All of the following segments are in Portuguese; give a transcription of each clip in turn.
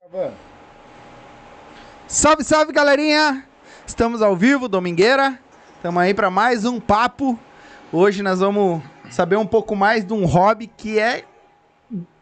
Gravando. Salve, salve, galerinha! Estamos ao vivo, domingueira. Estamos aí para mais um papo. Hoje nós vamos saber um pouco mais de um hobby que é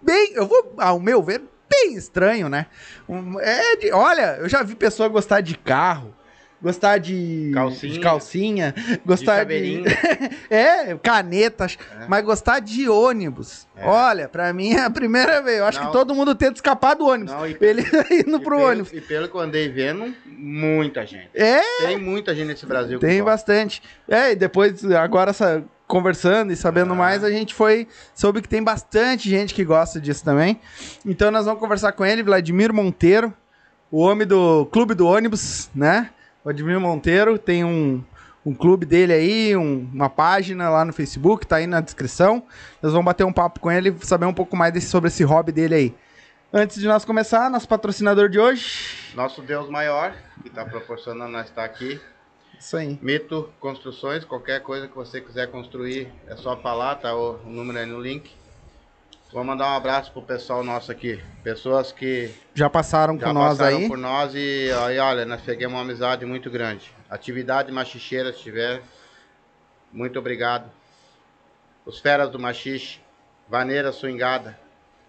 bem, eu vou, ao meu ver, bem estranho, né? Um, É de- olha, eu já vi pessoa gostar de carro, gostar de Calcinha. de calcinha gostar de, chaveirinho. é, canetas, É. mas gostar de ônibus. É. Olha, para mim é a primeira vez. Eu acho Não. que todo mundo tenta escapar do ônibus. Não, e- Ele tá indo e pro pelo- ônibus. E pelo que eu andei vendo, muita gente. É, Tem muita gente nesse Brasil. que Tem gosta. bastante. É, e depois, agora sa- conversando e sabendo Ah. mais, a gente foi. soube que tem bastante gente que gosta disso também. Então nós vamos conversar com ele, Vladimir Monteiro, o homem do Clube do Ônibus, né? Vladimir Monteiro tem um, um clube dele aí, um- uma página lá no Facebook, tá aí na descrição. Nós vamos bater um papo com ele, saber um pouco mais desse- sobre esse hobby dele aí. Antes de nós começar, nosso patrocinador de hoje. Nosso Deus maior, que está proporcionando nós estar aqui. Isso aí. Mito Construções, qualquer coisa que você quiser construir, é só falar, tá? O, o número aí no link. Vou mandar um abraço pro pessoal nosso aqui. Pessoas que Já passaram já com nós passaram aí. por nós e aí, olha, nós pegamos uma amizade muito grande. Atividade Machicheira, se tiver, muito obrigado. Os Feras do Machixe, Vaneira Suingada,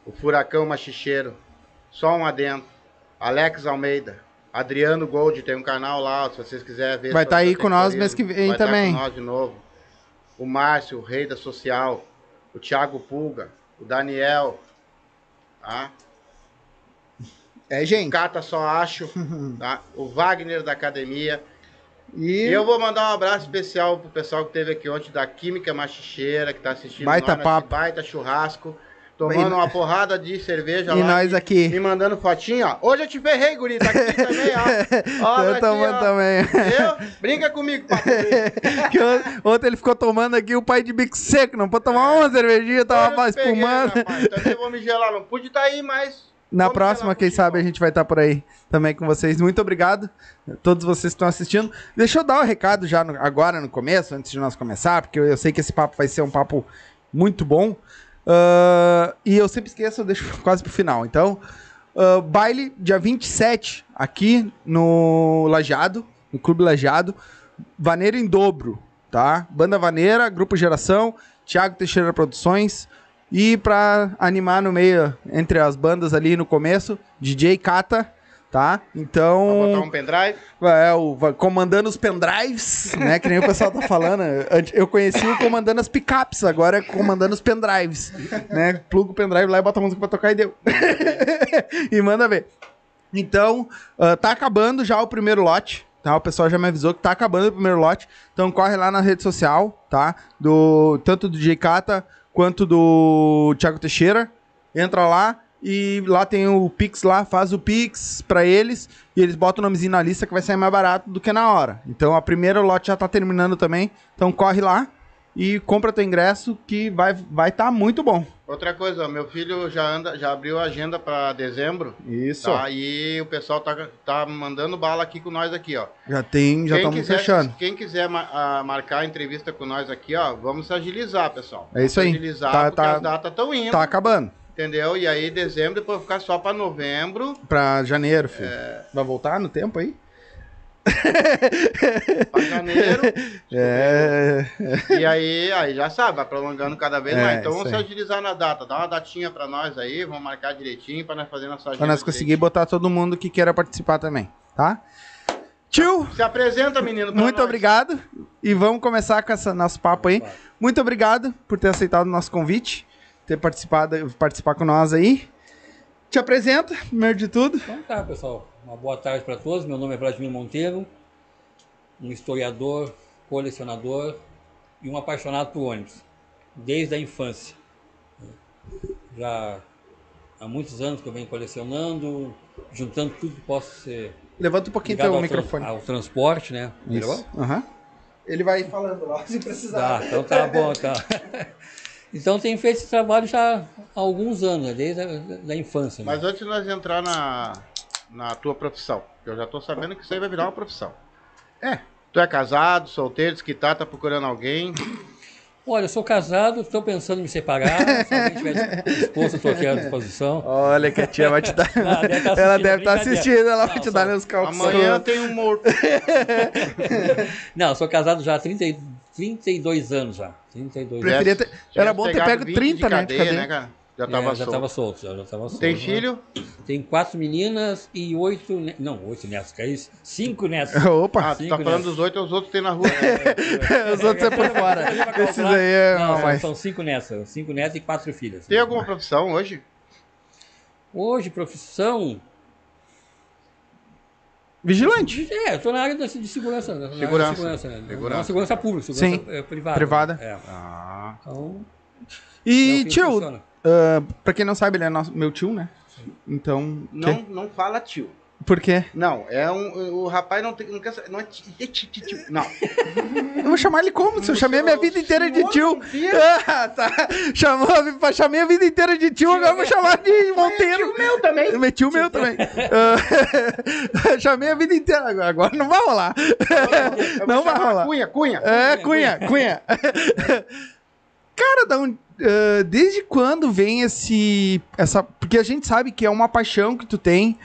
o Furacão Machicheiro, Só um Adentro, Alex Almeida, Adriano Gold, tem um canal lá, se vocês quiserem ver. Vai sobre tá aí o com nós turismo, mês que vem vai tá também. com nós de novo. O Márcio, o Rei da Social, o Thiago Pulga, o Daniel, tá? É, gente. Cata Um Só Acho, tá? o Wagner da academia. E E eu vou mandar um abraço especial pro pessoal que esteve aqui ontem da Química Machicheira, que tá assistindo Baita nesse papo. baita churrasco, tomando E- uma porrada de cerveja E lá. nós e- aqui. Me mandando fotinho, ó. Hoje eu te ferrei, guri. Tá aqui também, ó. ó eu aqui, tomando ó. Então também. Viu? Brinca comigo, papo. Que on- ontem ele ficou tomando aqui o pai de bico seco, não pode tomar uma cervejinha, tava Eu te peguei, né, espumando. rapaz. Também vou me gelar. Não pude estar aí, mas... Na vou me próxima, gelar um quem contigo, sabe, ó. a gente vai estar por aí também com vocês. Muito obrigado a todos vocês que estão assistindo. Deixa eu dar um recado já no- agora no começo, antes de nós começar, porque eu, eu sei que esse papo vai ser um papo muito bom. Ah, e eu sempre esqueço, eu deixo quase pro final. Então, ah, baile dia 27 aqui no Lajeado, no Clube Lajeado. Vaneira em dobro, tá? Banda Vaneira, Grupo Geração, Thiago Teixeira Produções. E pra animar no meio, entre as bandas ali no começo, DJ Kata, tá? Vou botar Então, um pendrive. é, o, va- comandando os pendrives, né? Que nem o pessoal tá falando. Ante- Eu conheci o comandando as picapes, agora é comandando os pendrives, né? Pluga o pendrive lá e bota a música pra tocar e deu. e manda ver. Então, ah, tá acabando já o primeiro lote, tá? O pessoal já me avisou que tá acabando o primeiro lote. Então corre lá na rede social, tá? Do, tanto do DJ Kata quanto do Thiago Teixeira. Entra lá e lá tem o Pix lá, faz o Pix pra eles e eles botam o nomezinho na lista que vai sair mais barato do que na hora. Então a primeira lote já tá terminando também. Então corre lá e compra teu ingresso que vai vai tá muito bom. Outra coisa, meu filho já anda, já abriu a agenda pra dezembro. Isso. Tá, e o pessoal tá, tá mandando bala aqui com nós aqui, ó. Já tem, já Quem estamos quiser- fechando. Quem quiser ma- ah, marcar a entrevista com nós aqui, ó, vamos se agilizar, pessoal. É isso aí. Se agilizar, Tá- porque tá- as datas estão indo, Tá acabando. entendeu? E aí, dezembro, depois ficar só pra novembro. Pra janeiro, filho. É. Vai voltar no tempo aí? Pra janeiro. É. e aí, aí, já sabe, vai prolongando cada vez É, mais. Então, isso vamos se aí. agilizar na data. Dá uma datinha pra nós aí, vamos marcar direitinho pra nós fazer nossa agenda. Pra nós conseguir botar todo mundo que queira participar também, tá? Tio, direitinho. Se apresenta, menino. pra muito nós. obrigado. E vamos começar com esse nosso papo aí. Muito obrigado por ter aceitado o nosso convite, ter participado, participar com nós aí. Te apresenta, primeiro de tudo. Então tá, pessoal. Uma boa tarde para todos. Meu nome é Vladimir Monteiro, um historiador, colecionador e um apaixonado por ônibus, desde a infância. Já há muitos anos que eu venho colecionando, juntando tudo que posso ser Levanta um pouquinho ligado teu ao, tran- microfone. ao transporte, né? Melhor? Isso. Aham. Ele vai falando lá, se precisar. Tá, então tá bom, tá. Então tenho feito esse trabalho já há alguns anos, né? desde a da infância. né? Mas antes de nós entrar na, na tua profissão, que eu já tô sabendo que isso aí vai virar uma profissão. É. Tu é casado, solteiro, desquitado, tá procurando alguém. Olha, eu sou casado, estou pensando em me separar. Se alguém tiver disposto, estou aqui à disposição. Olha que a tia vai te dar. Ah, deve tá ela deve assistindo, estar brincadeira. assistindo, ela vai Não, te só- dar meus calços. Amanhã tem um morto. Não, sou casado já há 30, e- 32 anos já. 32 anos. Preferia ter- Já Era bom ter pegado pego 20 de 30, né, de cadeia, cadeia. né, cara? Já É, tava já solto. estava solto. Já, já tava solto Tem né? filho? Tem quatro meninas e oito. ne- Não, oito netos, que é isso? Cinco netos. Opa! Ah, tu Cinco, tá né? falando dos oito, os outros tem na rua. É. Os outros é por fora. Esses aí é Não, uma são, mais. são cinco netas. Cinco netos e quatro filhas. Tem alguma profissão hoje? Hoje, profissão. Vigilante. É, eu tô na área da- de segurança. né? Na área de Segurança. segurança. né? Segurança. Não, segurança pública, segurança Sim. eh, privada. Privada. É. Ah. Então, é o E que tio, funciona. ah, pra quem não sabe, ele é nosso, meu tio, né? Então. Não, quê? não fala tio. Por quê? Não, é um. O rapaz não tem. Não quer saber. Não é ti- é ti- ti- tio. Não. Eu vou chamar ele como? Se eu chamei a minha vida inteira de tio. Ah, tá. Chamou, pra- chamei a vida inteira de tio, agora eu vou chamar de é Monteiro. Tio meu também. Meti o meu também. Ah, chamei a vida inteira, agora- agora não vai rolar. Eu vou É, Não vai chamar rolar. Cunha, cunha. É, Cunha, Cunha. Cara, da onde- ah, desde quando vem esse. Essa, porque a gente sabe que é uma paixão que tu tem.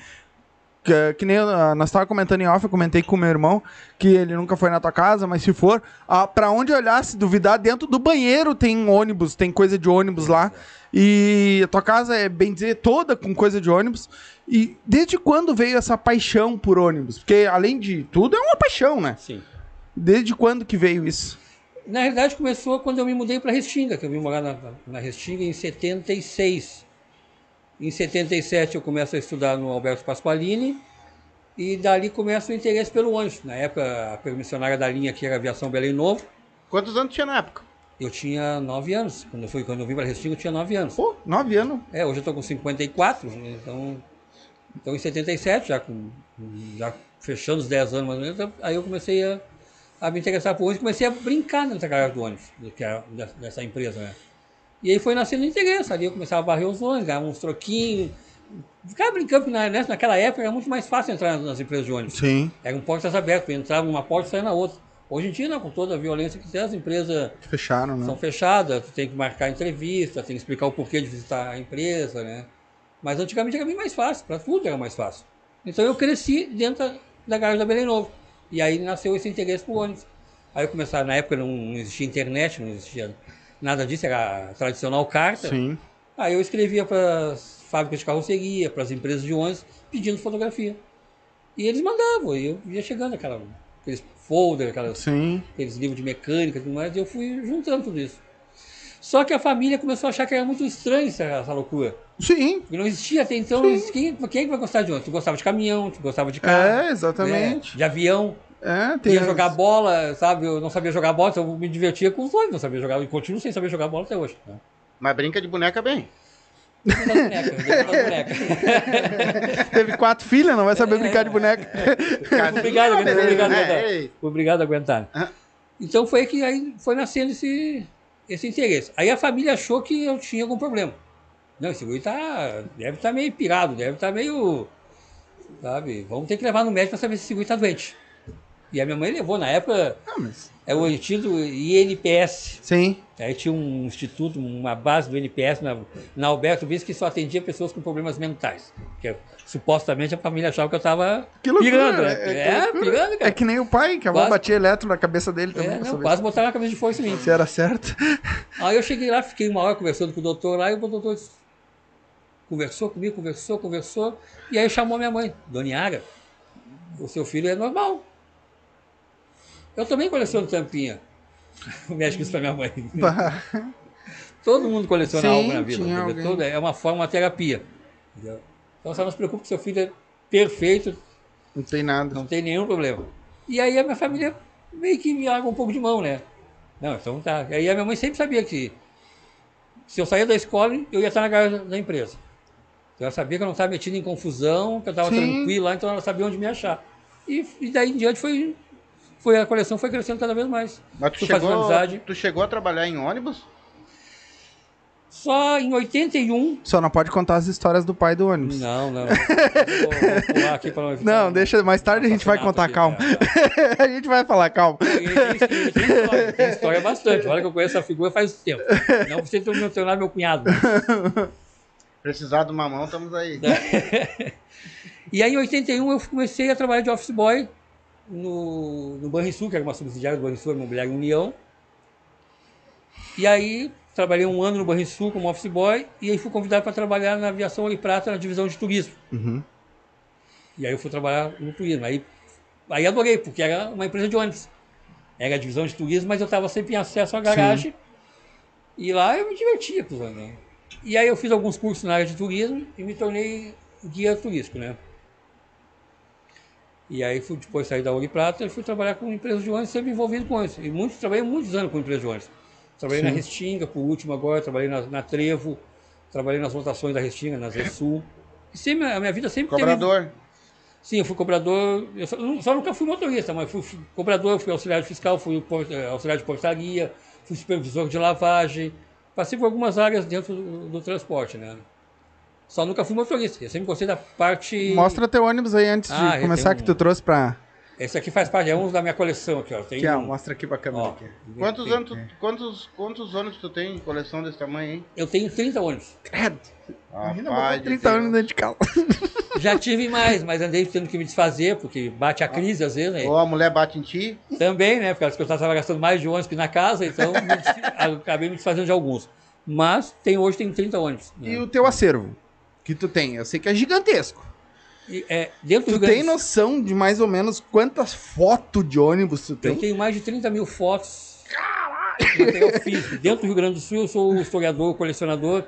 Que, que nem eu, ah, nós estávamos comentando em off, eu comentei com o meu irmão que ele nunca foi na tua casa, mas se for, ah, pra onde olhar, se duvidar, dentro do banheiro tem ônibus, tem coisa de ônibus lá. E a tua casa é, bem dizer, toda com coisa de ônibus. E desde quando veio essa paixão por ônibus? Porque além de tudo, é uma paixão, né? Sim. Desde quando que veio isso? Na realidade, começou quando eu me mudei para Restinga, que eu vim morar na, na Restinga em 76. Em 77 eu começo a estudar no Alberto Pasqualini e dali começa o interesse pelo ônibus. Na época, a permissionária da linha aqui era a Aviação Belém Novo. Quantos anos tinha na época? Eu tinha 9 anos. Quando eu, fui, quando eu vim para Restinga, eu tinha 9 anos. Pô, nove anos. É, hoje eu estou com 54, né? então, então em 77, já, com, já fechando os 10 anos mais ou menos, eu- aí eu comecei a, a me interessar por ônibus, comecei a brincar nessa garagem do ônibus, do que era dessa, dessa empresa, né? E aí foi nascendo o interesse, ali eu começava a varrer os ônibus, ganhava uns troquinhos, ficava brincando, porque na, nessa- naquela época era muito mais fácil entrar nas, nas empresas de ônibus. Sim. Eram portas abertas, entrava numa porta e saia na outra. Hoje em dia, não, com toda a violência que tem, as empresas Fecharam, né? são fechadas, tu tem que marcar entrevista, tem que explicar o porquê de visitar a empresa, né? Mas antigamente era bem mais fácil, para tudo era mais fácil. Então eu cresci dentro da- da garagem da Belém Novo. E aí nasceu esse interesse por ônibus. Aí eu começava, na época não não existia internet, não existia nada disso, era a tradicional carta. Sim. Aí eu escrevia para as fábricas de carroceria, para as empresas de ônibus, pedindo fotografia. E eles mandavam, e eu ia chegando aquela, aqueles folder, aquelas Sim. aqueles livros de mecânica e tudo mais, e eu fui juntando tudo isso. Só que a família começou a achar que era muito estranho essa, essa loucura. Sim. Porque não existia até então, quem, quem vai gostar de ônibus? Tu gostava de caminhão, tu gostava de carro, É, né? exatamente. de avião, É, tem. ia jogar bola, sabe? Eu não sabia jogar bola, então eu me divertia com os dois, não sabia jogar, e continuo sem saber jogar bola até hoje. Né? Mas brinca de boneca bem. Brinca das bonecas, brinca das bonecas. Teve quatro filhas, não vai saber É. brincar de boneca. Obrigado, Ah, obrigado, beleza, obrigado, né? obrigado. Ei, Obrigado a aguentar. Ah. Então foi que aí foi nascendo esse, esse interesse. Aí a família achou que eu tinha algum problema. Não, esse guri tá, deve estar meio pirado, deve estar meio. Sabe? Vamos ter que levar no médico para saber se esse guri tá doente. E a minha mãe levou, na época, Ah, mas... é o antigo INPS. Sim. Aí tinha um instituto, uma base do INPS na, na Alberto Bis que só atendia pessoas com problemas mentais. Porque supostamente a família achava que eu estava Que loucura, pirando, né? é, que É, loucura. pirando, cara. É que nem o pai, que a avó Quase. batia eletro na cabeça dele também. É, pra não, saber quase botaram a cabeça de força em mim. Se era certo. Aí eu cheguei lá, fiquei uma hora conversando com o doutor lá, e o doutor disse- conversou comigo, conversou, conversou, e aí chamou minha mãe, Dona Yara, o seu filho é normal. Eu também coleciono tampinha. O médico disse pra minha mãe. Todo mundo coleciona Sim, algo na vida. tinha entendeu? alguém. Todo- é uma forma, uma terapia. entendeu? Então só não se preocupe que seu filho é perfeito, Não tem nada. não tem nenhum problema. E aí a minha família meio que me larga um pouco de mão, né? Não, então tá. E aí a minha mãe sempre sabia que se eu saía da escola, eu ia estar na garagem da empresa. Então ela sabia que eu não estava metido em confusão, que eu estava Sim. tranquilo lá, então ela sabia onde me achar. E, e daí em diante foi, foi a coleção foi crescendo cada vez mais. Mas tu Fui fazendo chegou, amizade. tu chegou a trabalhar em ônibus? Só em 81. Só não pode contar as histórias do pai do ônibus. Não, não. Vou, vou pular aqui pra Não, deixa, mais tarde a gente vai contar, calma. Assassinato aqui, a gente vai falar, calma. é. Tem, tem- tem história, tem história bastante. Olha que eu conheço essa figura faz um tempo. Não precisa ter mencionado meu cunhado. Precisar de uma mão, estamos aí. É. E aí, em 81, eu comecei a trabalhar de office boy no, no Banrisul, que era uma subsidiária do Banrisul, Imobiliária União. E aí, trabalhei um ano no Banrisul como office boy e aí fui convidado para trabalhar na aviação Ouro e Prata, na divisão de turismo. Uhum. E aí eu fui trabalhar no turismo. Aí, aí adorei, porque era uma empresa de ônibus. Era a divisão de turismo, mas eu estava sempre em acesso à garagem. E lá eu me divertia, pô, né? E aí eu fiz alguns cursos na área de turismo e me tornei guia turístico, né? E aí fui depois sair da Ouro Prata e fui trabalhar com empresas de ônibus, sempre envolvido com isso. E muitos, trabalhei muitos anos com empresas de ônibus. Trabalhei na Sim. Restinga, por último agora, trabalhei na, na Trevo, trabalhei nas rotações da Restinga, na Zesul. E sempre, a minha vida sempre teve Cobrador. Sim, eu fui cobrador, eu só, nu- só nunca fui motorista, mas fui, fui cobrador, fui auxiliar de fiscal, fui por- eh, auxiliar de portaria, fui supervisor de lavagem, passei por algumas áreas dentro do, do transporte, né? Só nunca fui motorista, eu sempre gostei da parte... Mostra teu ônibus aí antes Ah, de eu começar, tenho que um. tu trouxe pra. Esse aqui faz parte, é um da minha coleção aqui, ó. Tem Aqui, ó, um- mostra aqui pra câmera. ó, aqui. Quantos, anos tu- quantos, quantos ônibus tu tem em coleção desse tamanho, hein? Eu tenho 30 ônibus. Credo. Imagina botar Rapaz de 30 anos Deus. dentro de casa. Já tive mais, mas andei tendo que me desfazer, porque bate Ah. a crise às vezes, né? Ou a mulher bate em ti, Também, né? Porque eu estava gastando mais de ônibus que na casa, então me desfi- acabei me desfazendo de alguns. Mas tem, hoje tem 30 ônibus. né? E o teu acervo que tu tem? Eu sei que é gigantesco. E, é, dentro Tu do Rio tem Grande do noção de mais ou menos quantas fotos de ônibus tu Sul, eu tem? tenho mais de 30 mil fotos. de Material físico. Dentro do Rio Grande do Sul, eu sou o historiador, o colecionador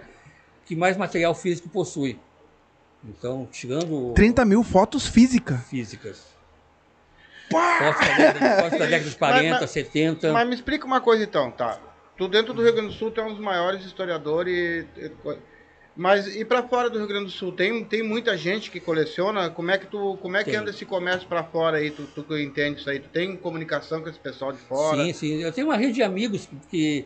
que mais material físico possui. Então, tirando 30 mil fotos físicas. físicas. Fotos da década, fotos da década de 40, Mas- mas- 70. Mas me explica uma coisa então, tá? Tu dentro do Rio Grande do Sul tu é um dos maiores historiadores. e- e- Mas e pra fora do Rio Grande do Sul tem, tem muita gente que coleciona. Como é que tu como é que Tem. anda esse comércio pra fora aí? Tu, tu que entende isso aí? Tu tem comunicação com esse pessoal de fora? Sim, sim. Eu tenho uma rede de amigos que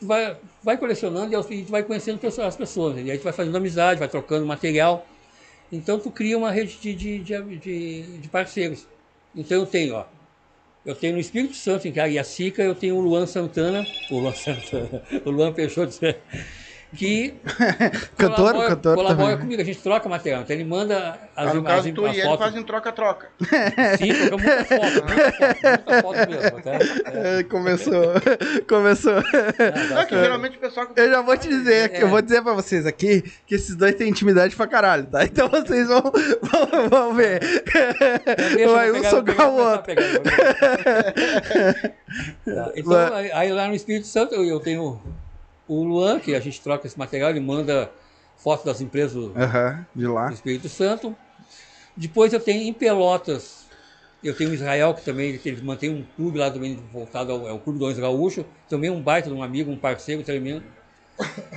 tu vai, vai colecionando e aos- e tu vai conhecendo pesso- as pessoas. né? E aí tu vai fazendo amizade, vai trocando material. Então tu cria uma rede de, de, de, am- de- de parceiros. Então eu tenho, ó. Eu tenho no Espírito Santo, em Cariacica, eu tenho o Luan Santana, o Luan Santana, o Luan Peixoto, que Cantor, colabora, cantor colabora também. né? comigo, a gente troca material. Então ele manda as, Ah, no im- as caso im- tu as e ele fotos. fazem É. troca-troca. Tá Sim, trocamos muita foto, muita foto, muita foto mesmo, tá? É. É, Começou, começou. Não, é que geralmente o pessoal que Eu já vou te dizer, É. eu vou dizer pra vocês aqui que esses dois têm intimidade pra caralho, tá? Então vocês vão, vão, vão ver. Deixa, Vai eu um pegar- socar pegar- o outro. pegar- pegar- Tá, Então, aí- aí lá no Espírito Santo eu- eu tenho o Luan, que a gente troca esse material, ele manda fotos das empresas do Aham, de lá. Espírito Santo. Depois eu tenho em Pelotas, eu tenho o Israel, que também ele- ele mantém um clube lá também voltado ao, ao Clube do Onze Gaúcho, também um baita de um amigo, um parceiro tremendo.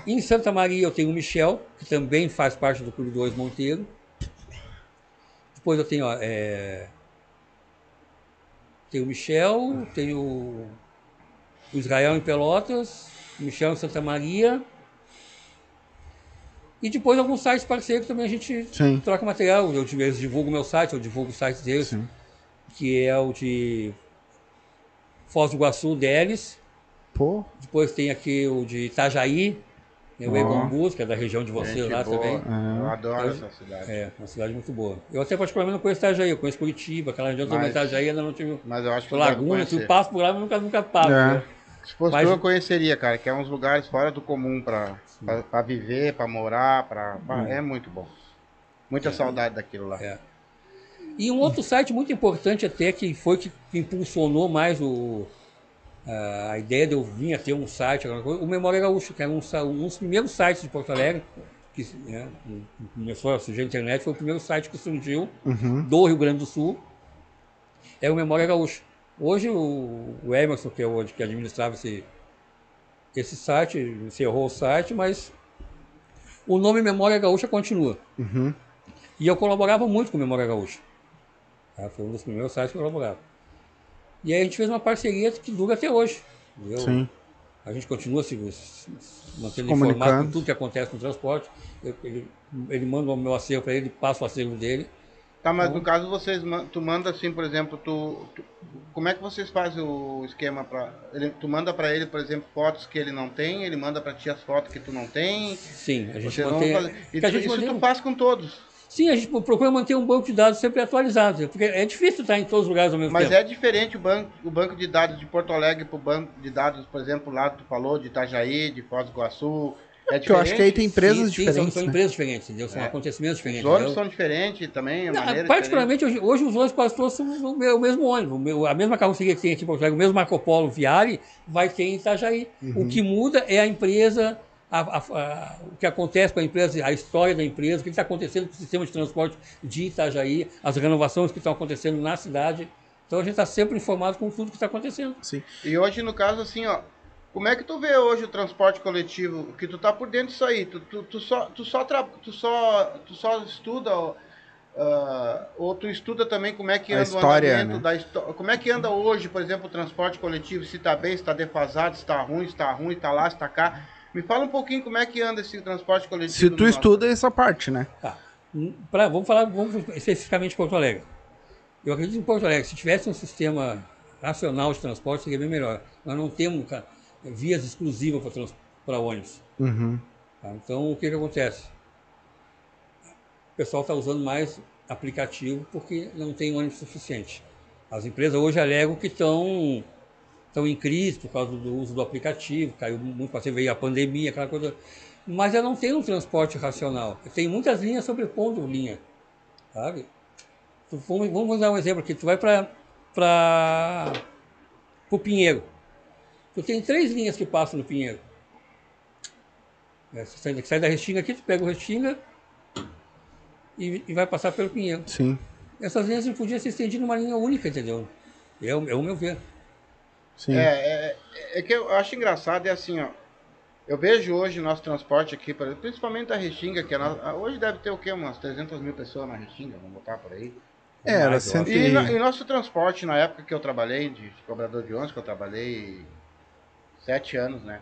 Em Santa Maria eu tenho o Michel, que também faz parte do Clube 2 Monteiro. Depois eu tenho, ó, é, tem o Michel, tem o, o Israel em Pelotas, o Michel em Santa Maria. E depois alguns sites parceiros também a gente Sim. troca material. Eu, eles divulgo meu site, eu divulgo o site deles, Sim. que é o de Foz do Iguaçu, Deles. Pô, Depois tem aqui o de Itajaí, né, o Ó. Egon Bus, que é da região de vocês Gente lá boa. também. É. Eu adoro Então, essa cidade. É, uma cidade muito boa. Eu até particularmente não conheço Itajaí, eu conheço Curitiba, aquela região toda Mas- de Itajaí ainda não tive Mas eu acho que eu devo Laguna, conhecer. né? tu passa por lá, mas nunca, nunca passa. É. né? Se fosse Mas- tu, eu conheceria, cara, que é uns lugares fora do comum pra, pra, pra viver, pra morar, pra. pá, É muito bom. Muita saudade daquilo lá. Hum. É. E um outro site muito importante até, que foi que impulsionou mais o, a, a ideia de eu vir a ter um site, alguma coisa, o Memória Gaúcho, que era um, sa- um dos primeiros sites de Porto Alegre, que né, começou a surgir a internet, foi o primeiro site que surgiu uhum. do Rio Grande do Sul é o Memória Gaúcha. Hoje o, o Emerson, que é hoje que administrava esse, esse site, encerrou o site, mas o nome Memória Gaúcha continua. Uhum. E eu colaborava muito com o Memória Gaúcha. Tá? Foi um dos primeiros sites que eu colaborava. E aí a gente fez uma parceria que dura até hoje. Eu, Sim. A gente continua se, se mantendo Comunicando. informado com tudo que acontece no transporte. Eu- ele, ele manda o meu acervo para ele, passa o acervo dele. Tá, mas no caso vocês, man- tu manda assim, por exemplo, tu, tu- como é que vocês fazem o esquema para ele, tu manda para ele, por exemplo, fotos que ele não tem, ele manda para ti as fotos que tu não tem. Sim, a gente Vocês vão mantém. fazer. porque Isso, a gente isso mantém tu um- faz com todos. Sim, a gente procura manter um banco de dados sempre atualizado, porque é difícil estar em todos os lugares ao mesmo Mas tempo. é diferente o banco, o banco de dados de Porto Alegre pro banco de dados, por exemplo, lá tu falou de Itajaí, de Foz do Iguaçu. É Porque eu acho que aí tem empresas Sim, sim, são- diferentes. são, né? empresas diferentes, entendeu? São acontecimentos Os diferentes. ônibus entendeu? são diferentes também, a é Não, maneira é particularmente, hoje, hoje os ônibus quase todos são o me- o mesmo ônibus. o meu- a mesma carroceria que tem aqui em Porto Alegre, o mesmo Marco Polo Viari, vai ter em Itajaí. Uhum. O que muda é a empresa, a- a- a- o que acontece com a empresa, a história da empresa, o que está acontecendo com o sistema de transporte de Itajaí, as renovações que estão acontecendo na cidade. Então a gente está sempre informado com tudo que está acontecendo. E hoje, no caso, assim, ó, como é que tu vê hoje o transporte coletivo? Que tu tá por dentro disso aí, tu, tu, tu só, tu, só, tra- tu, só, tu só estuda, ó, ah, ou tu estuda também como é que A anda história, o andamento né? da história. Como é que anda hoje, por exemplo, o transporte coletivo, se tá bem, se tá defasado, se tá ruim, se tá ruim, se tá lá, se tá cá. Me fala um pouquinho como é que anda esse transporte coletivo. Se no tu nosso- estuda essa parte, né? Tá. Hum, pra- vamos falar vamos especificamente de Porto Alegre. Eu acredito que em Porto Alegre, se tivesse um sistema racional de transporte, seria bem melhor. Nós não temos cara, vias exclusivas para trans- para ônibus. Uhum. tá? Então, o que, que acontece? O pessoal está usando mais aplicativo porque não tem ônibus suficiente. As empresas hoje alegam que estão estão Então, em crise por causa do uso do aplicativo, caiu muito para você veio a pandemia, aquela coisa. Mas ela não tem um transporte racional. Tem muitas linhas sobrepondo linha, sabe? Tu- vamos, vamos dar um exemplo aqui. Tu vai para para o Pinheiro. Tu tem três linhas que passam no Pinheiro. É, você sai, sai da Restinga aqui, tu pega o Restinga e, e vai passar pelo Pinheiro. Sim. Essas linhas não podiam ser estendidas numa linha única, entendeu? É o, é o meu ver. Sim. É, é, é que eu acho engraçado, é assim, ó. Eu vejo hoje nosso transporte aqui, por exemplo, principalmente a Restinga, que é no- a- hoje deve ter o quê? Umas 300 mil pessoas na Restinga, vamos botar por aí. É, era Mais, eu cento E, e... no- e nosso transporte, na época que eu trabalhei, de cobrador de ônibus, que eu trabalhei sete anos, né?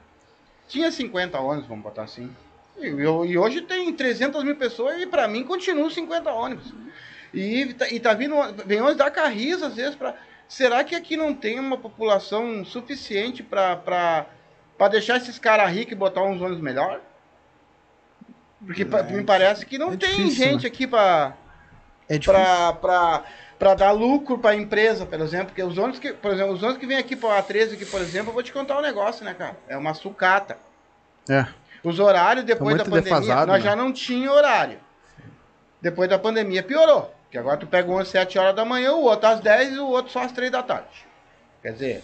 Tinha 50 ônibus, vamos botar assim. E, eu- e hoje tem 300 mil pessoas e pra mim continuam 50 ônibus. E, tá- e tá vindo, ô- vem ônibus dar carris às vezes pra... Será que aqui não tem uma população suficiente pra, pra, pra deixar esses caras ricos e botar uns ônibus melhor? Porque pa- me parece que não é tem difícil, gente aqui pra É difícil. para para para dar lucro para a empresa, por exemplo, porque os ônibus que, por exemplo, os ônibus que vêm aqui para a 13 aqui, por exemplo, eu vou te contar um negócio, né, cara? É uma sucata. É. Os horários depois da muito pandemia, defasado, nós né? já não tinha horário. Depois da pandemia piorou, porque agora tu pega um às 7 horas da manhã, o outro às 10 e o outro só às 3 da tarde. Quer dizer,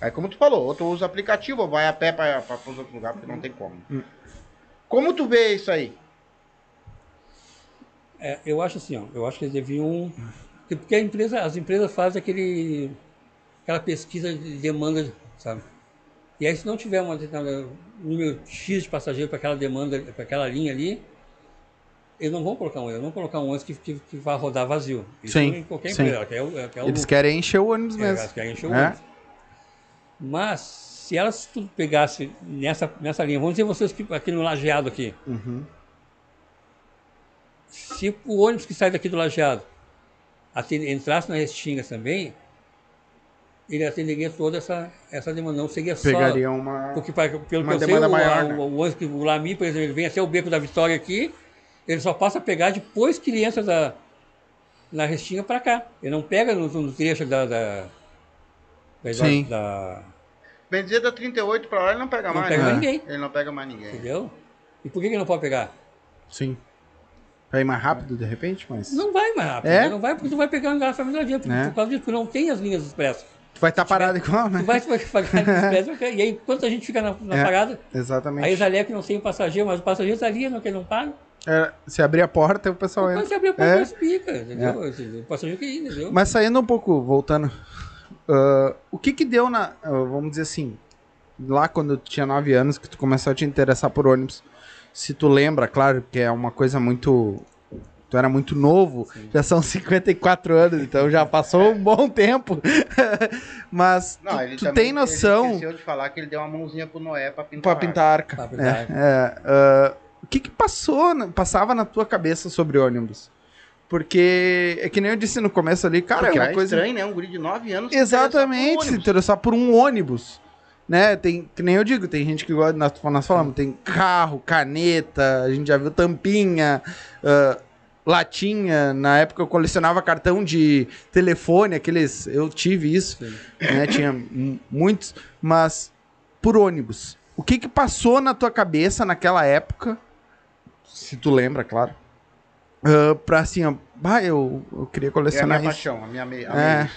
aí como tu falou, outro usa aplicativo, ou vai a pé para os outros lugares, porque não tem como. Hum. Como tu vê isso aí? É, eu acho assim, ó, eu acho que eles deviam. Porque- Porque a empresa, as empresas fazem aquele, aquela pesquisa de demanda, sabe? E aí, se não tiver uma determinada- um número X de passageiros para aquela demanda, para aquela linha ali, eles não vão colocar um, eles não vão colocar um ônibus que, que, que vai rodar vazio. Sim, em qualquer sim. empresa, até o, até É o Eles querem encher o ônibus é, mesmo. elas querem encher o né? ônibus. Mas, se elas tudo pegasse nessa, nessa linha, vamos dizer vocês que aqui no lajeado aqui. Uhum. Se o ônibus que sai daqui do lajeado atende- entrasse na Restinga também, ele atenderia toda essa, essa demanda. Não seria só. Pegaria uma... Porque, pra- pelo uma que eu sei, demanda o, maior, a- né? o, o ônibus que o Lami, por exemplo, ele vem até o Beco da Vitória aqui, ele só passa a pegar depois que ele entra da, na Restinga para cá. Ele não pega no, no trecho da. da, da, Sim. da- Bem dizer, da 38 para lá ele não pega Não mais, pega né? mais ninguém. Ele não pega mais ninguém. Entendeu? E por que que ele não pode pegar? Sim. Pra ir mais rápido, de repente, mas... Não vai mais rápido. É? né? Não vai porque tu vai pegar um garrafa viradinha. Por, Né? por causa disso, porque não tem as linhas expressas. Tu vai estar parado igual, né? Tu vai, tu vai pagar as linhas expressas. E aí, enquanto a gente fica na, na É. parada, Exatamente. aí eles alegam que não tem passageiro, mas o passageiro está ali, não, que ele não paga. É, se abrir a porta, o pessoal Quando entra. você abrir a porta, É. é. explica, entendeu? O passageiro que ir, entendeu? Mas saindo um pouco, voltando. ah, o que que deu na. ah, vamos dizer assim. Lá quando tu tinha 9 anos, que tu começou a te interessar por ônibus. Se tu lembra, claro que é uma coisa muito. tu era muito novo, já são 54 anos, então já passou um bom tempo. Mas Não, tu, ele tu também- tem Ele noção esqueceu de falar que ele deu uma mãozinha pro Noé pra pintar. pra a pintar a arca. Pra É, pintar. é, ah, o que que passou, na- passava na tua cabeça sobre ônibus? Porque é que nem eu disse no começo ali, cara, Porque é uma é coisa estranho, né? Um guri de 9 anos. se interessar Exatamente, por se um ônibus. interessar por um ônibus. Né? Tem, que nem eu digo, tem gente que gosta, nós, nós falamos, tem carro, caneta, a gente já viu tampinha, ah, latinha. Na época eu colecionava cartão de telefone, aqueles. Eu tive isso, Sim. né? Tinha m- muitos, mas por ônibus. O que que passou na tua cabeça naquela época? Se tu lembra, claro. ah, pra assim, ó, bah, eu, eu queria É a minha colecionar isso. paixão, a minha, me- a É. minha-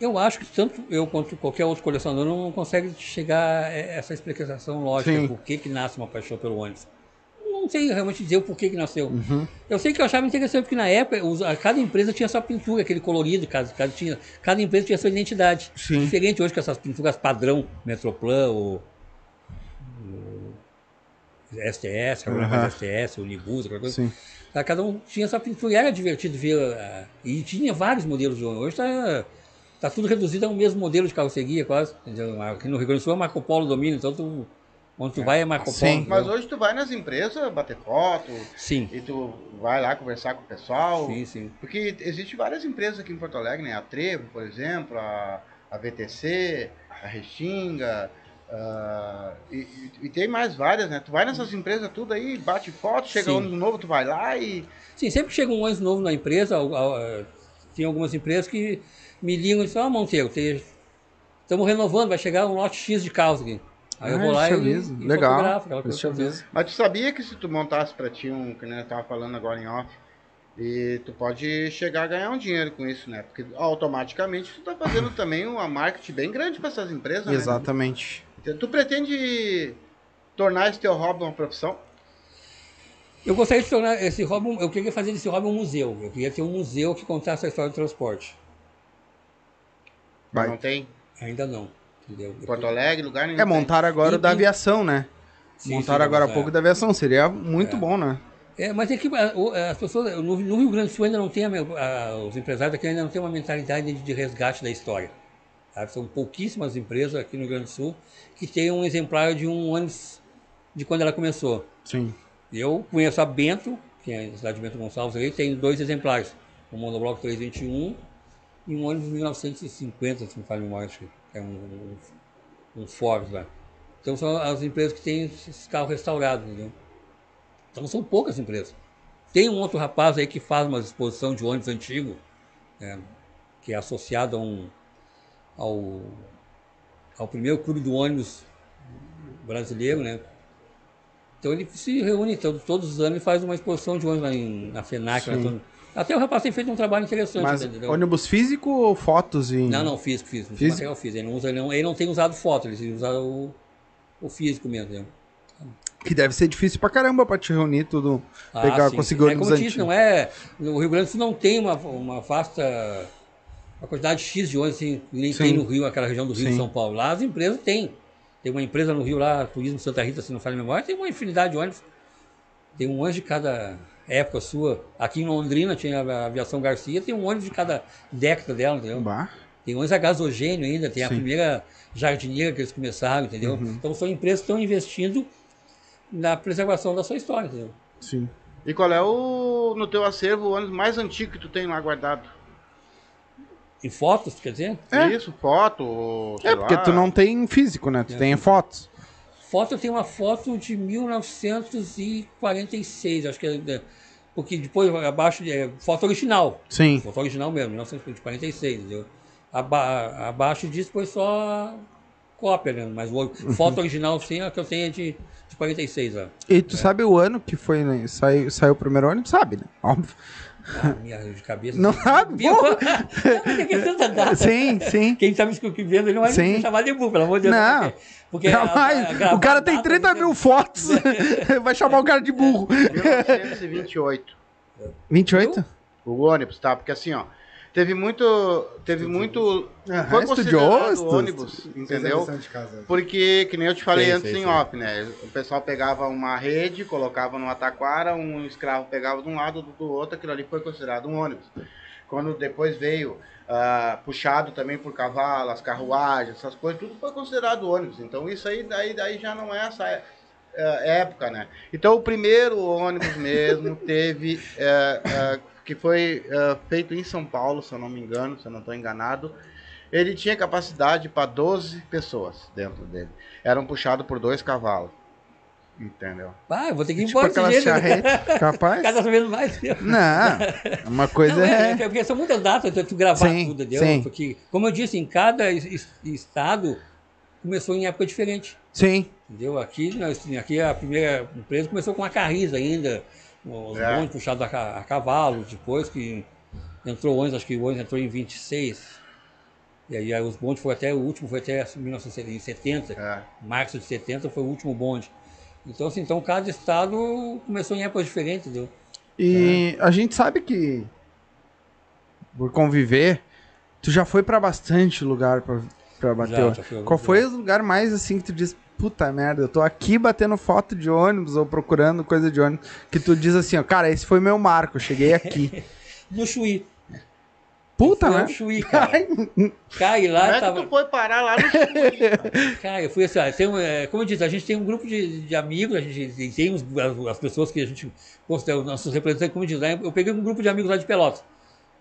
Eu acho que tanto eu quanto qualquer outro colecionador não consegue chegar a essa explicação lógica Sim. por que, que nasce uma paixão pelo ônibus. Não sei realmente dizer o porquê que nasceu. Uhum. Eu sei que eu achava interessante porque na época os- a- cada empresa tinha sua pintura, aquele colorido, cada, cada, tinha, cada empresa tinha sua identidade. Sim. Diferente hoje com essas pinturas padrão, Metroplan, o, o STS, agora Aham. mais STS, Unibus, aquela coisa. Sim. Tá, Cada um tinha essa pintura e era divertido ver. ah, E tinha vários modelos de ônibus. Hoje está tá tudo reduzido a um mesmo modelo de carroceria, quase. entendeu? Aqui no Rio Grande do Sul é Marco Polo domina, então tu, onde tu vai é Marco Polo. Sim. Mas entendeu? hoje tu vai nas empresas bater foto Sim, e tu vai lá conversar com o pessoal. sim, sim. Porque existe várias empresas aqui em Porto Alegre, né? A Trevo, por exemplo, a, a VTC, a Restinga. ah, e, e- e tem mais várias, né? Tu vai nessas empresas tudo aí, bate foto, chega Sim. um novo, tu vai lá e. Sim, sempre que chega um ônibus novo na empresa, al- al- eh, tem algumas empresas que me ligam e dizem, ah, Monteiro, estamos renovando, vai chegar um lote X de carros aqui. Aí eu Ah, vou lá e, isso mesmo. e Legal. fotografo aquela coisa Isso é toda. mesmo. Mas tu sabia que se tu montasse pra ti um, que nem eu tava falando agora em off, e tu pode chegar a ganhar um dinheiro com isso, né? Porque automaticamente tu tá fazendo também uma marketing bem grande pra essas empresas, né? Exatamente. Então, Tu pretende tornar esse teu hobby uma profissão? Eu gostaria de tornar esse hobby, um- eu queria fazer desse hobby um museu. Eu queria ter um museu que contasse a história do transporte. Vai. Não tem? Ainda não, entendeu? Em Eu- Porto Alegre, lugar nenhum. É, montaram agora o E- da e- aviação, né? Sim, montaram sim, agora há é. pouco da aviação. Seria muito bom, né? É, mas é que ah, o- as pessoas, no, no Rio Grande do Sul ainda não tem, a me- a- os empresários aqui ainda não têm uma mentalidade de, de resgate da história. sabe? São pouquíssimas empresas aqui no Rio Grande do Sul que têm um exemplar de um ônibus de quando ela começou. Sim. Eu conheço a Bento, que é a cidade de Bento Gonçalves, aí tem dois exemplares, um monobloco 321 e um ônibus de 1950, se não me falha a memória, acho que é um, um, um Ford lá. Então são as empresas que têm esses carros restaurados, entendeu? Então são poucas empresas. Tem um outro rapaz aí que faz uma exposição de ônibus antigo, né, que é associado a um, ao, ao primeiro clube do ônibus brasileiro, né? Então ele se reúne então, todos os anos e faz uma exposição de ônibus lá em, na FENAC. lá Sim. todo- Até o rapaz tem feito um trabalho interessante. Mas entendeu? ônibus físico ou fotos em. Não, não, físico, físico. Físico? físico? Material físico. Ele não, usa, ele, não, ele não tem usado foto, ele tem usado o, o físico mesmo. né? Que deve ser difícil pra caramba pra te reunir tudo. Ah, pegar, sim. conseguir é, ônibus como eu disse, antigo. não é. O Rio Grande do Sul não tem uma, uma vasta. Uma quantidade X de ônibus, assim, que nem Sim. tem no Rio, aquela região do Rio Sim. de São Paulo. Lá as empresas têm. Tem uma empresa no Rio lá, Turismo Santa Rita, se não falha a memória, tem uma infinidade de ônibus. Tem um ônibus de cada época sua. Aqui em Londrina tinha a Aviação Garcia, tem um ônibus de cada década dela, entendeu? Bah. Tem ônibus a gasogênio ainda, tem a Sim. Uhum. primeira jardineira que eles começaram, entendeu? Então são empresas que estão investindo na preservação da sua história, entendeu? Sim. E qual é o no teu acervo o ônibus mais antigo que tu tem lá guardado? Em fotos, quer dizer? É. Isso, foto, ou sei É, porque lá. tu não tem físico, né? Tu É. tem fotos. Foto, eu tenho uma foto de 1946, acho que é. da- Porque depois, abaixo, é foto original. Sim. Foto original mesmo, 1946, entendeu? Aba- abaixo disso foi só cópia, né? Mas o- foto original, sim, a que eu tenho é de, de 46, ó. E tu sabe o ano que foi, né? Saiu, saiu o primeiro ônibus? Sabe, né? Óbvio. Ah, minha de cabeça. Tá. Não sabe? Viu? Porra. Não, mas é que é tanta data. Sim, sim. Quem tá me escutando, ele não vai Sim. me chamar de burro, pelo amor de Deus. Não. Porque- Porque Jamais. o cara tem 30 mil fotos. Vai chamar o cara de burro. 1928. 28? O ônibus, tá? Porque assim, ó, Teve muito. Teve muito. Aham, Foi estudioso, considerado estu- ônibus, É Fez a entendeu? lição de casa. Porque, que nem eu te falei Sei, antes sei, em sei. off, né? O pessoal pegava uma rede, colocava numa taquara, um escravo pegava de um lado, outro do outro, aquilo ali foi considerado um ônibus. Quando depois veio ah, puxado também por cavalo, as carruagens, essas coisas, tudo foi considerado ônibus. Então isso aí daí, daí já não é essa eh, época, né? Então o primeiro ônibus mesmo teve, eh, eh, que foi eh, feito em São Paulo, se eu não me engano, se eu não estou enganado, ele tinha capacidade para 12 pessoas dentro dele. Eram puxados por dois cavalos. Entendeu? Pá, Ah, eu vou ter que ir Tipo embora desse aquela jeito. charrete, capaz? Cada vez tá mais. Não, Não, uma coisa é, é... é porque são muitas datas tu, tu gravar Sim, tudo, entendeu? sim. Porque, como eu disse, em cada es- es- estado começou em época diferente. Sim, Entendeu? Aqui, nós- aqui a primeira empresa começou com a carriza ainda, os É. bondes puxados a, ca- a cavalo, depois que entrou o ônibus, acho que o ônibus entrou em 26. E aí, aí os bondes foi até, o último foi até 1970, É. março de 70 foi o último bonde. Então, assim, então cada estado começou em épocas diferentes, entendeu? É. e a gente sabe que, por conviver, tu já foi pra bastante lugar pra, pra bater Já, o- já fui alguns Qual foi lugares. o lugar mais assim que tu diz, puta merda, eu tô aqui batendo foto de ônibus ou procurando coisa de ônibus, que tu diz assim, ó, cara, esse foi meu marco, eu cheguei aqui. No Chuí. Puta, Fui ao né? Chuí, cara. Cai lá, Como é que Ah, tava... tu foi parar lá no Chuí? Cara, eu fui assim, ah, tem um, eh, como eu disse, a gente tem um grupo de, de amigos, a gente tem- tem uns- as, as pessoas que a gente considera os nossos representantes, como eu disse, lá, eu peguei um grupo de amigos lá de Pelotas.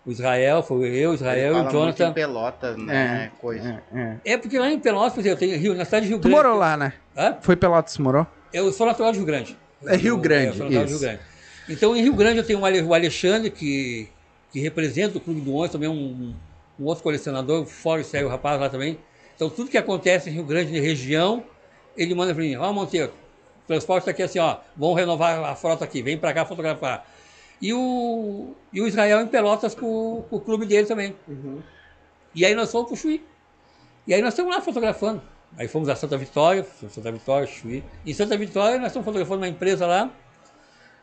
O Israel, foi eu, o Israel Ele fala e o muito em Jonathan. Pelotas, né? Coisa. É, é. É porque lá em Pelotas, por exemplo, tem Rio, na cidade de Rio Tu Grande. morou lá, né? Hã? Foi Pelotas, tu morou? Eu sou natural de Rio Grande. É Rio Eu- Grande, eu sou natural de isso. Rio Grande. Então, em Rio Grande, eu tenho o Ale- o Alexandre, que, que representa o Clube do Onze, também um, um outro colecionador, fora e segue o rapaz lá também. Então, tudo que acontece em Rio Grande, na região, ele manda para mim: Ó, Monteiro, o transporte está aqui assim, ó, vão renovar a frota aqui, vem para cá fotografar. E o, e o Israel em Pelotas com, com o clube dele também. E aí nós fomos pro Chuí. E aí nós estamos lá fotografando. Aí fomos a Santa Vitória, Santa Vitória, Chuí. Em Santa Vitória nós estamos fotografando uma empresa lá.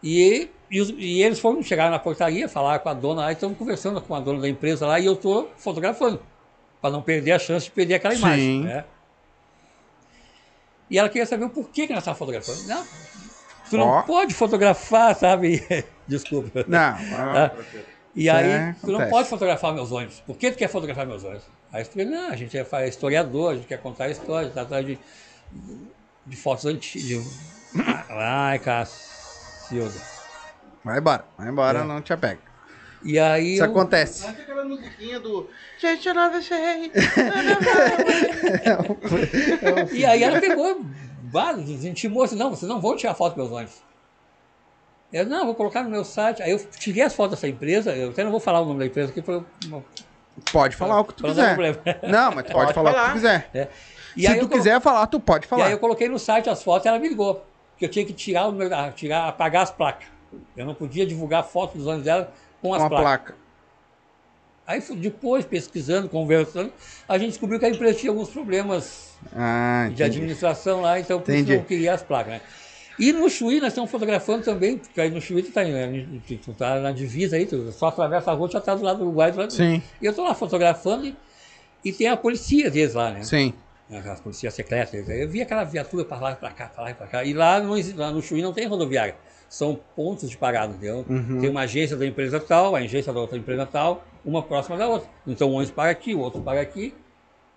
E, e, os- e eles foram chegar na portaria, falar com a dona lá, e estamos conversando com a dona da empresa lá e eu estou fotografando, para não perder a chance de perder aquela Sim. imagem. Né? E ela queria saber o porquê que nós estávamos fotografando. Não, tu não Ó. pode fotografar, sabe? Desculpa. Não, Tá? E Isso aí, é, tu não acontece. pode fotografar meus ônibus. Por que tu quer fotografar meus ônibus? Aí tu não, a gente é fa- historiador, a gente quer contar a história, tá atrás de, de fotos antigas. Ai, Cacilda. vai embora, vai embora, É. não te apega. E aí, Isso eu- acontece. Mas aquela musiquinha do. Gente, eu não sei. Então, e aí ela pegou, bah, intimou assim, não, vocês não vão tirar foto dos meus ônibus. Eu, não, vou colocar no meu site. Aí eu tirei as fotos dessa empresa, eu até não vou falar o nome da empresa aqui, pra, eu- Pode falar o que tu pra não dar quiser. problema. Não, mas tu pode, Pode falar, o que falar. tu quiser. E Se aí tu eu colo- quiser falar, tu pode E aí falar. eu coloquei no site as fotos e ela me ligou. Que eu tinha que tirar, o meu- ah, tirar apagar as placas. Eu não podia divulgar fotos dos anos dela com as Uma placas. placa. Aí fu- depois, pesquisando, conversando, a gente descobriu que a empresa tinha alguns problemas Ah, de entendi. administração lá, então por isso Entendi. eu queria as placas, né? E no Chuí nós estamos fotografando também, porque aí no Chuí tu tá, em- tu- tu tá na divisa aí, tu só atravessa a rua, tu já tá do lado do Uruguai, do lado do- Sim, E eu tô lá fotografando e, e tem a policia às vezes lá, né? sim. as policias secretas. Eu vi aquela viatura para lá e para cá, para lá e para cá. E lá no, lá no Chuí não tem rodoviária. São pontos de parada, entendeu? Tem uma agência da empresa tal, a agência da outra empresa tal, uma próxima da outra. Então um ônibus para aqui, o outro para aqui.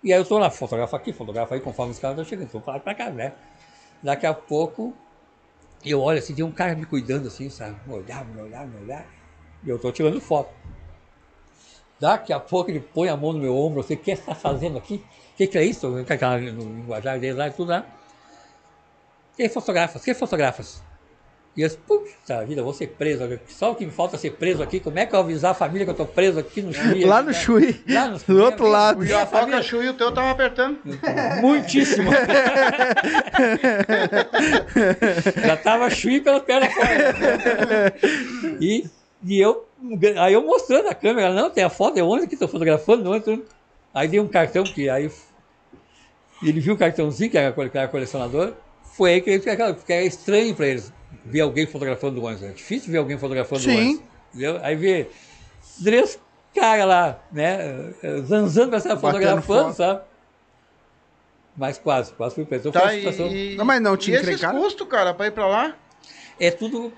E aí eu estou lá, fotografo aqui, fotografo aí, conforme os caras estão chegando. Então para para cá, né? Daqui a pouco eu olho assim, tem um cara me cuidando assim, sabe? Me olhar, me olhar, me olhar. E eu estou tirando foto. Daqui a pouco ele põe a mão no meu ombro, você, o que você está fazendo aqui? O que, que é isso? Com Aquela no linguajar dele lá e tudo lá. Quem fotografas? Quem fotografas? E eu disse, puxa vida, eu vou ser preso. olha, Só o que me falta é ser preso aqui. Como é que eu vou avisar a família que eu tô preso aqui no Chile? Lá aqui, no tá? Chuí, Lá no Chuí, do outro é lado. mesmo. E a foca Chuí, o teu tava apertando. Muitíssimo. Já tava chui pela perna fora. E, e eu, aí eu mostrando a câmera, não, tem a foto, é onde que estou fotografando, onde tô... Aí dei um cartão que aí ele viu o cartãozinho que era, cole- que era colecionador, foi aí que ele porque era estranho para eles ver alguém fotografando o ônibus. É difícil ver alguém fotografando o Sim. ônibus. entendeu? Aí vê três cara lá, né? Zanzando pra essa Batendo fotografando, foto. sabe? Mas quase, quase fui preso. Tá, Foi uma situação- e, Não, mas não te e esses encrencaram? custos, cara, pra ir pra lá? É tudo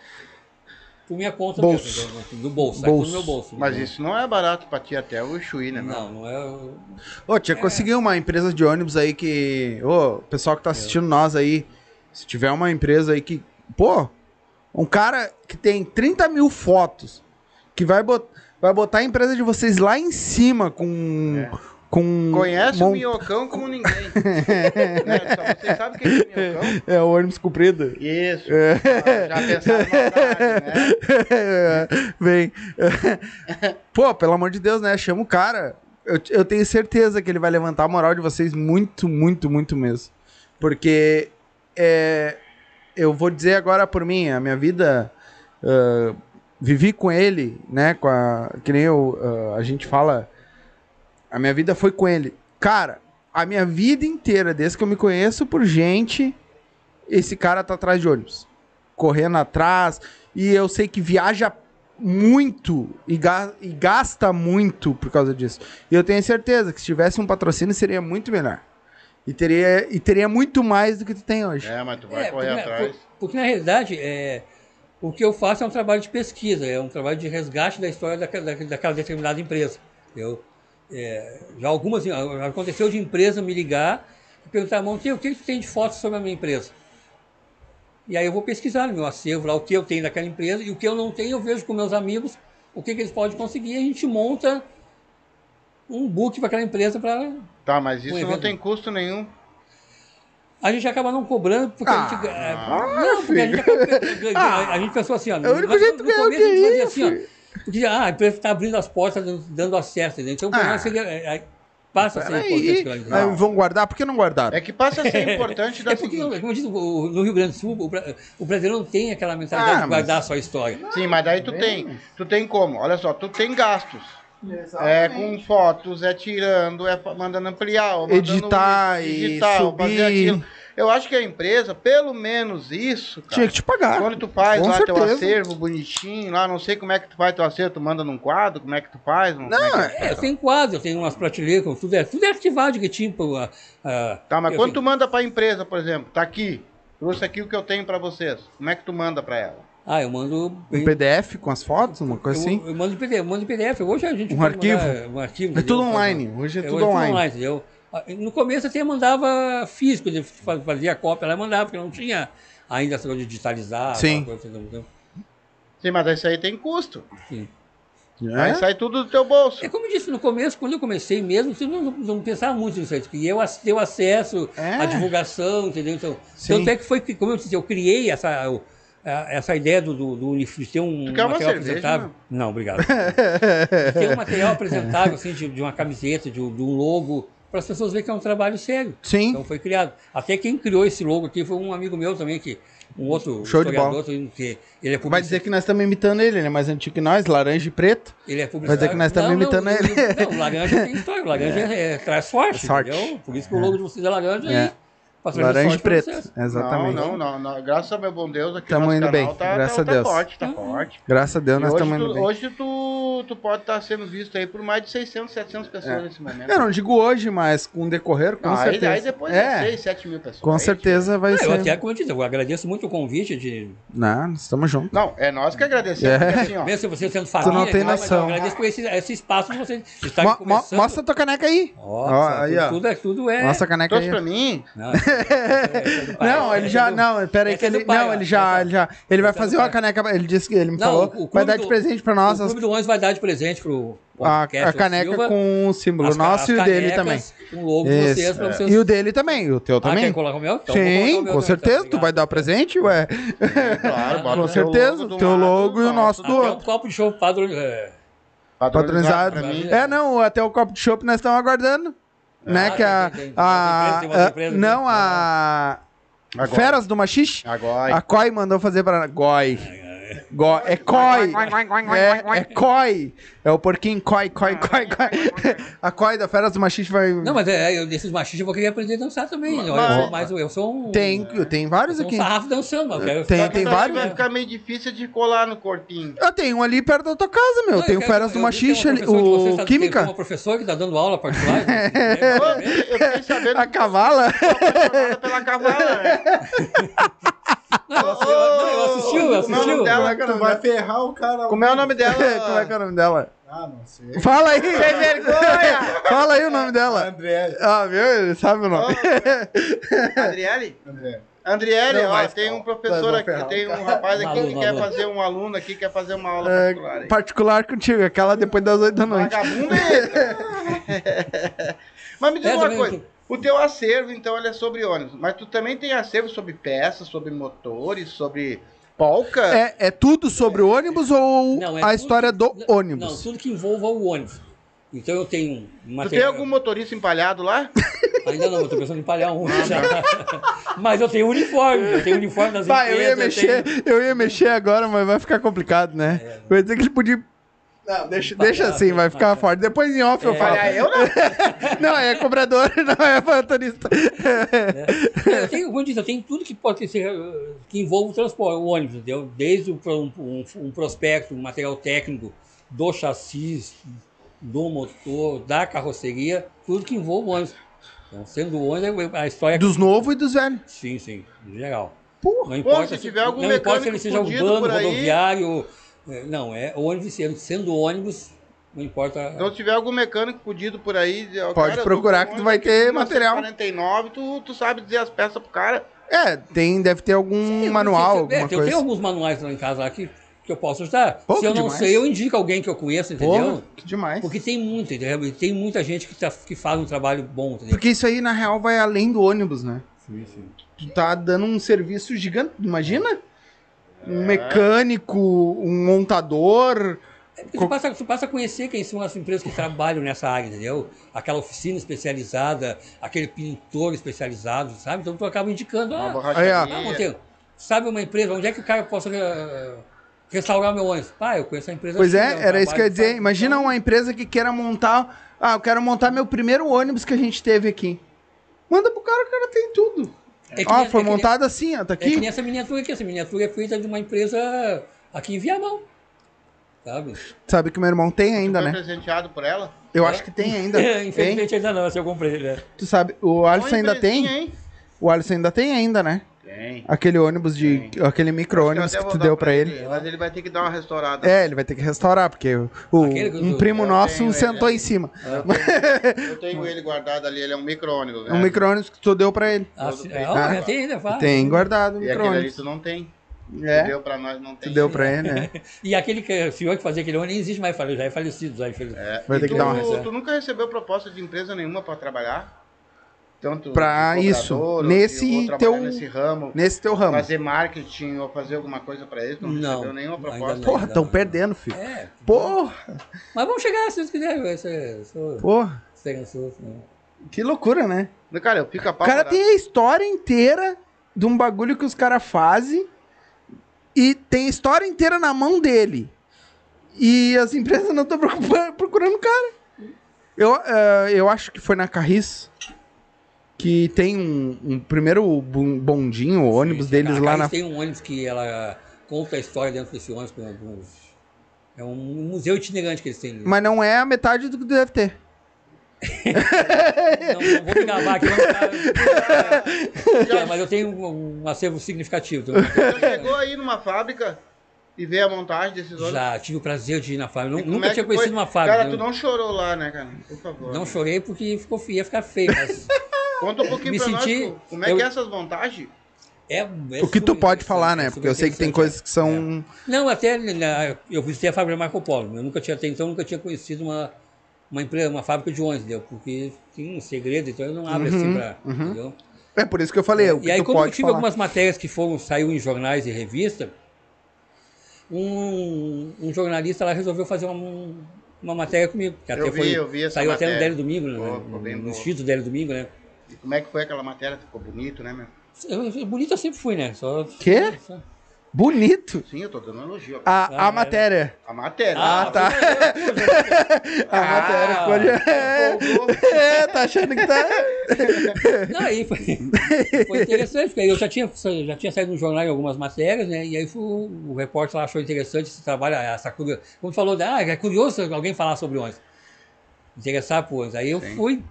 por minha conta Bolso. mesmo, né? do bolso, é Bolso. tudo do meu bolso. Mas isso não é barato pra ti até o Chuí, né? meu? Não, não é. o- Ô, É. tinha que conseguir uma empresa de ônibus aí que. Ô, pessoal que tá assistindo nós aí, se tiver uma empresa aí que. Pô, um cara que tem 30 mil fotos, que vai, bot- vai botar a empresa de vocês lá em cima com. É. com Conhece o mon- minhocão como ninguém. né? Só Você sabe quem é o minhocão? É, o ônibus comprido. Isso. É. Ah, Já pensaram na maldade, né? Vem. Pô, pelo amor de Deus, né? Chama o cara. Eu, eu tenho certeza que ele vai levantar a moral de vocês muito, muito, muito mesmo. Porque é, eu vou dizer agora por mim, a minha vida. ah, vivi com ele, né? Com a, que nem eu, ah, a gente fala. A minha vida foi com ele. Cara, a minha vida inteira, desde que eu me conheço por gente, esse cara tá atrás de ônibus. Correndo atrás. E eu sei que viaja muito e, ga- e gasta muito por causa disso. E eu tenho certeza que se tivesse um patrocínio seria muito melhor. E teria, e teria muito mais do que tu tem hoje. É, mas tu vai É, correr porque, na- atrás. por- porque na realidade, é, o que eu faço é um trabalho de pesquisa, é um trabalho de resgate da história daquela, daquela- daquela determinada empresa. Eu, é, já algumas, já aconteceu de empresa me ligar e perguntar, Monteiro, o que que tu tem de fotos sobre a minha empresa? E aí eu vou pesquisar no meu acervo lá o que eu tenho daquela empresa e o que eu não tenho eu vejo com meus amigos o que, que eles podem conseguir e a gente monta um book para aquela empresa para Tá, mas isso Um não evento. tem custo nenhum. a gente acaba não cobrando porque a gente. Ah, é, ah, não, porque a gente acaba. a- a gente pensou assim, ó. É o único mas jeito no de ganhar começo a gente dinheiro, fazia assim, ó. Porque, ah, a empresa está abrindo as portas, dando- dando acesso. entendeu? Então, para Ah. nós, seria, é, é, passa a ser importante Peraí, Ah, pra gente. mas vão guardar? Por que não guardaram? É que passa a ser importante da É porque, seguinte. como eu disse, o- o- no Rio Grande do Sul, o, bra- o brasileiro não tem aquela mentalidade Ah, de guardar a sua história. Sim, mas daí tu tem. Tu tem como? Olha só, tu tem gastos. É com fotos, é tirando, é fa- mandando ampliar, ou mandando um, Editar e subir. Eu acho que a empresa, pelo menos isso, tá. cara, Tinha que te pagar. Quando tu faz Com lá teu certeza. acervo bonitinho, lá não sei como é que tu faz teu acervo, tu manda num quadro, como é que tu faz? Não, como é que- É, eu tenho quadro, eu tenho umas prateleiras, tudo é, tudo é arquivado que tinha. pô, a- a- Tá, mas eu quando tu tenho- manda pra empresa, por exemplo, tá aqui, trouxe aqui o que eu tenho pra vocês, como é que tu manda pra ela? Ah, eu mando. Um PDF com as fotos, uma coisa assim? Eu, eu mando em PDF, eu mando em PDF. Hoje a gente Um pode arquivo? mandar um arquivo. É tudo entendeu? online. Hoje é Eu- tudo online. entendeu? Ah, No começo até mandava físico, ele fa- fazia cópia, ela mandava, porque não tinha ainda essa coisa de digitalizar. Sim. aquela Coisa, entendeu? Então, Sim, mas isso aí tem custo. Sim. É? Aí sai tudo do teu bolso. É como eu disse no começo, quando eu comecei mesmo, eu não, não pensava muito nisso aí, que eu ac- ter o acesso É. à divulgação, entendeu? Então, Sim. tanto é que foi, que, como eu disse, eu criei essa, o- a- essa ideia do, do, do unif- de ter um Tu quer uma cerveja, né? apresentável. Não, obrigado. De ter um material apresentável, assim, de, de uma camiseta, de, um- de um logo, para as pessoas verem que é um trabalho sério. Sim. Então foi criado. Até quem criou esse logo aqui foi um amigo meu também, que um outro Hum, Show de bola. historiador, que ele é publicitário. Vai dizer que nós estamos imitando ele, ele é mais antigo que nós, laranja e preto. Ele é publicitário. Vai dizer que nós estamos Não, imitando não, ele. Não, o laranja tem história, o laranja é, é- traz sorte, É sorte. entendeu? Por isso que o logo de vocês é laranja É. e pra trazer laranja e sorte é um pra preto. vocês. Exatamente. Não, não, não, não. Graças a meu bom Deus, aqui Tamo o nosso indo canal bem, tá, graças tá, a Deus. tá forte, tá forte. Graças a Deus, E nós estamos hoje indo tu, bem. hoje tu, tu pode estar sendo visto aí por mais de 600, 700 pessoas nesse momento. É. Eu não digo hoje, mas com o decorrer, com aí, certeza. aí depois é. é, 6, 7 mil pessoas. com Aí, certeza vai Ah, eu ser. até, como eu disse, eu agradeço muito o convite de. Não, nós estamos juntos. Não, é nós que agradecemos, É. porque assim, ó. Mesmo se você sendo família, não tem Ah, mas tá noção. Eu agradeço por esse, esse espaço que vocês Mo- estão mo- mostra a tua caneca aí. Ó, aí, ó. tudo, é- tudo é. Mostra a caneca Trouxe aí. pra mim, Não, essa- essa é do pai, Não, essa ele é já. do- Não, pera aí essa que é do ele. pai, Não, ó. ele já. Essa- Ele, já, ele vai essa é do fazer uma pai. caneca. Ele disse que ele me Não, o- o falou. clube Vai dar de do- presente pra nós. O as- Clube do Onze vai dar de presente pro. pro a, Orquestra a caneca Silva, com o símbolo as ca- nosso as e o dele também. canecas, Um logo de Isso, vocês, pra é. vocês. E o dele também, o teu Ah, quer também. colocar o meu? Então Sim, eu vou colocar o meu com também, então, certeza. Tu obrigado. vai dar presente, ué. claro, bota Com o teu certeza, logo do teu lado, logo e o nosso Até do outro. um copo de show padrão. é, Patronizado. pra mim. É, não, até o copo de chopp nós estamos aguardando. né, Ah, que a. tem- tem- tem a, uma surpresa, tem uma né? a- surpresa. não, a. Agora. Feras do Machixe. Agora. A Koi mandou fazer pra. Goi. é, Go- é coi. É, é coi. É o porquinho coi, coi, coi, coi. A coi da Feras do Machiste vai... Não, mas é, eu- desses machistas eu vou querer aprender a dançar também. né? eu, mas- sou- mas eu sou um. Tem, tem eu vários sou um aqui. sarrafo dançando, mas eu quero Tem- ficar- tem Então, eu quero- vários, Vai ficar meio difícil de colar no corpinho. Eu tenho um ali perto da tua casa, meu. Não, eu tem o quero- Feras do eu- eu tenho uma Machiste ali. professora que vocês O tá- tem Química. Uma professora que tá dando aula particular. Pô, né? Eu fiquei sabendo A que cavala. tu é apaixonada pela cavala, né? Não, eu assisti- não, eu assisti, eu O nome assisti. dela, Como é que é o tu nome vai ferrar o cara. né? Como é o nome dela? Como é que é o nome dela? Ah, não sei. Fala aí. Sem vergonha! Fala aí o nome dela. André. Ah, viu? Ele sabe o nome. Adriele? André. Andriele, Não, ó, mas tem um calma. professor Nós vamos aqui, ferrar tem o um rapaz aqui Maluco, que quer maluco. fazer um aluno aqui, quer fazer uma aula É, particular aí. particular contigo, aquela depois das oito da noite. Vagabundo é ele, cara. Mas me diz É, uma também coisa. tem- O teu acervo, então, ele é sobre ônibus. Mas tu também tem acervo sobre peças, sobre motores, sobre polca? É, é tudo sobre o ônibus ou Não, é a tudo- história do não, Não, ônibus? tudo que envolva o ônibus. Então eu tenho um tu tem É. material. algum motorista empalhado lá? Ainda não, eu tô pensando em palhar um já. Mas eu tenho uniforme, eu tenho uniforme das Vai, eu empresas. ia mexer, tenho- eu ia mexer agora, mas vai ficar complicado, né? Eu ia dizer que ele podia. Não, deixa, Vai deixa dar, assim, vai vai ficar dar. forte. Depois em off eu É. falo. Empalhar eu não. Não, é cobrador, não é motorista. Eu tenho, como eu disse, eu tenho tudo que pode ser eh, que envolve o transporte, o ônibus, entendeu? Desde o pro- um, um prospecto, um material técnico, do chassi, do motor, da carroceria, tudo que envolve o ônibus. Então, sendo o ônibus, eu- a história Dos novos e dos velhos. Sim, sim, em geral. Porra. não Pô, se importa se, tiver algum não importa mecânico se ele seja fudido urbano, por aí- rodoviário. eh, Não, é ônibus, sendo- sendo ônibus, não importa. Então, se tiver algum mecânico fudido por aí... diz, ó, Pode cara, eu tô procurar com que tu um vai aqui ter de material. 1949, tu, tu sabe dizer as peças pro cara. É, tem, deve ter algum manual, É, alguma Eu tenho coisa. alguns manuais lá em casa lá que, que eu posso ajudar. Pouco Se eu não demais. sei, eu indico alguém que eu conheço, entendeu? Porra, que demais. Porque tem muito, entendeu? E tem muita gente que, tá- que faz um trabalho bom, entendeu? Porque isso aí, na real, vai além do ônibus, né? Tu tá dando um serviço gigante, imagina? Um mecânico, um montador. É porque tu passa, tu passa a conhecer quem são as empresas que trabalham nessa área, entendeu? Aquela oficina especializada, aquele pintor especializado, sabe? Então tu acaba indicando. Uma Ah, borracharia. Ah, Monteiro, sabe uma empresa, onde é que o cara possa eh, restaurar meu ônibus? Ah, eu conheço a empresa. Pois assim, é, era isso que eu ia trabalho, dizer. sabe? Imagina um- uma empresa que queira montar. Ah, eu quero montar meu primeiro ônibus que a gente teve aqui. Manda pro cara, o cara tem tudo. É que Ó, nem- foi é que nem- montado assim, ó, tá É que nem aqui. essa miniatura aqui, essa miniatura é feita de uma empresa aqui em Viamão. Sabe? Sabe que meu irmão tem ainda, Foi né? presenteado por ela. Eu acho que tem ainda. Tem? Infelizmente ainda não, se eu comprei, né? Tu sabe, o Alisson Boa ainda empresinha, tem? hein? O Alisson ainda tem ainda, né? Tem. Aquele ônibus de. Aquele micro-ônibus Eu até que vou tu dar deu pra ele. Mas ele vai ter que dar uma restaurada. É, ele vai ter que restaurar, porque o, o- Aquele que um eu- primo eu nosso tenho, sentou ele, é em cima. Ah, Eu tenho ele guardado ali, ele é um micro-ônibus. É um micro-ônibus que tu deu pra ele. Ah, se- tem. ah, já tem ainda, fala. Tem guardado o E aquele ali micro-ônibus. tu não tem. É, Tu deu pra nós, não tem. tu deu pra ele, né? E aquele que- senhor que fazia aquele ônibus nem existe mais, fale- já é falecido, já, infelizmente. É. Vai E ter que tu, dar uma receita. Tu nunca recebeu proposta de empresa nenhuma pra trabalhar? Tanto Pra de isso, cobrador, ou nesse de- ou trabalhar teu- nesse ramo, Nesse teu ramo. fazer marketing ou fazer alguma coisa pra eles, tu não, Não, recebeu nenhuma ainda proposta. não. Porra, tão perdendo, filho. É. Porra, Mas vamos chegar se vocês quiserem. Eu sou- sou porra. esperançoso. né? Que loucura, né? Cara, eu O fico cara apavorado. tem a história inteira de um bagulho que os caras fazem e tem a história inteira na mão dele. E as empresas não estão procurando o cara. Eu, eh, eu acho que foi na Carris que tem um, um primeiro bom- bondinho, o ônibus Sim, deles a lá Caís na. Tem um ônibus que ela conta a história dentro desse ônibus com alguns. É um museu itinerante que eles têm. Mas não é a metade do que deve ter. Não, não vou me gabar aqui, vamos ficar- É, mas eu tenho um, um acervo significativo. Então, Tu chegou aí numa fábrica e vê a montagem desses ônibus. já tive o prazer de ir na E fábrica. Nu- como Nunca é que tinha foi? conhecido uma fábrica. Cara, tu não chorou lá, né, cara? Por favor. Não né? chorei porque ficou, feio, ia ficar feio. Mas Conta um pouquinho Me pra senti- nós, pô. como é eu- que é essas montagens? é, é O que super tu pode falar, interessante, né? é Porque eu sei que tem superinteressante. coisas que são. Não, até né, eu visitei a fábrica Marco Polo. Eu nunca tinha até então nunca tinha conhecido uma uma empresa, uma fábrica de ônibus, entendeu? Porque tem um segredo, então eu não abro assim pra. entendeu? É por isso que eu falei, Uhum, o que E aí, tu como eu pode tive falar. algumas matérias que foram, saiu em jornais e revista, um, um jornalista lá resolveu fazer uma, um, uma matéria comigo. Que até Eu vi, foi, eu vi essa Saiu até no matéria. Délio Domingo, né, Boa, ficou bem no boa. Instituto Délio Domingo, né? E como é que foi aquela matéria? Ficou bonito, né, meu? Eu- eu- Bonito eu sempre fui, né? Só, Quê? só- Bonito. Sim, eu tô dando elogio. A, A, a Ah, é. matéria. a matéria. Ah, tá. A Ah. matéria ficou ali. Empolgou. É, tá achando que tá. Aí foi, foi interessante, porque eu já tinha, já tinha saído no jornal em algumas matérias, né? E aí fui- o repórter lá achou interessante esse trabalho, essa curio- Como falou, ah, é curioso alguém falar sobre ônibus. Interessar por ônibus. Aí eu Sim. fui.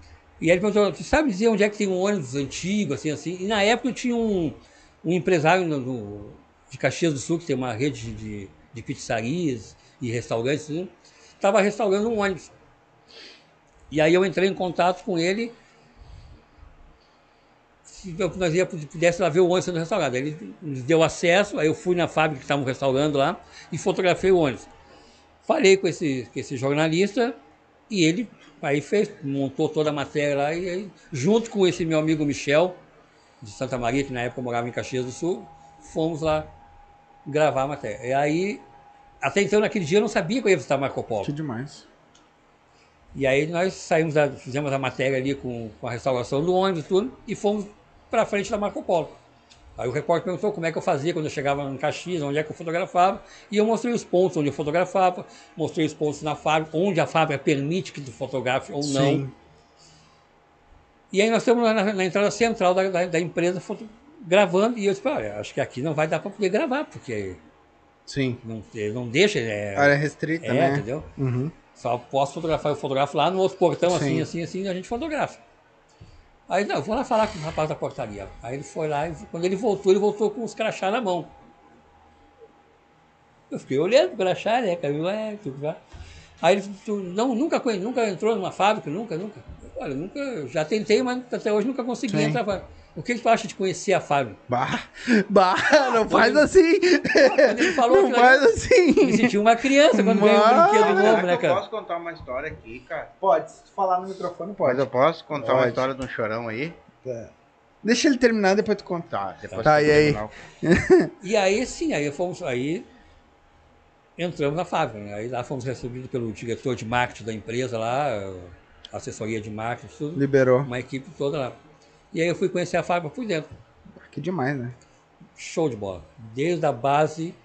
E aí ele perguntou, você sabe dizer onde é que tem um ônibus antigo, assim, assim? E na época eu tinha um, um empresário no- do- de Caxias do Sul, que tem uma rede de, de pizzarias e restaurantes, né? Estava restaurando um ônibus. E aí eu entrei em contato com ele se eu- nós ia, pudesse lá ver o ônibus sendo restaurado. Aí Ele nos deu acesso, aí eu fui na fábrica que estavam restaurando lá e fotografei o ônibus. Falei com esse, com esse jornalista e ele aí fez, montou toda a matéria lá e aí, junto com esse meu amigo Michel, de Santa Maria, que na época morava em Caxias do Sul, fomos lá gravar a matéria. E aí, até então naquele dia eu não sabia que eu ia visitar Marco Polo. demais. E aí nós saímos, da- fizemos a matéria ali com, com a restauração do ônibus e tudo, e fomos para frente da Marco Polo. Aí o repórter perguntou como é que eu fazia quando eu chegava em Caxias, onde é que eu fotografava, e eu mostrei os pontos onde eu fotografava, mostrei os pontos na fábrica, onde a fábrica permite que tu fotografe ou não. Sim. E aí nós estamos lá na, na entrada central da, da, da empresa foto- gravando, e eu disse, olha, acho que aqui não vai dar para poder gravar, porque Sim. não, ele não deixa, é, Área restrita, é, né? entendeu? Uhum. Só posso fotografar, eu fotografo lá no outro portão, Sim. assim, assim, assim, e a gente fotografa. Aí, não, eu vou lá falar com o rapaz da portaria. Aí ele foi lá, e quando ele voltou, ele voltou com os crachá na mão. Eu fiquei olhando o crachá, né, Camilo, é, tudo já. Aí ele, tu, não, nunca, conhe- nunca entrou numa fábrica, nunca, nunca. Olha, nunca, eu já tentei, mas até hoje nunca consegui Sim. entrar. na fábrica. O que que tu acha de conhecer a fábrica? Bah, bah, não faz assim. Quando ele falou Não aquilo ali, faz eu me assim. senti uma criança quando veio o Mas- brinquedo Será novo, que né, eu cara? posso contar uma história aqui, cara? Pode, se tu falar no microfone, Mas pode. eu posso contar uma Pode. história de um chorão aí? Tá. Deixa ele terminar, depois tu conta. Tá, depois Tá, que e aí? terminar o- E aí sim, aí fomos, aí entramos na fábrica, né? aí lá fomos recebidos pelo diretor de marketing da empresa lá, assessoria de marketing, tudo, Liberou. uma equipe toda lá. E aí eu fui conhecer a fábrica por dentro, Que demais, né? show de bola, desde a base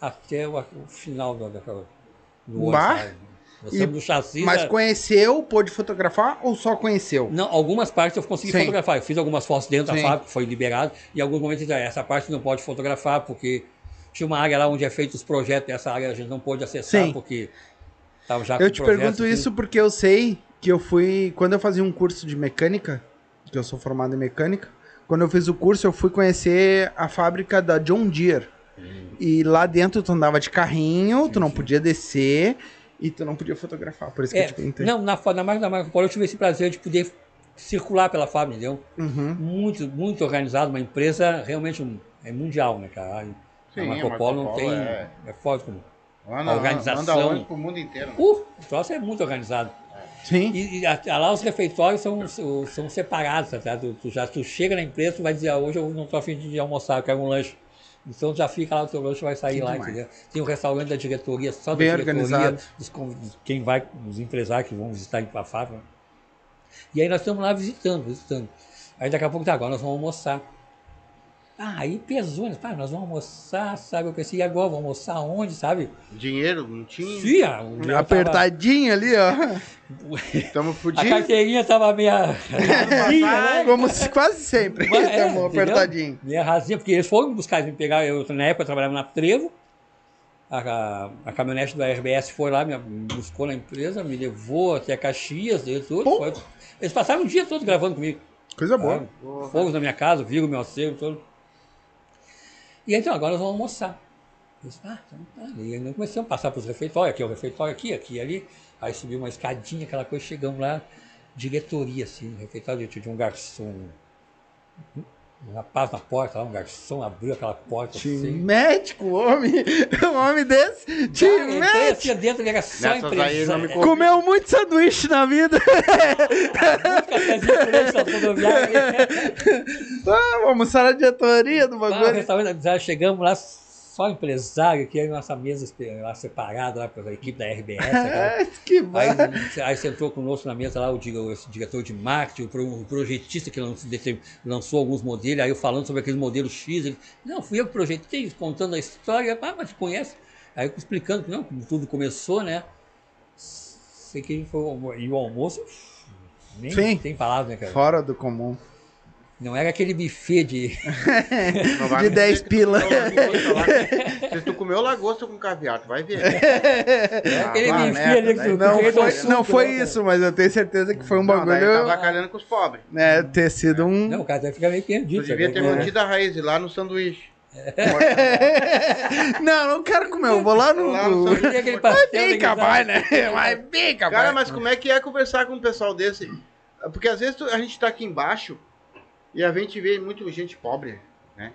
até o, o final do, da- do ônibus, Bah! sabe? Nós estamos do chassi, Mas da- conheceu, pôde fotografar ou só conheceu? não, algumas partes eu consegui Sim. fotografar. Eu fiz algumas fotos dentro Sim. da fábrica, foi liberado. E em alguns momentos, ah, essa parte não pode fotografar, porque tinha uma área lá onde é feito os projetos, e essa área a gente não pôde acessar, Sim. porque estava já com Eu te projetos, pergunto assim. isso porque eu sei que eu fui. Quando eu fazia um curso de mecânica, que eu sou formado em mecânica, quando eu fiz o curso, eu fui conhecer a fábrica da John Deere. E lá dentro tu andava de carrinho, tu não podia descer e tu não podia fotografar. Por isso que É, eu te perguntei. não, na, fa- na marca da Marco Polo eu tive esse prazer de poder circular pela fábrica, entendeu? Uhum. Muito, muito organizado, uma empresa realmente um- é mundial, né, cara? Sim, a a Marco Marco Polo não Polo tem. é- É, forte como. Manda, A organização. Manda ônibus pro mundo inteiro. Uh, o troço é muito organizado. Sim. E, e a- a- lá os refeitórios são, são são separados, tá? Tu, tu já tu chega na empresa, tu vai dizer, ah, hoje eu não tô afim de almoçar, eu quero um lanche. Então tu já fica lá, o teu lanche vai sair Que lá, demais. entendeu? Tem um restaurante da diretoria, só da Bem diretoria, organizado. dos con- dos- quem vai, os empresários que vão visitar a fábrica. E aí nós estamos lá visitando, visitando. Aí daqui a pouco tá, agora nós vamos almoçar. Ah, aí pesou, né? Pá, nós vamos almoçar, sabe? Eu pensei, e agora, vamos almoçar onde, sabe? Dinheiro, não tinha. Sim, ah, o- eu tava- Apertadinho ali, ó. Estamos A fodidos. carteirinha tava meia rasinha, né? Como se- quase sempre. Mas é, Tamo entendeu? apertadinho. Meia rasinha, porque eles foram buscar, eles me pegaram, eu, na época eu trabalhava na Trevo, a, a, a caminhonete da RBS foi lá, me me buscou na empresa, me levou até Caxias, deu tudo. Pô. Foi- eles passaram o dia todo gravando comigo. Coisa Tá? boa. Fogos na minha casa, viram meu acervo todo. E aí, então, agora nós vamos almoçar. Eu disse, ah, então tá. E aí nós começamos a passar para os refeitórios, aqui é o refeitório, aqui, aqui e ali. Aí subiu uma escadinha, aquela coisa, chegamos lá, diretoria, assim, no refeitório, tinha um garçom. Um rapaz na porta, lá, um garçom abriu aquela porta Time assim. médico, homem. Um homem desse. Cara, Time eu médico. entrei assim dentro, era só Nessas aí ele empresa. não me é, contou. Comeu muito sanduíche na vida. muito cafezinho preto, na rodoviária. Ah, vamos almoçar na diretoria do Lá no bagulho. restaurante, já chegamos lá, só empresário que era nossa mesa espe- lá separada lá pela equipe da RBS. É, aquela- Ai, que Aí, ba- aí sentou conosco na mesa lá o, di- o diretor de marketing, o, pro- o projetista que lanç- desse- lançou alguns modelos, aí eu falando sobre aqueles modelos X. Ele, não, fui eu que projetei, contando a história, ah, mas conhece. Aí eu explicando que não, como tudo começou, né? Sei que foi o almo- e o almoço, nem Sim. tem palavras, né, cara? Fora do comum. Não era aquele buffet de. Não vai De me 10 dizer que tu pila. comeu lagosta lá. Se tu comeu lagosta com caviar, tu vai ver. era Ah, aquele vá, buffet merda, ali que daí tu- Não que tu foi, redonda, não foi né, cara? isso, mas eu tenho certeza que foi um Não, daí tava bagulho. calhando com os pobres. né, ter sido um. Não, o cara até fica meio perdido. Tu devia sabe? ter É. mantido a raiz e lá no sanduíche. Não, não quero comer, eu vou lá no. Lá no sanduíche. Tem aquele pastel Bem daquele- capaz, né? Mas bem capaz. Cara, mas como é que é conversar com um pessoal desse? Porque às vezes tu- a gente tá aqui embaixo e a gente vê muita gente pobre, né?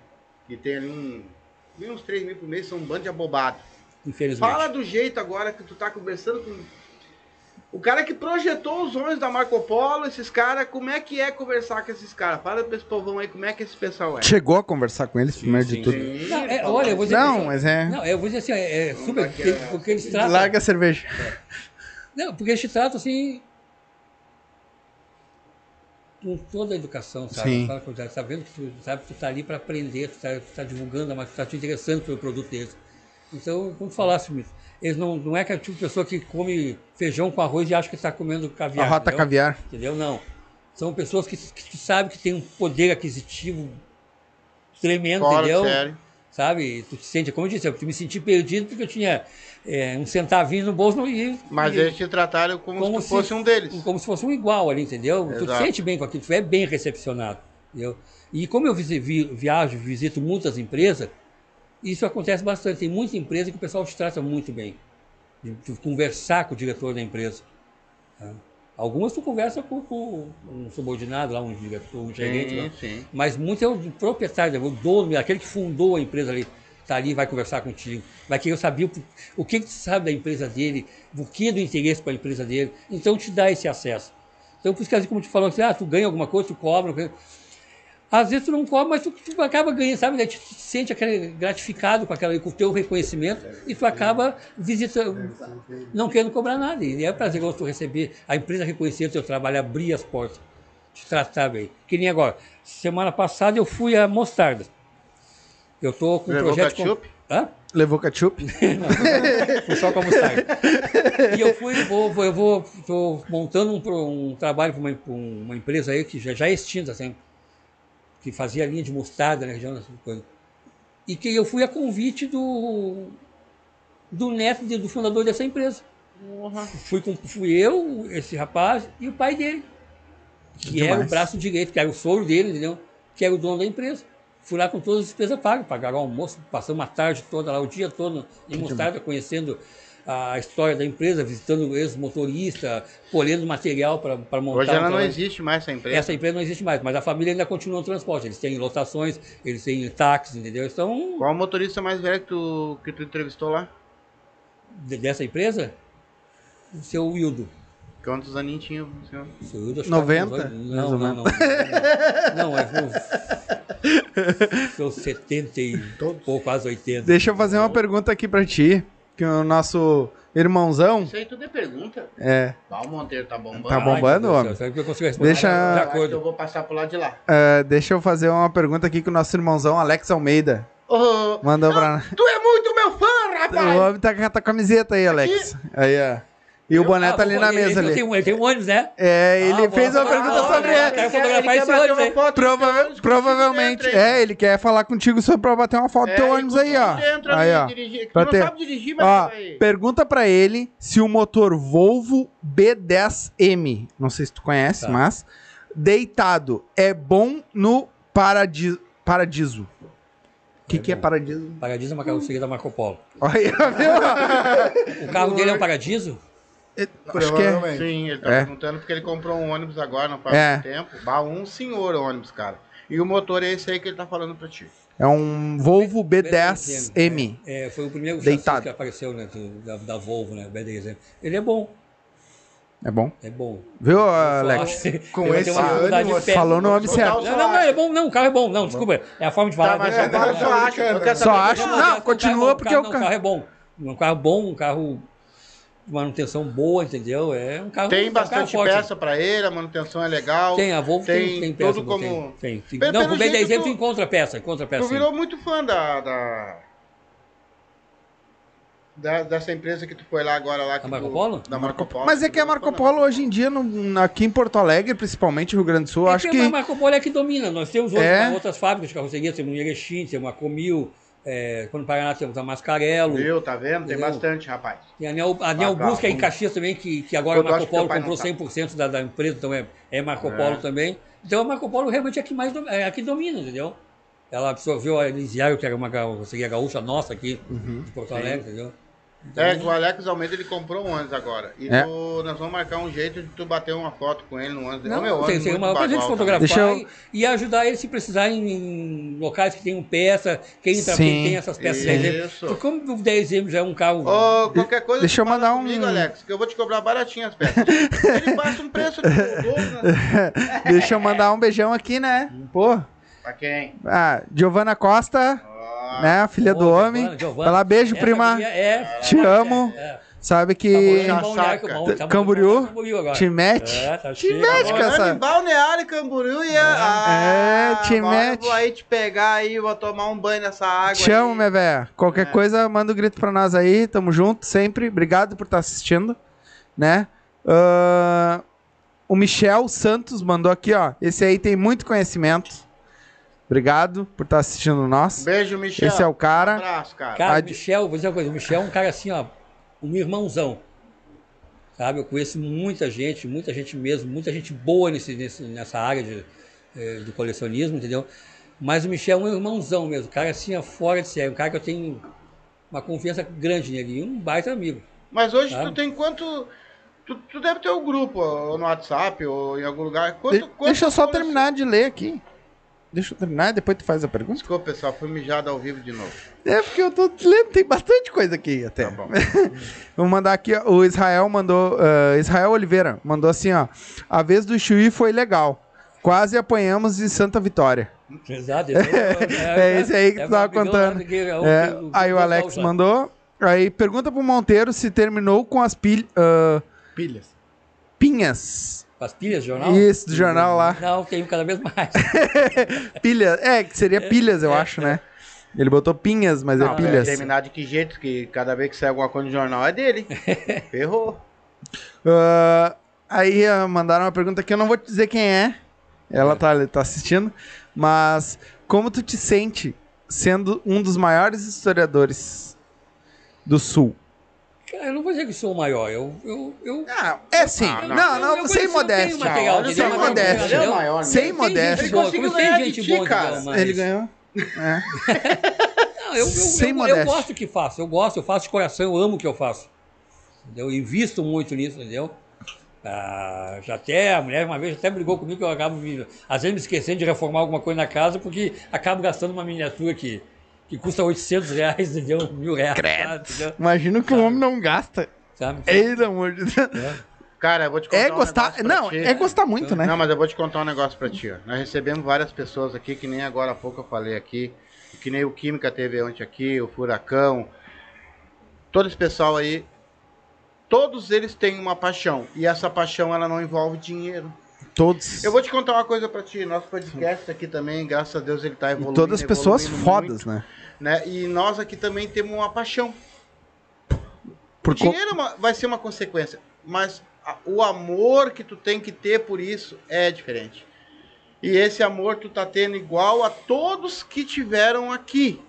Que tem ali um. vem Uns 3 mil por mês são um bando de abobado. Infelizmente. Fala do jeito agora que tu tá conversando com. O cara que projetou os sonhos da Marco Polo, esses caras, como é que é conversar com esses caras? Fala pra esse povão aí, como é que esse pessoal é? Chegou a conversar com eles primeiro sim, de tudo. Sim, Não, é, fala. olha, eu vou dizer Não, que- mas é. Não, eu vou dizer assim, é, é super, dá aquela- porque, porque eles tratam. Larga a cerveja. Não, porque eles te tratam assim. Com toda a educação, sabe? Sim. Fala com eles, Sabe, sabendo que tu, sabe, que tu tá ali para aprender, tu tá, tu tá divulgando, mas tu tá te interessando pelo produto deles. Então, como tu falasse, Milton, eles não, não é aquele tipo de pessoa que come feijão com arroz e acha que está comendo A caviar. rota entendeu? caviar. Entendeu? Não. São pessoas que, que tu sabe que tem um poder aquisitivo tremendo, Fora, entendeu? sério. Sabe? Tu te sente, como eu disse, eu me senti perdido porque eu tinha é, um centavinho no bolso não ia. Mas ia- eles te trataram como, Como se tu fosse se- um deles. Como se fosse um igual ali, entendeu? Tu te Exato. sente bem com aquilo, tu é bem recepcionado. Entendeu? E como eu visi- vi- viajo, visito muitas empresas, isso acontece bastante. Tem muita empresa que o pessoal te trata muito bem. De tu conversar com o diretor da empresa. tá? Algumas tu conversa com, com um subordinado lá, um, diretor, um gerente lá. Sim, sim. Mas muito é o proprietário, é o dono, aquele que fundou a empresa ali. Está ali, vai conversar contigo. Vai querer saber o, o que, que tu sabe da empresa dele, o que é do interesse para a empresa dele. Então te dá esse acesso. Então, por isso que, às vezes, como te falou, assim, ah, tu ganha alguma coisa, tu cobra. não sei. Às vezes tu não cobra, mas tu, tu acaba ganhando, sabe? Daí Tu te sente aquele gratificado com, aquela, com o teu reconhecimento e tu acaba visitando, não querendo cobrar nada. E é prazeroso tu receber, a empresa reconhecer o teu trabalho, abrir as portas te tratar bem. Que nem agora. Semana passada eu fui a Mostarda. Eu tô com um Levou projeto. ketchup? Com... Hã? Levou ketchup? Fui só com a mostarda. e eu fui, vou, vou- eu vou, tô montando um, pro- um trabalho para uma, pra uma empresa aí que já, já é extinta, assim, que fazia linha de mostarda né, na região, essa coisa. E que eu fui a convite do, do neto de- do fundador dessa empresa. Fui, com, fui eu, esse rapaz e o pai dele, que Demais. era o braço direito, que era o sogro dele, entendeu? Que era o dono da empresa. Fui lá com todas as despesas pagas, pagaram o almoço, passamos a tarde toda lá, o dia todo em Mostarda, conhecendo a história da empresa, visitando ex-motorista, colhendo material para montar. Hoje o ela não trabalho. existe mais, essa empresa. Essa empresa não existe mais, mas a família ainda continua no transporte. Eles têm lotações, eles têm táxis, entendeu? Eles São Qual o motorista mais velho que tu, que tu entrevistou lá? de- dessa empresa, o seu Wildo. Quantos aninhos assim, tinha o senhor? O seu Wildo acho que tá com 90, dois- mais Não, ou não, não. menos. Não, é seu 70 e pouco, quase 80. Deixa eu fazer uma pergunta aqui pra ti. Que o nosso irmãozão. Isso aí tudo é pergunta. É. Ah, o Monteiro tá bombando. Tá Ai, meu bombando, Deus do homem? céu, será que eu consigo responder? Deixa- De Eu acho que acordo. eu vou passar pro lado de lá. Ah, deixa eu fazer uma pergunta aqui que o nosso irmãozão Alex Almeida Ô, mandou pra tu é muito meu fã, nós. O rapaz! homem tá, com- tá com a camiseta aí, Alex. Aí, ó. E o boné tá ali na mesa Ele ali. tem um, ele tem um ônibus, né? É, ele Ah, fez boa, uma pergunta boa, sobre. boa. Quero fotografar esse ônibus aí. foto. Prova- provavelmente. É, ele quer falar contigo sobre pra bater uma É, É, foto do teu ônibus aí, ó. Entra Aí, ó. Dirigir. Tu Pra não ter- sabe dirigir, mas Ó, vai. pergunta pra ele se o motor Volvo B10M, não sei se tu conhece, Tá. mas deitado é bom no paradiso. Paradiso. O que, É que é bom. paradiso? Paradiso Hum. é uma carroceria da Marco Polo. Olha, viu? O carro dele é um Paradiso? Acho que é. Provavelmente. Sim, ele tá É. perguntando porque ele comprou um ônibus agora, não faz É. muito tempo. Bah, um senhor ônibus, cara. E o motor é esse aí que ele tá falando pra ti. É um Volvo B10M. É, foi o primeiro Deitado. chassi que apareceu né, do- da, da Volvo, né? o BDZ. Ele é bom. É bom. É bom. Viu, ah, Eu Alex? acho- Com eu tenho esse uma dificuldade ânimo, de pé. Falou no nome certo. Total. Não, não, não, é bom, não, o carro é bom, não, desculpa, é a forma de falar. Tá, mas né? eu tá, só acho. eu quero Só saber- acho- não, aliás, continua o carro é bom, porque o carro, o não, ca- carro é bom. Um carro bom, um carro de manutenção boa, entendeu? É um carro é Tem um carro bastante forte. peça pra ele, a manutenção é legal. Tem, a Volvo tem, tem, peça. tudo boa, como. Tem, tem. Pelo- não, pelo com o B10 jeito, tu encontra peça, encontra peça. Tu sim. virou muito fã da, da, da- dessa empresa que tu foi lá agora lá. que Marco tu- Polo? Da Marco Polo. Mas é que a Marco Polo hoje em dia, no- aqui em Porto Alegre, principalmente Rio Grande do Sul, eu É acho que... que. A Marco Polo é que domina. Nós temos outras, É. outras fábricas de carroceria, temos um Erechim, temos a Comil, é, quando no Paraná temos a Mascarello, Viu, tá vendo? Tem Entendeu? bastante, rapaz. tem a Neo, a Neo Vagabundo. Busca em Caxias também, que, que agora a Ah, tá, Eu acho Marco que teu Polo pai não comprou sabe. 100% da, da empresa, então é, é Marco É. Polo também. Então a Marco Polo realmente é a que mais dom- é a que domina, entendeu? Ela absorveu a Elisiário, que era uma carroceria gaúcha nossa aqui de Porto Alegre, entendeu? Então, É, o Alex Almeida ele comprou um ônibus agora. E Hum. É. tu- nós vamos marcar um jeito de tu bater uma foto com ele no ônibus. Não, É Ô, um meu, tem, ônibus tem muito uma pra gente bagual, fotografar Deixa eu- e- e ajudar ele se precisar em, em locais que tenham peça, quem, entra, Sim. quem tem essas peças Isso. 10 exemplos. Porque Como o 10 exemplos é um carro. cara. Ô, qualquer coisa, Deixa tu eu fala mandar um- comigo, Alex, que eu vou te cobrar baratinho as peças. ele passa um preço de dobro, né? Deixa eu mandar um beijão aqui, né? Pô. Pra quem? Ah, Giovana Costa, Ah, Ó, né? Filha Ô, do Giovana, homem. Giovana. Fala, beijo, Essa prima. guria É, Te amo. é. Sabe Tá que. morando em Balneário, Saca. tá morando em Camboriú? Camboriú tá agora. Te mete. É, tá Te chique. mete, cara. agora. Morando essa- em Balneário, Camboriú e... Ah, É, te agora eu mete. Vou aí te pegar aí, vou tomar um banho nessa água Te amo, aí. minha véia. Qualquer É. coisa, manda um grito pra nós aí. Tamo junto sempre. Obrigado por estar assistindo, né? Ahn, o Michel Santos mandou aqui, ó. Esse aí tem muito conhecimento. Obrigado por estar assistindo nós. Beijo, Michel. Esse é o Um cara. abraço, cara. Cara, Ad- o Michel, vou dizer uma coisa, o Michel é um cara assim, ó, um irmãozão. Sabe, eu conheço muita gente, muita gente mesmo, muita gente boa nesse, nesse- nessa área de, eh, do colecionismo, entendeu? Mas o Michel é um irmãozão mesmo, um cara assim, ó, fora de série, um cara que eu tenho uma confiança grande nele, e um baita amigo. Mas hoje Sabe? tu tem quanto... Tu, tu deve ter um grupo ó, no WhatsApp ou em algum lugar. Quanto, De- quanto Deixa eu só cole- terminar de ler aqui. Deixa eu terminar e depois tu faz a pergunta. Desculpa, pessoal, fui mijado ao vivo de novo. É porque eu tô lendo, tem bastante coisa aqui até. Tá bom. Vou mandar aqui, ó, o Israel mandou, ah, Israel Oliveira, mandou assim, ó. A vez do Chuí foi legal. Quase apanhamos em Santa Vitória. Exato. então, É esse aí que tu tava maravilhoso, contando. que é o- É, que o- aí o pessoal Alex sabe. mandou. Aí pergunta pro Monteiro se terminou com as pil- ah, Pilhas. pinhas. As pilhas de jornal? Isso, do jornal lá. Não, tem cada vez mais. Pilhas. É, que seria pilhas, eu acho, né? Ele botou pinhas, mas é Não, vai pilhas. terminar de que jeito? Que cada vez que sai alguma coisa no jornal é dele. Ferrou. Ah, aí ah, mandaram uma pergunta que eu não vou te dizer quem é. Ela tá, tá assistindo. Mas como tu te sente sendo um dos maiores historiadores do Sul? Cara, eu não vou dizer que sou o maior, eu- eu, eu Ah, é sim. Ah, não, não. não, Eu sem conheci, um eu tenho modéstia. material, Não, olha entendeu? sem só, Mas modéstia. eu- um Ele é modéstia. o maior, né? Sem Tem gente modéstia. boa, Ele conseguiu como tem ganhar de gente ti, boa, cara. entendeu? né, Mas- Ele ganhou. É. Não, eu, eu, Sem eu, modéstia. eu gosto do que faço, eu gosto, eu faço de coração, eu amo o que eu faço. Entendeu? Eu invisto muito nisso, entendeu? Ah, já até, a mulher uma vez até brigou comigo que eu acabo me, às vezes me esquecendo de reformar alguma coisa na casa porque acabo gastando uma miniatura que, que custa 800 reais, entendeu? Mil reais, sabe? Entendeu? Imagina que o homem não gasta. Sabe? Ei, pelo amor de Deus. Cara, eu vou te contar É um gostar. negócio pra Não, ti. é gostar muito, né? Não, mas eu vou te contar um negócio pra ti. ó. Nós recebemos várias pessoas aqui, que nem agora há pouco eu falei aqui, que nem o Química teve ontem aqui, o Furacão, todo esse pessoal aí, todos eles têm uma paixão, e essa paixão ela não envolve dinheiro. Todos. Eu vou te contar uma coisa pra ti, nosso podcast aqui também, graças a Deus ele tá E evoluindo. todas as pessoas evoluindo fodas, muito, né? né? E nós aqui também temos uma paixão. Por O dinheiro é uma- vai ser uma consequência, mas a- o amor que tu tem que ter por isso é diferente. E esse amor tu tá tendo igual a todos que tiveram aqui.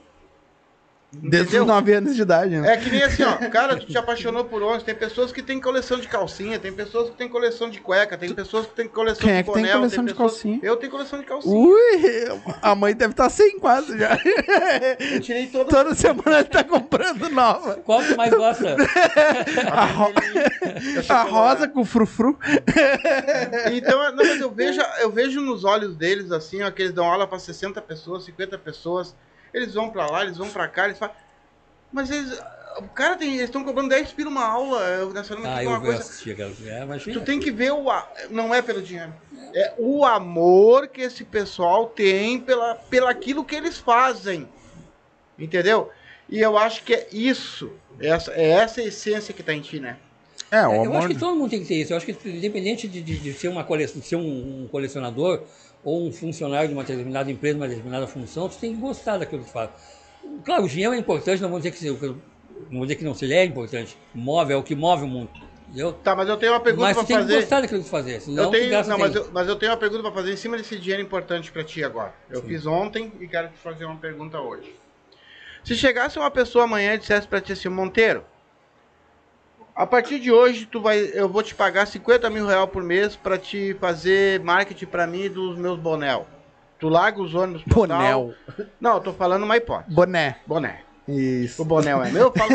Desde os 9 anos de idade, né? É que nem assim, ó, cara, tu te apaixonou por onde? Tem pessoas que têm coleção de calcinha, tem pessoas que têm coleção de cueca, tem pessoas que têm coleção Quem de é que tem boné, coleção de pessoas- calcinha? Uh, Eu tenho coleção de calcinha. Ui, a mãe deve estar sem quase já. Eu tirei toda Toda semana ele tá comprando nova. Qual que mais gosta? A, ro- Eu sou a colorado. rosa com frufru. Então, não, mas eu vejo, eu vejo nos olhos deles assim, ó, que eles dão aula pra 60 pessoas, 50 pessoas, eles vão pra lá, eles vão pra cá, eles falam. Mas eles, O cara tem. Eles estão cobrando 10 pila uma aula. Eu, nessa hora, Ah, tipo, eu uma vou coisa. assistir aquela. É, imagina. Tu tem que ver o. a- Não é pelo dinheiro. É o amor que esse pessoal tem pela, pela aquilo que eles fazem. Entendeu? E eu acho que é isso. Essa, é essa a essência que tá em ti, né? É, eu o acho amor. que todo mundo tem que ter isso. Eu acho que independente de, de- de ser, uma cole... de ser um, um colecionador ou um funcionário de uma determinada empresa, uma determinada função, tu tem que gostar daquilo que faz. Claro, o dinheiro é importante, não vou dizer que, se- não vou dizer que não seja é importante. Move é o que move o mundo. Entendeu? Tá, mas eu tenho uma pergunta Mas pra tu tem que fazer. gostar daquilo que tu fazer. Senão Eu tenho, tu gasta não, mas, tempo. eu, mas eu tenho uma pergunta pra fazer em cima desse dinheiro importante pra ti agora. Eu Sim. fiz ontem e quero te fazer uma pergunta hoje. Se chegasse uma pessoa amanhã e dissesse pra ti assim, Monteiro, a partir de hoje tu vai, eu vou te pagar 50 mil reais por mês pra te fazer marketing pra mim dos meus bonel. Tu larga os ônibus total. Bonel. Não, eu tô falando uma hipótese. Boné. Boné. Isso. O Bonel é meu? Fala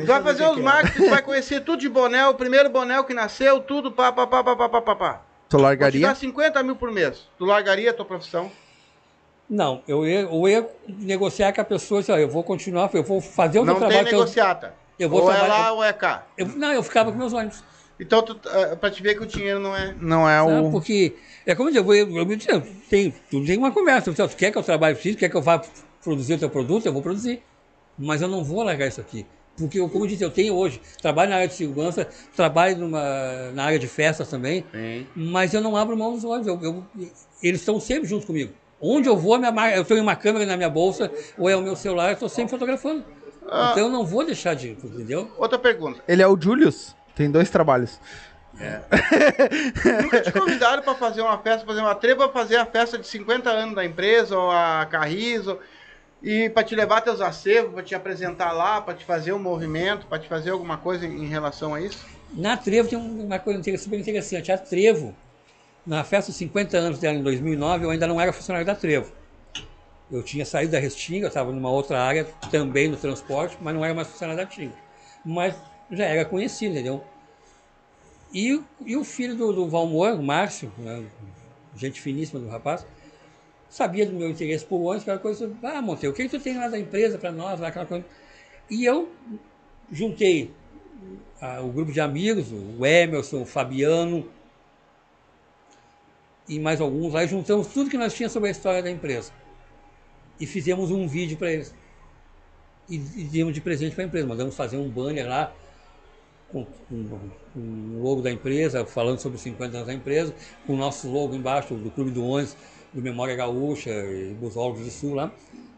Tu vai fazer é. os marketing, tu vai conhecer tudo de Bonel, o primeiro Bonel que nasceu, tudo, pá, pá, pá, pá, pá, pá, pá, pá. Tu Vou te dar largaria? 50 mil por mês. Tu largaria a tua profissão? Não, eu ia, eu ia negociar com a pessoa, assim, ó, eu vou continuar, eu vou fazer o meu Não tem trabalho. que eu- negociata. eu vou ou é trabalhar- lá ou é cá. eu- não, eu ficava com meus olhos. Então, tu, eh, pra te ver que o dinheiro não é... Não é Sabe? o. Porque é como eu digo, eu, eu me digo, tem, tu tem uma conversa. Tu, tu quer que eu trabalhe preciso, quer que eu vá produzir o teu produto, eu vou produzir. Mas eu não vou largar isso aqui. Porque, eu, como eu disse, eu tenho hoje, trabalho na área de segurança, trabalho numa, na área de festas também, Sim. mas eu não abro mão dos olhos. eu- eu- eles estão sempre junto comigo. Onde eu vou, a minha mar- eu tenho uma câmera na minha bolsa, ou é o meu celular, eu estou sempre fotografando. Ah. Então eu não vou deixar de, entendeu? Outra pergunta. Ele é o Julius. Tem dois trabalhos. Nunca te convidaram pra fazer uma festa, fazer uma treva, fazer a festa de 50 anos da empresa, ou a Carrizo, e pra te levar teus acervos, pra te apresentar lá, pra te fazer um movimento, pra te fazer alguma coisa em em relação a isso? Na Trevo tem uma coisa inte- super interessante. A Trevo, na festa dos 50 anos dela em 2009, eu ainda não era funcionário da Trevo. Eu tinha saído da Restinga, eu estava numa outra área, também no transporte, mas não era mais funcionário da Tinga. Mas já era conhecido, entendeu? E, o- e o filho do, do Valmor, o Márcio, né, gente finíssima do rapaz, sabia do meu interesse por ônibus, aquela coisa, ah, Monteiro, o que, que tu tem lá da empresa para nós, lá, aquela coisa. E eu juntei ah, o grupo de amigos, o Emerson, o Fabiano e mais alguns lá, e juntamos tudo que nós tínhamos sobre a história da empresa. E fizemos um vídeo para eles. E, e demos de presente para a empresa. Mandamos fazer um banner lá com, com- com o logo da empresa, falando sobre os 50 anos da empresa, com o nosso logo embaixo do Clube do Onze, do Memória Gaúcha e Busólogos do Sul lá,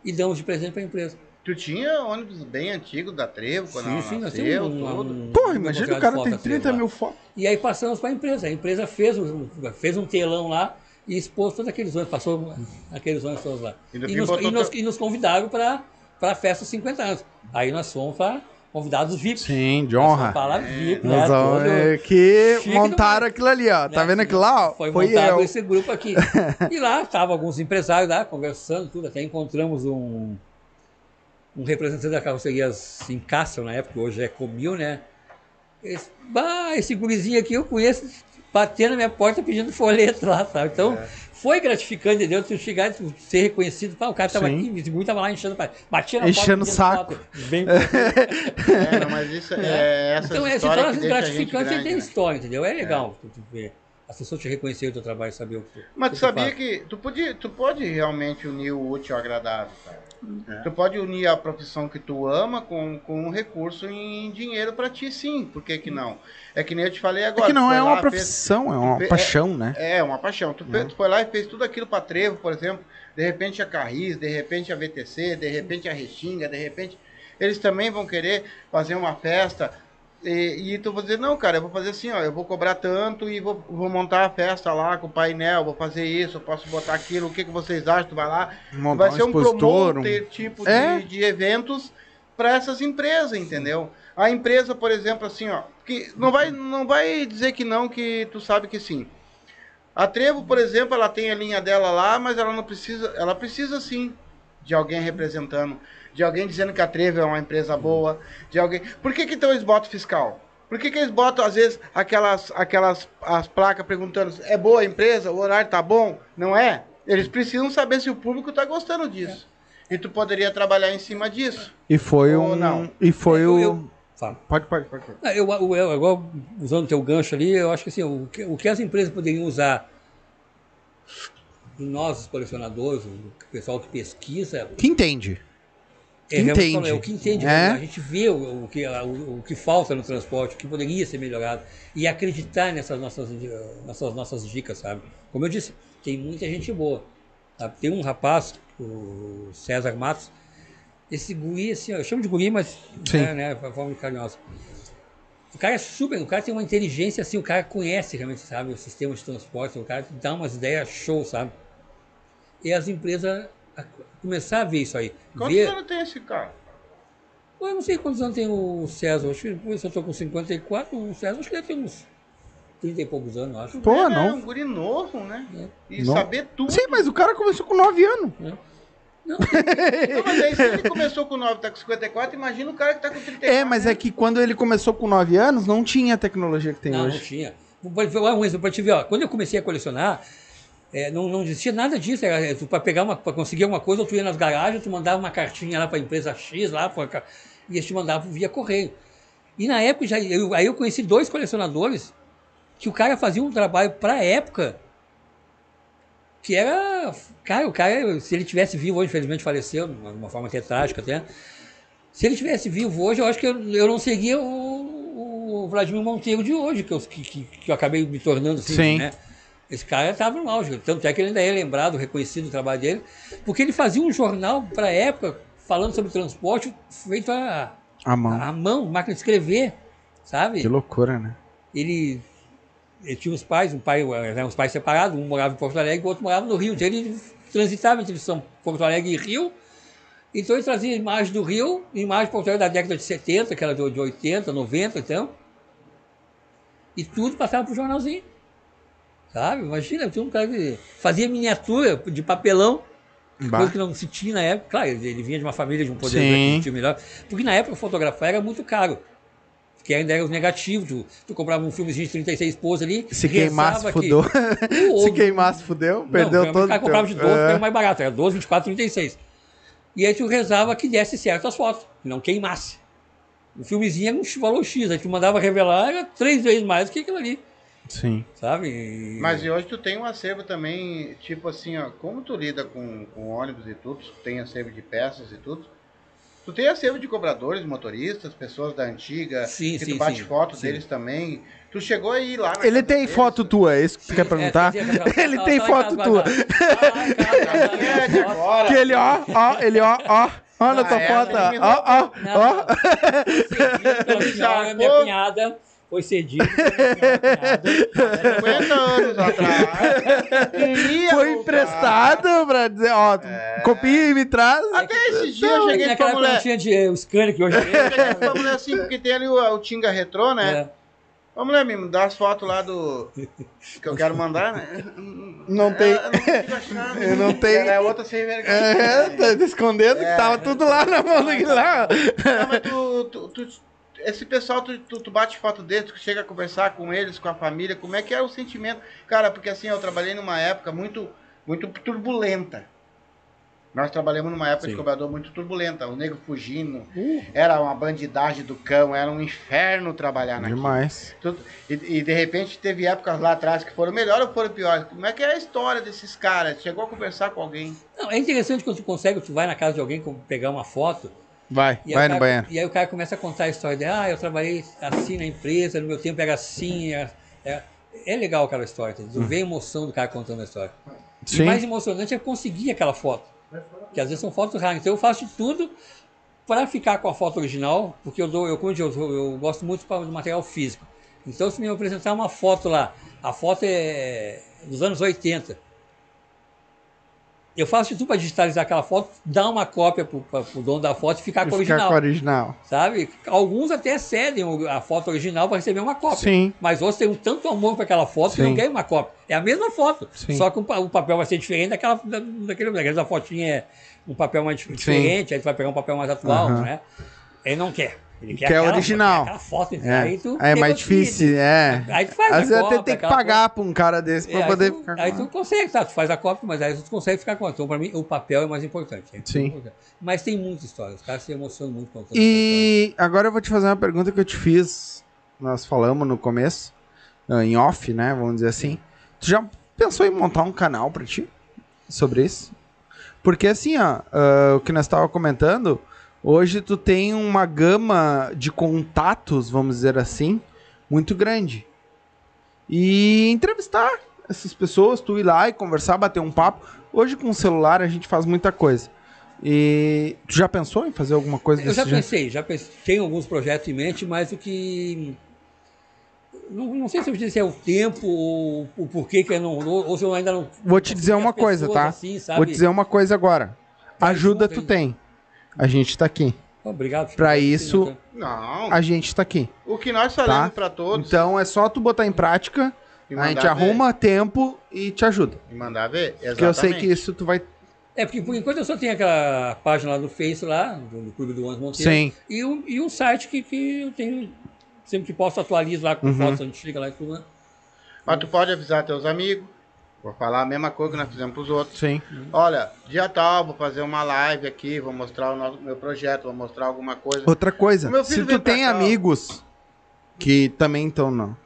e damos de presente para a empresa. Tu tinha ônibus bem antigo da Trevo, quando ela nós nasceu, temos um- tudo. um- um Porra, imagina negociado o cara foto assim, tem né? da Trevo 30 lá. mil fotos. E aí passamos para a empresa. A empresa fez um, fez um telão lá e expôs todos aqueles ônibus, passou aqueles ônibus todos lá. E E, no fim nos, botou e nos- teu- e nos convidaram para a festa dos 50 anos. Aí nós fomos para convidados VIP. Sim, de Nós fomos pra lá VIP, né? Nós vamos todo- ver que chique montaram demais. aquilo ali, ó. Tá né? vendo aquilo lá? ó? Foi, Foi, montado eu. esse grupo aqui. E lá estavam alguns empresários lá conversando, tudo. Até encontramos um, um representante da carroceria Incastle na época, que hoje é Comil, né? Esse, bah, esse gurizinho aqui eu conheço batendo na minha porta pedindo folheto lá, sabe? Então, É. foi gratificante, entendeu? Tu chegar tu ser reconhecido. Pá, o cara tava Sim. aqui, o guri tava lá enchendo, a porta, batia na Enchendo porta, o pedindo saco. foto, Vem pra É, não, mas isso é, essa então, essa história história que deixa a gente gratificante é grande, tem né? história, entendeu? É legal tu- tu ver. As pessoas te reconhecerem o teu trabalho, saber o que tu. Mas o tu que sabia faz. que tu pode, tu pode realmente unir o útil ao agradável, cara. Uhum. Tu pode unir a profissão que tu ama com, com um recurso em dinheiro pra ti, sim. Por que que Uhum. não? É que nem eu te falei agora. É que não tu foi é lá, uma fez- profissão, é uma fez- paixão, né? É, uma paixão. Tu, fe- tu foi lá e fez tudo aquilo pra Trevo, por exemplo. De repente a Carris, de repente a VTC, de repente a Restinga, de repente. Eles também vão querer fazer uma festa. E, e tu vou dizer, não, cara, eu vou fazer assim, ó, eu vou cobrar tanto e vou, vou montar a festa lá com o painel, vou fazer isso, eu posso botar aquilo, o que, que vocês acham? Tu vai lá. Montar vai ser um expositor, um- promoter tipo de- É. de, eventos pra essas empresas, entendeu? A empresa, por exemplo, assim, ó, que não vai, não vai dizer que não, que tu sabe que sim. A Trevo, por exemplo, ela tem a linha dela lá, mas ela não precisa, ela precisa sim de alguém representando, de alguém dizendo que a Trevo é uma empresa boa, de alguém. Por que que então eles botam fiscal? Por que, que eles botam, às vezes, aquelas, aquelas as placas perguntando é boa a empresa, o horário tá bom? Não é? Eles precisam saber se o público tá gostando disso. E tu poderia trabalhar em cima disso. E foi Ou um. não. E foi um Eu- o. eu- Fala. Pode, pode, pode. pode. Ah, Eu, eu, eu, agora, usando teu gancho ali, eu acho que assim, o que, o que as empresas poderiam usar de nós, os colecionadores, o pessoal que pesquisa, Que entende. é, realmente Entende. falar, é o que entende. É. né? A gente vê o, o que, a- o, o que falta no transporte, o que poderia ser melhorado. E acreditar nessas nossas, di- nessas nossas dicas, sabe? Como eu disse, tem muita gente boa. sabe? Tem um rapaz, o César Matos, esse guri, assim, ó, eu chamo de guri, mas Sim. né, né, de forma carinhosa. O cara é super, o cara tem uma inteligência assim, o cara conhece realmente, sabe, o sistema de transporte, o cara dá umas ideias show, sabe? E as empresas a- começar a ver isso aí. Quantos ver... anos tem esse cara? Eu não sei quantos anos tem o César. Acho que eu só tô com 54. O César acho que deve ter uns 30 e poucos anos, eu acho. Pô, Ele É não. um guri novo, né? É. E Não. saber tudo. Sim, mas o cara começou com 9 anos. Não, mas aí se ele começou com 9, tá com 54, imagina o cara que tá com 34. É, mas é que quando ele começou com 9 anos, não tinha a tecnologia que tem não, não hoje. tinha. Vou falar um exemplo pra te ver. Ó. Quando eu comecei a colecionar, eh, não, não existia nada disso. Era, é, tu, pra, pegar uma, pra conseguir alguma coisa, tu ia nas garagens, tu mandava uma cartinha lá pra empresa X, lá, pra, ca- e eles te mandavam via correio. E na época, já, eu, aí eu conheci dois colecionadores que o cara fazia um trabalho pra época que era. Cara, o cara, se ele tivesse vivo hoje, infelizmente faleceu, de uma forma até trágica até. Se ele tivesse vivo hoje, eu acho que eu, eu não seria o, o Vladimir Monteiro de hoje, que eu, que, que- que eu acabei me tornando assim, Sim. né? Esse cara estava no auge, tanto é que ele ainda é lembrado, reconhecido o trabalho dele, porque ele fazia um jornal para a época falando sobre transporte feito a, A mão. a mão, máquina de escrever, sabe? Que loucura, né? ele, ele tinha uns pais, um pai, eram uns pais separados, um morava em Porto Alegre, o outro morava no Rio. Então ele transitava entre São Porto Alegre e Rio. Então ele trazia imagens do Rio, imagens de Porto Alegre da década de 70, aquela de de 80, 90, então. E tudo passava para o jornalzinho. Sabe? Imagina, tinha um cara que fazia miniatura de papelão Coisa que não se tinha na época. Claro, ele ele vinha de uma família de um poder Sim. aquisitivo melhor. Porque na época fotografar era muito caro. Que ainda era o negativo. Tu, tu comprava um filmezinho de 36 poses ali. Se queimasse, rezava que- fudeu. Um ou Se queimasse, fudeu. não, Perdeu o todo cara o comprava de né? 12, porque era tempo. É. mais barato. Era 12, 24, 36. E aí tu rezava que desse certo as fotos. Que não queimasse. O filmezinho era um valor X. Aí tu mandava revelar, era três vezes mais que aquilo ali. Sim. Sabe? E- Mas e hoje tu tem um acervo também, tipo assim, ó, como tu lida com, com ônibus e tudo, tu tem acervo de peças e tudo. Tu tem acervo de cobradores, motoristas, pessoas da antiga, Sim, que sim, tu bate sim, foto sim. deles também. Tu chegou aí lá na Ele casa tem deles, foto tua, é isso que tu quer É, perguntar? quer dizer, tá- Ele tá- tem tá em foto casa tua. guardada. Tá lá em tá casa, guardada, minha de foto. agora. Que ele, ó, ó, ele, ó, ó. Olha a Ah, tua é, foto, ele me ó, ó, Não, ó. não. Foi cedido pela senhora, minha Sacou? cunhada. Foi cedido pela minha cunhada. 50 É É anos atrás. queria Foi voltar. emprestado pra dizer, ó, tu copia e me traz. Até esses dias eu Mas cheguei pra Naquela época não é mulher. tinha de, o scanner que hoje Eu cheguei pra mulher assim, porque tem ali o, o Tinga Retrô, né? é. Ô mulher, me dá as fotos lá do. que eu quero mandar, né? É, Não tem. Eu não consigo achar, né? Eu não tenho. Ela é outra sem vergonha. É, tá escondendo que tava tudo lá na mão do Guilherme. Não, mas tu, tu- tu- Esse pessoal, tu, tu, tu bate foto deles, tu chega a conversar com eles, com a família, como é que é o sentimento? Cara, porque assim, eu trabalhei numa época muito, muito turbulenta. Nós trabalhamos numa época de Sim. cobrador muito turbulenta, o nego fugindo, Uh. era uma bandidagem do cão, era um inferno trabalhar naquilo. Demais. Tudo- E, e, de repente teve épocas lá atrás que foram melhores ou foram piores. Como é que é a história desses caras? Chegou a conversar com alguém? Não, é interessante quando tu consegue, tu vai na casa de alguém com- pegar uma foto. Vai, E aí vai o no cara- banheiro. E aí o cara começa a contar a história dele. Ah, eu trabalhei assim na empresa, no meu tempo era assim. era- era- É, legal aquela história, entendeu? vê a emoção do cara contando a história. E mais Sim. emocionante é conseguir aquela foto. Que às vezes são fotos raras. Então eu faço de tudo para ficar com a foto original, porque eu dou, eu, como eu, digo, eu, eu gosto muito pra- do material físico. Então se me apresentar uma foto lá, a foto é dos anos 80. Eu faço de tudo para digitalizar aquela foto, dar uma cópia para o dono da foto e ficar E com a Ficar original. com a original. Sabe? Alguns até cedem o- a foto original para receber uma cópia. Sim. Mas outros têm um tanto amor para aquela foto que Sim. não querem uma cópia. É a mesma foto, Sim. só que o pa- o papel vai ser diferente daquela, da, daquele lugar. Aquela fotinha é um papel mais dif- Sim. diferente, aí tu vai pegar um papel mais atual, Aham. né? Ele não quer. Ele Quer aquela- original. Aquela foto, É, aí tu Aí é tem mais outro vídeo. difícil, é. Aí tu faz Às a vezes até cópia, tem que aquela pagar pra um cara desse pra É, poder aí, tu, ficar aí com tu consegue, tá? Tu faz a cópia, mas aí tu consegue ficar com a Então, pra mim, o papel é mais importante. é Sim. importante. Mas tem muita história. Os caras se emocionam muito contando essa história. E agora eu vou te fazer uma pergunta que eu te fiz, nós falamos no começo, ah, em off, né? Vamos dizer assim. Tu já pensou em montar um canal pra ti sobre isso? Porque assim, ó, ah, o que nós estávamos comentando, hoje tu tem uma gama de contatos, vamos dizer assim, muito grande. E entrevistar essas pessoas, tu ir lá e conversar, bater um papo. Hoje com o celular a gente faz muita coisa. E tu já pensou em fazer alguma coisa Eu desse já jeito? pensei, já pensei. Tenho alguns projetos em mente, mas o que. Não, não sei se eu disse é o tempo ou o porquê que eu não. Ou, ou se eu ainda não. Vou te dizer uma As coisa, pessoas tá? assim, sabe? Vou te dizer uma coisa agora. Tá Ajuda junto, tu hein? tem. A gente tá aqui. Obrigado. Pra Sim, isso- então. Não. A gente tá aqui. O que nós falamos Tá. pra todos. Então é só tu botar em prática, e a mandar gente ver, arruma tempo e te ajuda. E mandar ver. Exatamente. Porque eu sei que isso tu vai. É, porque por enquanto eu só tenho aquela página lá do Face, lá, do, do Clube do Onze Monteiro. Sim. E um, e um site que, que eu tenho. Sempre que posso atualizo lá com Uhum. fotos, a gente fica lá e tudo, né? Mas tu pode avisar teus amigos. Vou falar a mesma coisa que nós fizemos pros outros. Sim. Olha, dia tal, vou fazer uma live aqui, vou mostrar o nosso- meu projeto, vou mostrar alguma coisa. Outra coisa, Meu filho se tu veio pra tem cá, ó. amigos que também estão não.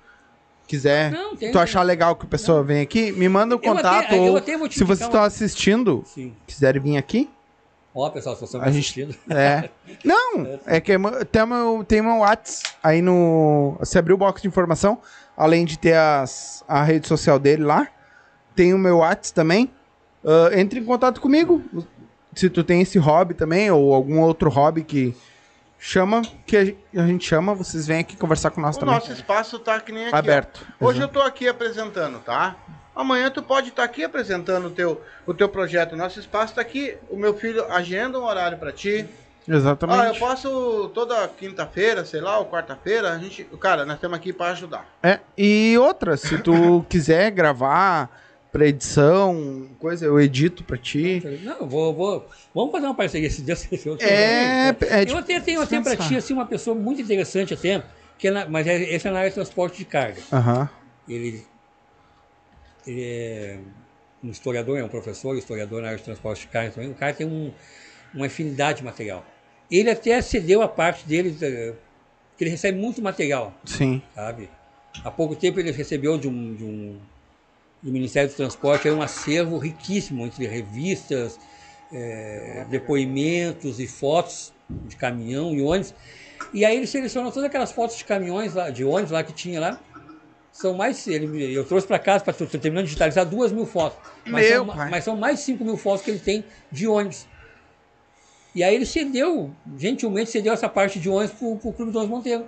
Quiser, Não, tem. É. tu achar legal que a pessoa vem aqui, me manda o Eu até- contato. eu ou até vou te se você indicar um- tá assistindo, Sim. quiser vir aqui, Ó, pessoal, se você A está gente- assistindo. É. Não, é que é mo- tem meu, tem meu Whats aí no. Você abriu o box de informação, além de ter as, a rede social dele lá, tem o meu Whats também. Ah, entre em contato comigo. Se tu tem esse hobby também, ou algum outro hobby que chama, que a gen- a gente chama, vocês vêm aqui conversar com nós o também. nosso espaço tá que nem aqui. ó. Aberto. Hoje eu Exato. tô aqui apresentando, tá? Amanhã tu pode estar aqui apresentando o teu, o teu projeto. O Nosso espaço tá aqui. O meu filho agenda um horário pra ti. Ah, eu Exatamente. posso toda quinta-feira, sei lá, ou quarta-feira, a gente. Cara, nós estamos aqui para ajudar. É, e outra, se tu quiser gravar pra edição, coisa, eu edito pra ti. Não, eu vou, vou. Vamos fazer uma parceria esse dia. esse outro É, dia. é eu até tenho até para ti assim, uma pessoa muito interessante até, que é na- mas é, esse é na área de transporte de carga. Aham. Ele, ele é um historiador, é um professor, historiador na área de transporte de carga também. O cara tem um- uma infinidade de material. Ele até cedeu a parte dele, eh, que ele recebe muito material. Sim. sabe? Há pouco tempo ele recebeu de um, de um- do Ministério do Transporte aí um acervo riquíssimo entre revistas, eh, depoimentos e fotos de caminhão e ônibus. E aí ele selecionou todas aquelas fotos de caminhões lá, de ônibus lá que tinha lá. São mais, ele, me- eu trouxe para casa para terminando de digitalizar duas mil fotos. Mas, Meu são, ma- pai. mas são mais cinco mil fotos que ele tem de ônibus. E aí ele cedeu, gentilmente cedeu essa parte de ônibus para o Clube dos Monteiro.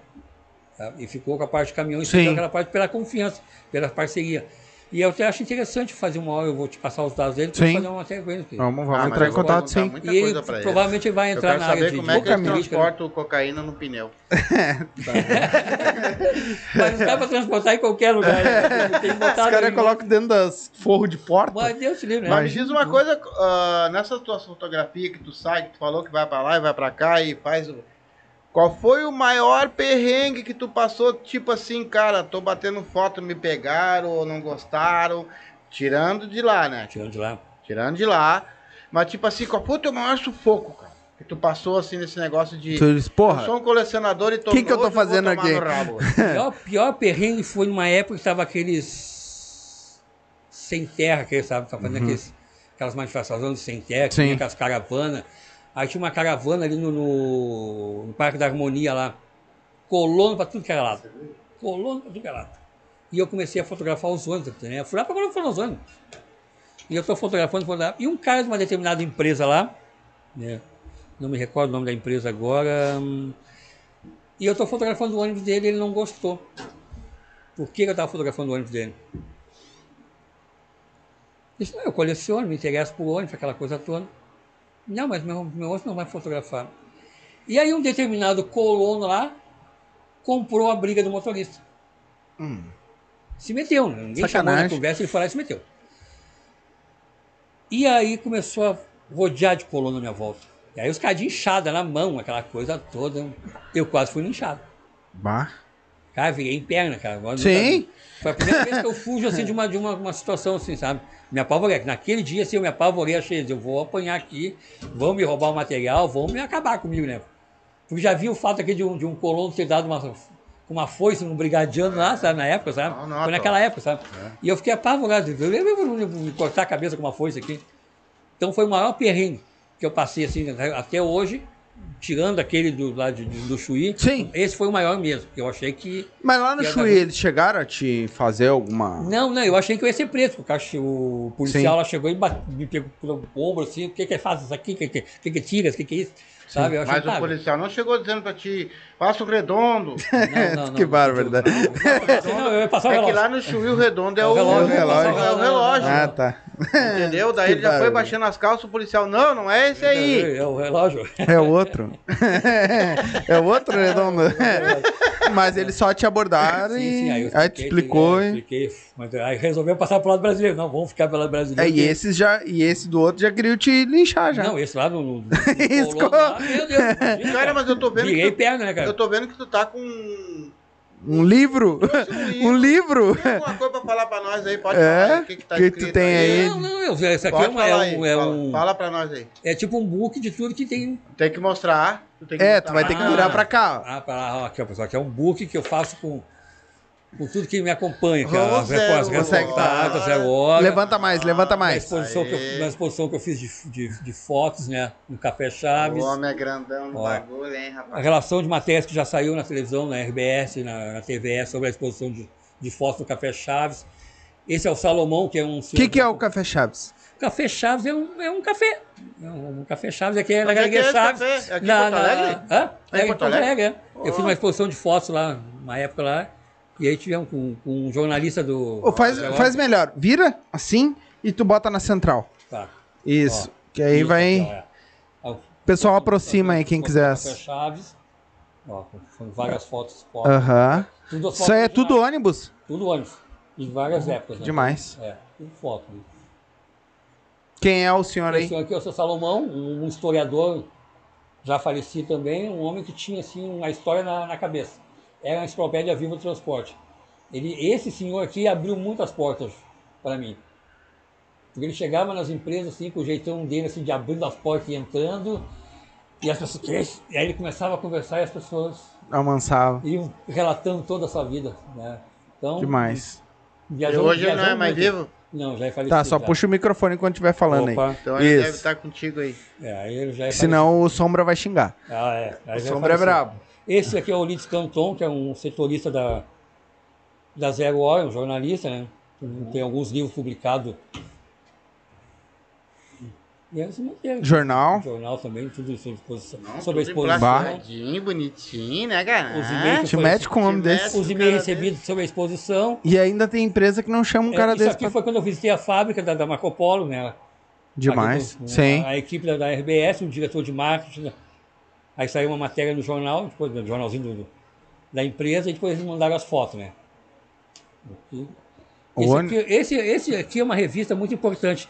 Tá? E ficou com a parte de caminhão e Sim. cedeu aquela parte pela confiança, pela parceria. E eu até acho interessante fazer uma hora, eu vou te passar os dados dele para Sim. fazer uma sequência. Vamos, Ah, vamos mas entrar eu em vou contato, perguntar sim. muita E ele coisa pra ele. provavelmente ele vai Eu entrar quero na área saber de, como de é que eles logística, né? transportam cocaína no pneu. Mas dá para transportar em qualquer lugar. né? Tem que Os botar caras ali. colocam dentro das forro de porta. Mas Deus te livre, né? Mas É, me diz um. uma coisa, ah, nessa tua fotografia que tu sai, que tu falou que vai pra lá e vai pra cá e faz o. Qual foi o maior perrengue que tu passou? Tipo assim, cara, tô batendo foto, me pegaram ou não gostaram. Tirando de lá, né? Tirando de lá. Tirando de lá. Mas tipo assim, qual foi o teu maior sufoco, cara? Que tu passou assim nesse negócio de. Tu diz, Eu Então porra, sou um colecionador e tô Que que eu tô hoje vou fazendo tomar aqui? no rabo. pior, pior perrengue foi numa época que tava aqueles sem terra, que eles estavam fazendo aqueles- aquelas manifestações sem terra, que Sim. tinha aquelas caravanas. Aí tinha uma caravana ali no, no- no Parque da Harmonia lá. Colono pra tudo que era lado. Colono pra tudo que era lado. E eu comecei a fotografar os ônibus, né? Eu fui lá pra fotografar os ônibus. E eu tô fotografando, fotografando. E um cara de uma determinada empresa lá, né? Não me recordo o nome da empresa agora. hum, E eu tô fotografando o ônibus dele e ele não gostou. Por que que eu estava fotografando o ônibus dele? Disse, não, eu coleciono, me interesso por ônibus, aquela coisa toda. Não, mas meu, meu ônibus não vai fotografar. E aí um determinado colono lá comprou a briga do motorista. Se meteu, né? ninguém chamou na Sacanagem. conversa, ele foi lá e se meteu. E aí começou a rodear de colono à minha volta. E aí os caras de inchada na mão, aquela coisa toda. Eu quase fui no inchado. Bah. Cara, virei em perna, cara. Agora tá- nunca- Sim. Foi a primeira vez que eu fujo assim de uma, de uma, uma situação assim, sabe? Me apavorei. Naquele dia, assim, eu me apavorei, achei, eu vou apanhar aqui, vão me roubar o material, vão me acabar comigo, né? Eu já vi o fato aqui de um, de um colono ter dado uma, com uma foice num brigadiano lá, sabe, na época, sabe? Não, não, É. Foi tô. naquela época, sabe? E eu fiquei apavorado. Eu falei, eu vou me cortar a cabeça com uma foice aqui. Então foi o maior perrengue que eu passei assim até hoje, tirando aquele do, lá de- do, do Chuí. Sim. Esse foi o maior mesmo. Eu achei que Mas lá no E a Chuí, Gabi? eles chegaram a te fazer alguma. Não, não, eu achei que eu ia ser preso. porque O, caixa- o policial lá chegou e bate- me pegou pelo ombro assim, o que que faz isso aqui? O que que, o que que tira? O que que é isso? Sabe? Eu achei, Mas tá, o policial não chegou dizendo pra ti, passa o redondo. não, não, não, Que não, bárbaro, né? não, não, não, eu ia passar o É que relógio. lá no Chuí o redondo é É o o relógio, é o relógio. é o relógio. Ah, tá. É, Entendeu? Daí Que ele já foi bárbaro. baixando as calças, o policial, não, não é esse aí. É, é o relógio. É o outro. é o outro redondo. É. Mas eles só te abordaram e aí, eu te expliquei, explicou. é, eu e... expliquei, mas aí resolveu passar pro lado brasileiro. Não, vamos ficar pelo lado brasileiro. É, e esse já e esse do outro já queria te linchar já. Não, esse lá no. no, no Isso, colou lá, meu Deus. imagina, Cara, mas eu tô vendo Virei que tu, perna, né, cara? eu tô vendo que tu tá com um Um livro, um livro. alguma coisa pra falar pra nós aí, pode É? falar aí, o que que tá Que tu escrito tem aí? Não, não, eu, isso aqui Pode é, uma, é falar um. aí, É, fala, um fala pra nós aí. é tipo um book de tudo que tem Tem que mostrar. Tu tem que É, mostrar. tu vai ter que Ah. virar pra cá. ó. Ah, para lá, ó, aqui, ó, pessoal. Aqui é um book que eu faço com, com tudo que me acompanha. Que é Vamos, as respostas, zero hora. tá, zero hora. Levanta mais, levanta na mais. exposição, que Aê. eu, na exposição que eu fiz de, de, de fotos, né? No Café Chaves. O homem é grandão no Ó. bagulho, hein, A rapaz. relação de matérias que já saiu na televisão, na RBS, na, na TVS, sobre a exposição de, de fotos no Café Chaves. Esse é o Salomão, que é um... O que, que é o Café Chaves? Café Chaves é um, é um café. É um, um café Chaves aqui é Onde na é que é Galeria esse Chaves. café? É aqui em na, Porto Alegre? Na, É em Hã? É em Porto Porto Alegre, é. Oh. Eu fiz uma exposição de fotos lá, uma época lá, e aí tivemos com, com um jornalista do. Ô, faz, do- faz melhor. Vira assim e tu bota na central. Tá. Isso. Ó, que aí Isso vai. aqui, ó, é. Ó, o- Pessoal, aproxima aí, quem o quiser. Café Chaves. Ó, são várias fotos. fotos. Aham. Tudo as Ah. Isso aí é fotos tudo ônibus? originais, Tudo ônibus. Em várias épocas. né? Demais. É, tudo foto. Né? Quem é o senhor Esse aí? senhor aqui é o seu Salomão, um um historiador, já falecido também, um homem que tinha assim uma história na, na cabeça. Era uma enciclopédia viva do transporte. Ele, esse senhor aqui abriu muitas portas para mim. Porque ele chegava nas empresas assim, com o jeitão dele, assim, de abrindo as portas e entrando. E as pessoas. "Que é isso?" E aí ele começava a conversar e as pessoas Amansava. iam relatando toda a sua vida. Né? Então, Demais. E viajamos- hoje ele não é viajamos mais muito. vivo? Não, já é falecido. Tá, só já. puxa o microfone enquanto estiver falando aí. Opa. Então ele Isso. deve estar contigo aí. É, aí ele já é falecido. Senão o Sombra vai xingar. Ah, é. Aí O já Sombra é apareceu. brabo. Esse aqui é o Lides Canton, que é um setorista da, da Zero Hora, um jornalista, né? Uhum. Tem alguns livros publicados. E esse aqui é Jornal. jornal também, tudo sobre exposição. Não, sobre a tudo exposição. né? emplaçadinho, bonitinho, né, cara? Os e-mails Te mete com um homem Te mete. desse. Os e-mails recebidos sobre a exposição. E ainda tem empresa que não chama um cara É, isso desse. aqui Pra... foi quando eu visitei a fábrica da, da Marco Polo, né? Demais. Aqui com- com Sim. A, a equipe da, da RBS, o um diretor de marketing. né? Aí saiu uma matéria no jornal, depois no jornalzinho do- do- da empresa, e depois eles mandaram as fotos, né? Aqui. O Esse ônibus- aqui, esse, esse aqui é uma revista muito importante.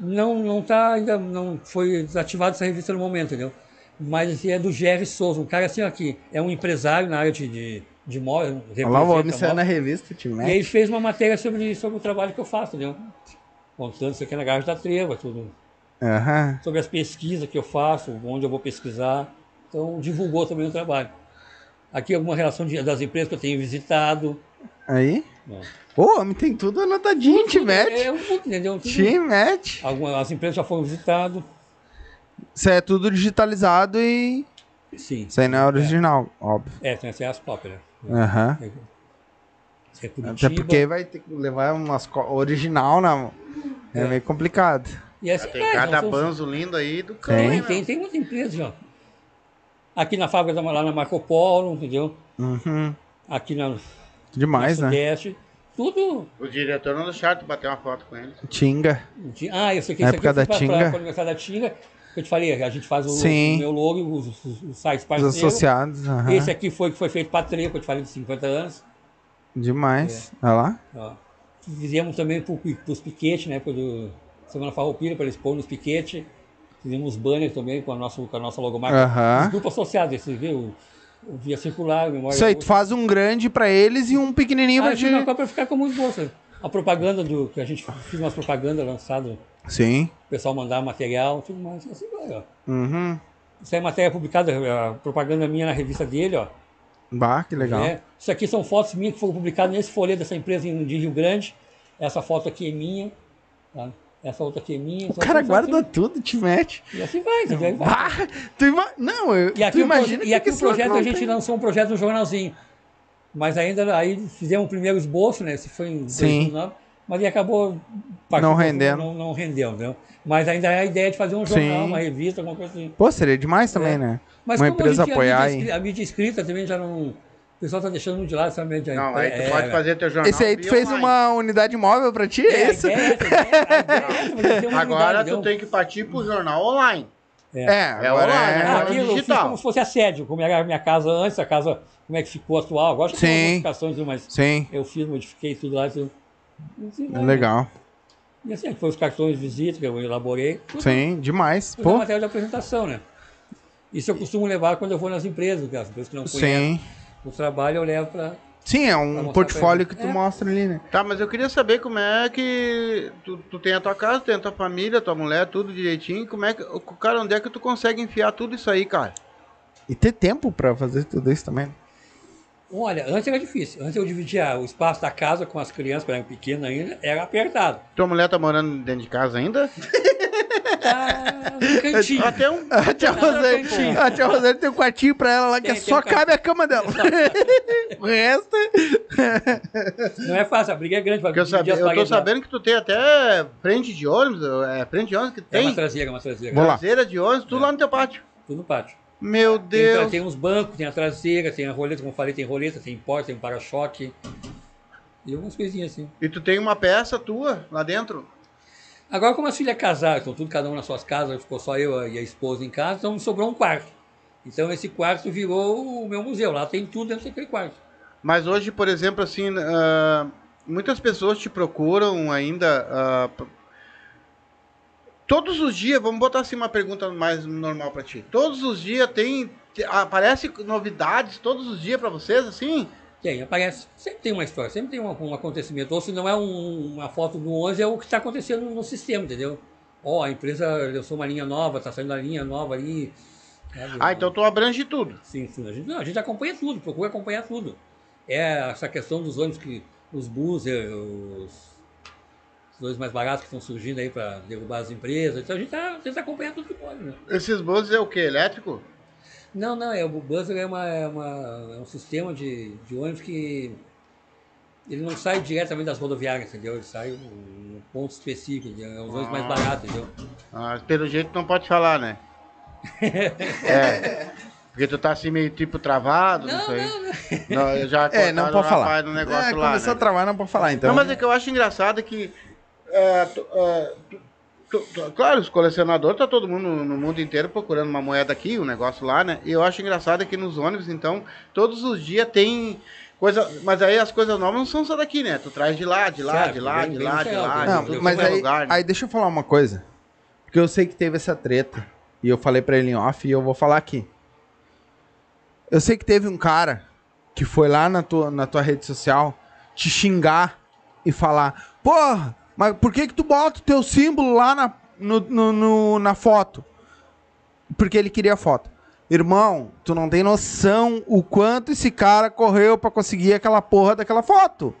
Não, não tá ainda, não foi desativada essa revista no momento, entendeu? Mas esse é do Jerry Souza, um cara assim aqui, é um empresário na área de, de, de móvel. Olha lá o né? homem representa saiu na móvel. revista, te E aí mete. ele fez uma matéria sobre, sobre o trabalho que eu faço, entendeu? Contando isso aqui na Garagem da Treva, tudo. Aham. Sobre as pesquisas que eu faço, onde eu vou pesquisar. Então, divulgou também o trabalho. Aqui alguma relação de- das empresas que eu tenho visitado. Aí. né? O homem tem tudo anotadinho, te mete. É, um pouco, entendeu? Tudo- Te mete. Algumas, as empresas já foram visitadas. Isso aí é tudo digitalizado e. Sim. Isso aí não é original, óbvio. É, tem acesso próprio, né? Aham. Isso é É. Até Curitiba. porque vai ter que levar umas co- original na mão. É, É. meio complicado. E essa- Tem é, cada né? são- banzo lindo aí do cão, Tem, hein, tem, tem, muita empresa, ó. Aqui na fábrica, da- lá na Marco Polo, entendeu? Uhum. Aqui na, Demais, na né? Sudeste. Tudo. meu? O diretor não deixou tu bater uma foto com ele. Tinga. Ah, eu sei que Na época isso aqui eu fui da pra, Tinga. pra, pra aniversário da Tinga. Eu te falei, a gente faz o, Sim. o meu logo, os, os, os sites Os parceiros. associados. aham. Esse aqui foi que foi feito para Treco, eu te falei de 50 anos. É. Demais. Olha lá. Ó. Fizemos também para os piquetes, né? Pro do Semana Farroupilha, para eles pôr nos piquetes. Fizemos banners também com a nossa, com a nossa logomarca. Os Aham. grupos associados, esse viu? O Via Circular, o Memória. Isso aí, Gaúcha. tu faz um grande pra eles e um pequenininho Ah, pra eu ti. fiz uma cópia pra ficar como esboço. A propaganda do. que a gente fez umas propagandas lançadas, Sim. o pessoal mandar material, tudo mais. e Assim vai, ó. Uhum. Isso é matéria publicada, a propaganda minha na revista dele, ó. Bah, que legal. né? Isso aqui são fotos minhas que foram publicadas nesse folheto dessa empresa em- de Rio Grande. Essa foto aqui é minha. tá? Essa outra aqui é minha. O cara guarda um- tudo, te mete. E assim vai, entendeu? Aí vai. Bah, tu ima... Não, eu- E aqui, tu o, proje- imagina e aqui o esse projeto, local a gente tem. lançou um projeto no jornalzinho. Mas ainda aí fizemos o primeiro esboço, né? Esse foi em Sim. 2009, mas aí acabou Não rendendo. Não, não rendeu, entendeu? Mas ainda é a ideia de fazer um jornal, Sim. uma revista, alguma coisa assim. Pô, seria demais também, É. né? Mas Uma como empresa a, gente, apoiar, hein? a, mídia, escri- a mídia escrita também já não. O pessoal tá deixando de lado essa mídia Não, aí tu é, pode fazer teu jornal. Esse aí tu via fez online. uma unidade móvel pra ti, é, é isso? A ideia, é essa, a ideia, a ideia é essa, mas tem uma Agora unidade, tu não. tem que partir pro jornal online. É, agora online, é... né? Ah, aqui eu fiz digital. como se fosse assédio, como era a minha casa antes, a casa, como é que ficou atual. Agora acho que tem Sim. umas modificações, mas Sim, Eu fiz, modifiquei tudo lá. Tudo. Assim, vai, né? legal. E assim, foi os cartões de visita que eu elaborei. Tudo Sim, demais. tudo é Pô, matéria de apresentação, né? Isso eu costumo levar quando eu vou nas empresas, que as pessoas que não conhecem sim. o trabalho, eu levo para... Sim, é Pra um mostrar portfólio que pra tu ele. É. mostra ali, né? Tá, mas eu queria saber como é que tu, tu tem a tua casa, tem a tua família, tua mulher, tudo direitinho. Como é que, o- cara, onde é que tu consegue enfiar tudo isso aí, cara? E ter tempo pra fazer tudo isso também. né? Olha, antes era difícil. Antes eu dividia o espaço da casa com as crianças, quando eram pequenas ainda, era apertado. Tua mulher tá morando dentro de casa ainda? Tá no cantinho. Até um. A tia Não, não, Rosane, tem como. a tia Rosane tem um quartinho pra ela lá que Tem, tem só um quarto. cabe a cama dela. o resto. Não é fácil, a briga é grande. pra Porque eu, sabe, dividir as eu tô paredes lá. sabendo que tu tem até frente de ônibus, é frente de ônibus que É uma tem. traseira, uma traseira. Vou lá. Traseira de ônibus, tudo lá no teu pátio. Tudo no pátio. Meu Tem, Deus. tem uns bancos, tem a traseira, tem a roleta, como eu falei, tem roleta, tem porta, tem para-choque. E algumas coisinhas assim. E tu tem uma peça tua lá dentro? Agora, como as filhas casaram, estão tudo cada um nas suas casas, ficou só eu e a esposa em casa, então sobrou um quarto. Então esse quarto virou o meu museu. Lá tem tudo dentro daquele quarto. Mas hoje, por exemplo, assim, ah, muitas pessoas te procuram ainda. ah, p- todos os dias, vamos botar assim uma pergunta mais normal pra ti. Todos os dias tem. te- Aparece novidades todos os dias pra vocês, assim? Tem, aparece. Sempre tem uma história, sempre tem um, um acontecimento. Ou se não é um- uma foto do 11, é o que está acontecendo no sistema, entendeu? Ó, a empresa lançou uma linha nova, está saindo a linha nova ali. sabe? Ah, então tu abrange tudo. Sim, sim. A gente, não, a gente acompanha tudo, procura acompanhar tudo. É essa questão dos ônibus que. os buses, os, os dois mais baratos que estão surgindo aí para derrubar as empresas. Então a gente tá, tenta acompanhar tudo que pode, né? Esses buses é o quê? Elétrico? Não, não, é, o Buzzer é, uma, é, uma- é um sistema de, de ônibus que ele não sai diretamente das rodoviárias, entendeu? Ele sai num ponto específico, entendeu? é um ônibus mais barato, entendeu? Ah, pelo jeito não pode falar, né? é. Porque tu tá assim meio tipo travado, não, sei. não, não. Não, eu já É, não cortaram pode o falar. rapaz no negócio é, lá, começou né? a travar, não pode falar, então. Não, mas é que eu acho engraçado que. é, tu- é, tu- tu- tu- claro, os colecionadores, tá todo mundo no mundo inteiro procurando uma moeda aqui, um negócio lá, né? E eu acho engraçado que nos ônibus, então, todos os dias tem coisa. Mas aí as coisas novas não são só daqui, né? Tu traz de lá, de lá, Certo, de lá, vem- de vem lá, no de céu, lá. vem de no Não, céu. todo mas aí, lugar, né? aí deixa eu falar uma coisa. Porque eu sei que teve essa treta. E eu falei pra ele em off e eu vou falar aqui. Eu sei que teve um cara que foi lá na tua, na tua rede social te xingar e falar: Porra, mas por que que tu bota o teu símbolo lá na, no- no- no- na foto? Porque ele queria a foto. Irmão, tu não tem noção o quanto esse cara correu pra conseguir aquela porra daquela foto.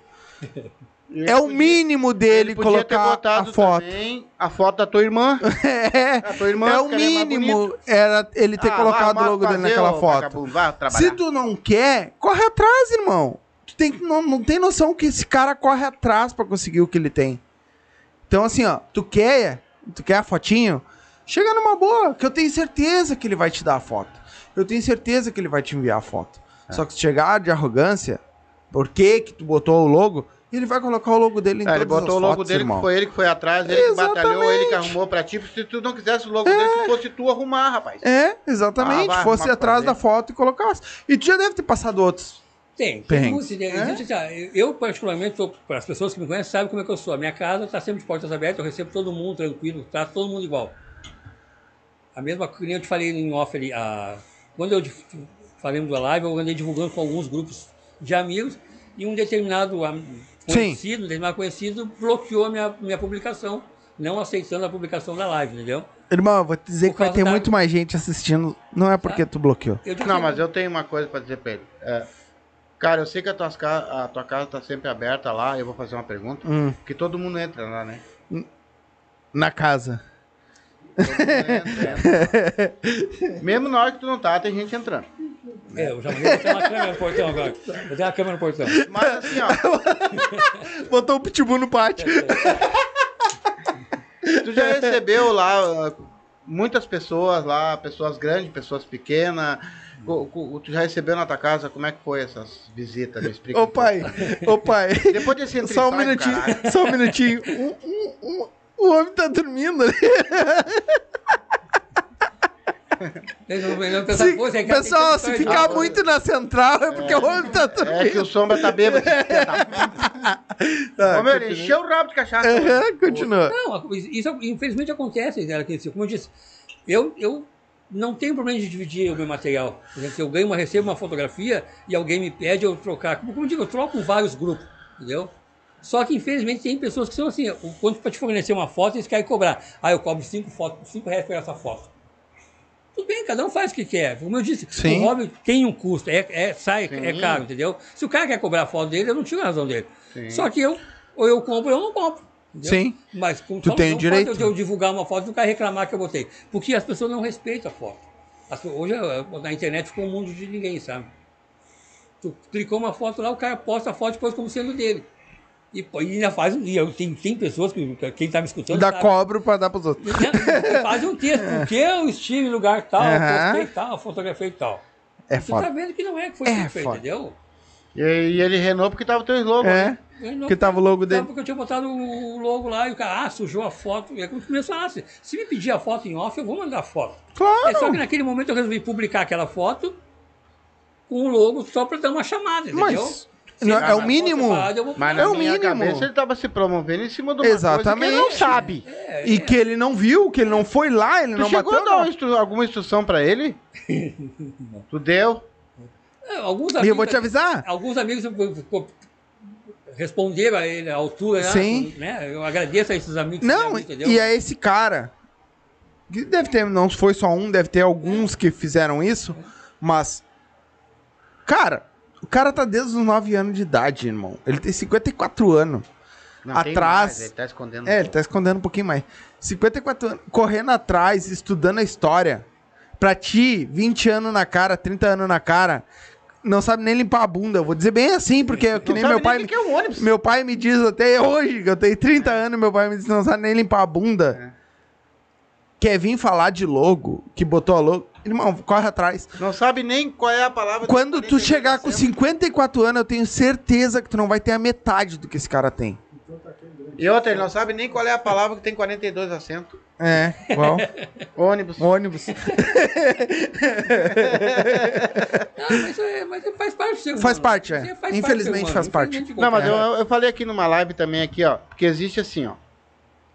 Ele É o podia- mínimo dele ele podia ter colocar a botado foto. também a foto da tua irmã. É, A tua irmã é o que ela mais bonita. mínimo era ele ter Ah, colocado vai, o logo vai dele fazer, naquela ô, foto. vagabundo, vai trabalhar. Se tu não quer, corre atrás, irmão. Tu tem, que- não, não tem noção que esse cara corre atrás pra conseguir o que ele tem. Então, assim, ó, tu quer, tu quer a fotinho? Chega numa boa, que eu tenho certeza que ele vai te dar a foto. Eu tenho certeza que ele vai te enviar a foto. É. Só que se chegar de arrogância, por que que tu botou o logo? Ele vai colocar o logo dele em É, todas ele botou as o logo fotos, dele, irmão. que foi ele que foi atrás, ele que batalhou, ele que Exatamente. arrumou pra ti. Se tu não quisesse o logo dele, que fosse tu arrumar, rapaz. É, exatamente. Ah, vai Fosse arrumar atrás pra da foto e colocasse. E tu já deve ter passado outros. Tem, Perrengues. tem muito, né? Existe, assim, ó, eu, particularmente, tô- para as pessoas que me conhecem, sabem como é que eu tá sou. A minha casa está sempre de portas abertas, eu recebo todo mundo tranquilo, trato todo mundo igual. A mesma coisa que eu te falei em off ali. a- quando eu dif- falamos da live, eu andei divulgando com alguns grupos de amigos e um determinado am- Sim. conhecido, um determinado conhecido, bloqueou a minha, minha publicação, não aceitando a publicação da live, entendeu? Irmão, eu vou te dizer Por que vai causa ter da- Tá. muito mais gente assistindo. Não é porque tu bloqueou. Eu disse, Não, mas eu tenho uma coisa pra dizer pra ele. É, cara, eu sei que a, tuas ca- a tua casa tá sempre aberta lá, eu vou fazer uma pergunta. Hum, Porque todo mundo entra lá, né? na casa. Todo mundo entra, entra. Mesmo na hora que tu não tá, tem gente entrando. É, eu já mandei botar uma câmera no portão agora. Eu tenho uma câmera no portão. Mas assim, ó, Botou o pitbull no pátio. tu já recebeu lá uh, muitas pessoas lá, pessoas grandes, pessoas pequenas. Co- co- Tu já recebeu na tua casa? Como é que foi essas visitas? Me É. explica. Ô um pouco. pai, ô pai. Depois desse entra e Só um sai do minutinho, caralho. só um minutinho. Um- um- um- o homem tá dormindo ali. Eles não- eles não pensam, Se, "Pô, você quer- pessoal, tem que se ter ficar história de- muito na central é porque o homem tá É que dormindo. o sombra tá bêbado. É. esse filho da puta. Tá, É. Ô, meu, ele continua. encheu o rabo de cachaça. Aham, continua. Não, isso é, infelizmente acontece, né, que, assim, como eu disse, eu, eu não tenho problema de dividir o meu material. Por exemplo, se eu ganho uma, recebo uma fotografia e alguém me pede eu trocar. Como, como eu digo, eu troco com vários grupos, entendeu? Só que infelizmente tem pessoas que são assim, o- quando para te fornecer uma foto, eles querem cobrar. Ah, eu cobro cinco fotos, cinco reais por essa foto. Tudo bem, cada um faz o que quer. Como eu disse, Sim. o hobby tem um custo, é, é- sai, é Sim. caro, entendeu? Se o cara quer cobrar a foto dele, eu não tiro a razão dele. Sim. Só que eu, ou eu compro ou eu não compro. entendeu? Sim. Mas com Tu só- tem não o direito. pode eu divulgar uma foto e o cara reclamar que eu botei. Porque as pessoas não respeitam a foto. As pe- hoje eh, na internet ficou um mundo de ninguém, sabe? Tu clicou uma foto lá, o cara posta a foto depois como sendo dele. E, pô, e ainda faz um dia. Tem, tem pessoas que que quem está me escutando. Dá sabe. cobro pra dar pros outros. Né? Faz um texto, porque eu estive em lugar tal, Aham. postei tal, fotografei tal. É Você tá foda. vendo que não é que foi É feito, foda. entendeu? E, e ele renou porque tava teu slogan. É, né? Eu não- que tava o logo Não, dele. porque eu tinha botado o logo lá e o cara, ah, sujou a foto. E aí quando começou, ah, se, se me pedir a foto em off, eu vou mandar a foto. É só Claro. que naquele momento eu resolvi publicar aquela foto com o logo só pra dar uma chamada, entendeu? Ah, Mas não, é o mínimo. Mas Mas na É o minha mínimo. cabeça ele tava se promovendo em cima do uma coisa que Exatamente. ele não sabe. E que ele não viu, que ele não foi lá, ele Tu não chegou bateu. a dar não. uma instru- alguma instrução pra ele? tu deu? É, alguns E amigos, eu vou te avisar. alguns amigos co- responderam a ele à altura, né? Sim. né? Eu agradeço a esses amigos. que Não, fizeram, entendeu? e é esse cara. Que deve ter, não foi só um, deve ter alguns que fizeram isso. Mas. Cara, o cara tá desde os 9 anos de idade, irmão. Ele tem 54 anos. Não, tem Atrás. mais, ele tá escondendo. É, ele tá escondendo um pouquinho mais. 54 anos, correndo atrás, estudando a história. Pra ti, 20 anos na cara, 30 anos na cara, não sabe nem limpar a bunda. Eu vou dizer bem assim, porque é que Não nem sabe meu pai. o me- que que é um ônibus. Meu pai me diz até hoje, que eu tenho 30 anos, meu pai me diz não sabe nem limpar a bunda. É. Quer vir falar de logo, que botou a logo. Irmão, corre atrás. Não sabe nem qual é a palavra. Quando que tu ele chegar tá com dizendo. 54 anos, eu tenho certeza que tu não vai ter a metade do que esse cara tem. E outra, ele não sabe nem qual é a palavra que tem 42 acentos. É, igual. Ônibus. Ônibus. Ah, mas, é, mas é- faz parte do ser humano. Faz parte, é. Isso Infelizmente do ser humano. faz parte. Infelizmente Não, mas eu, acontece. eu falei aqui numa live também aqui, ó, que existe assim, ó.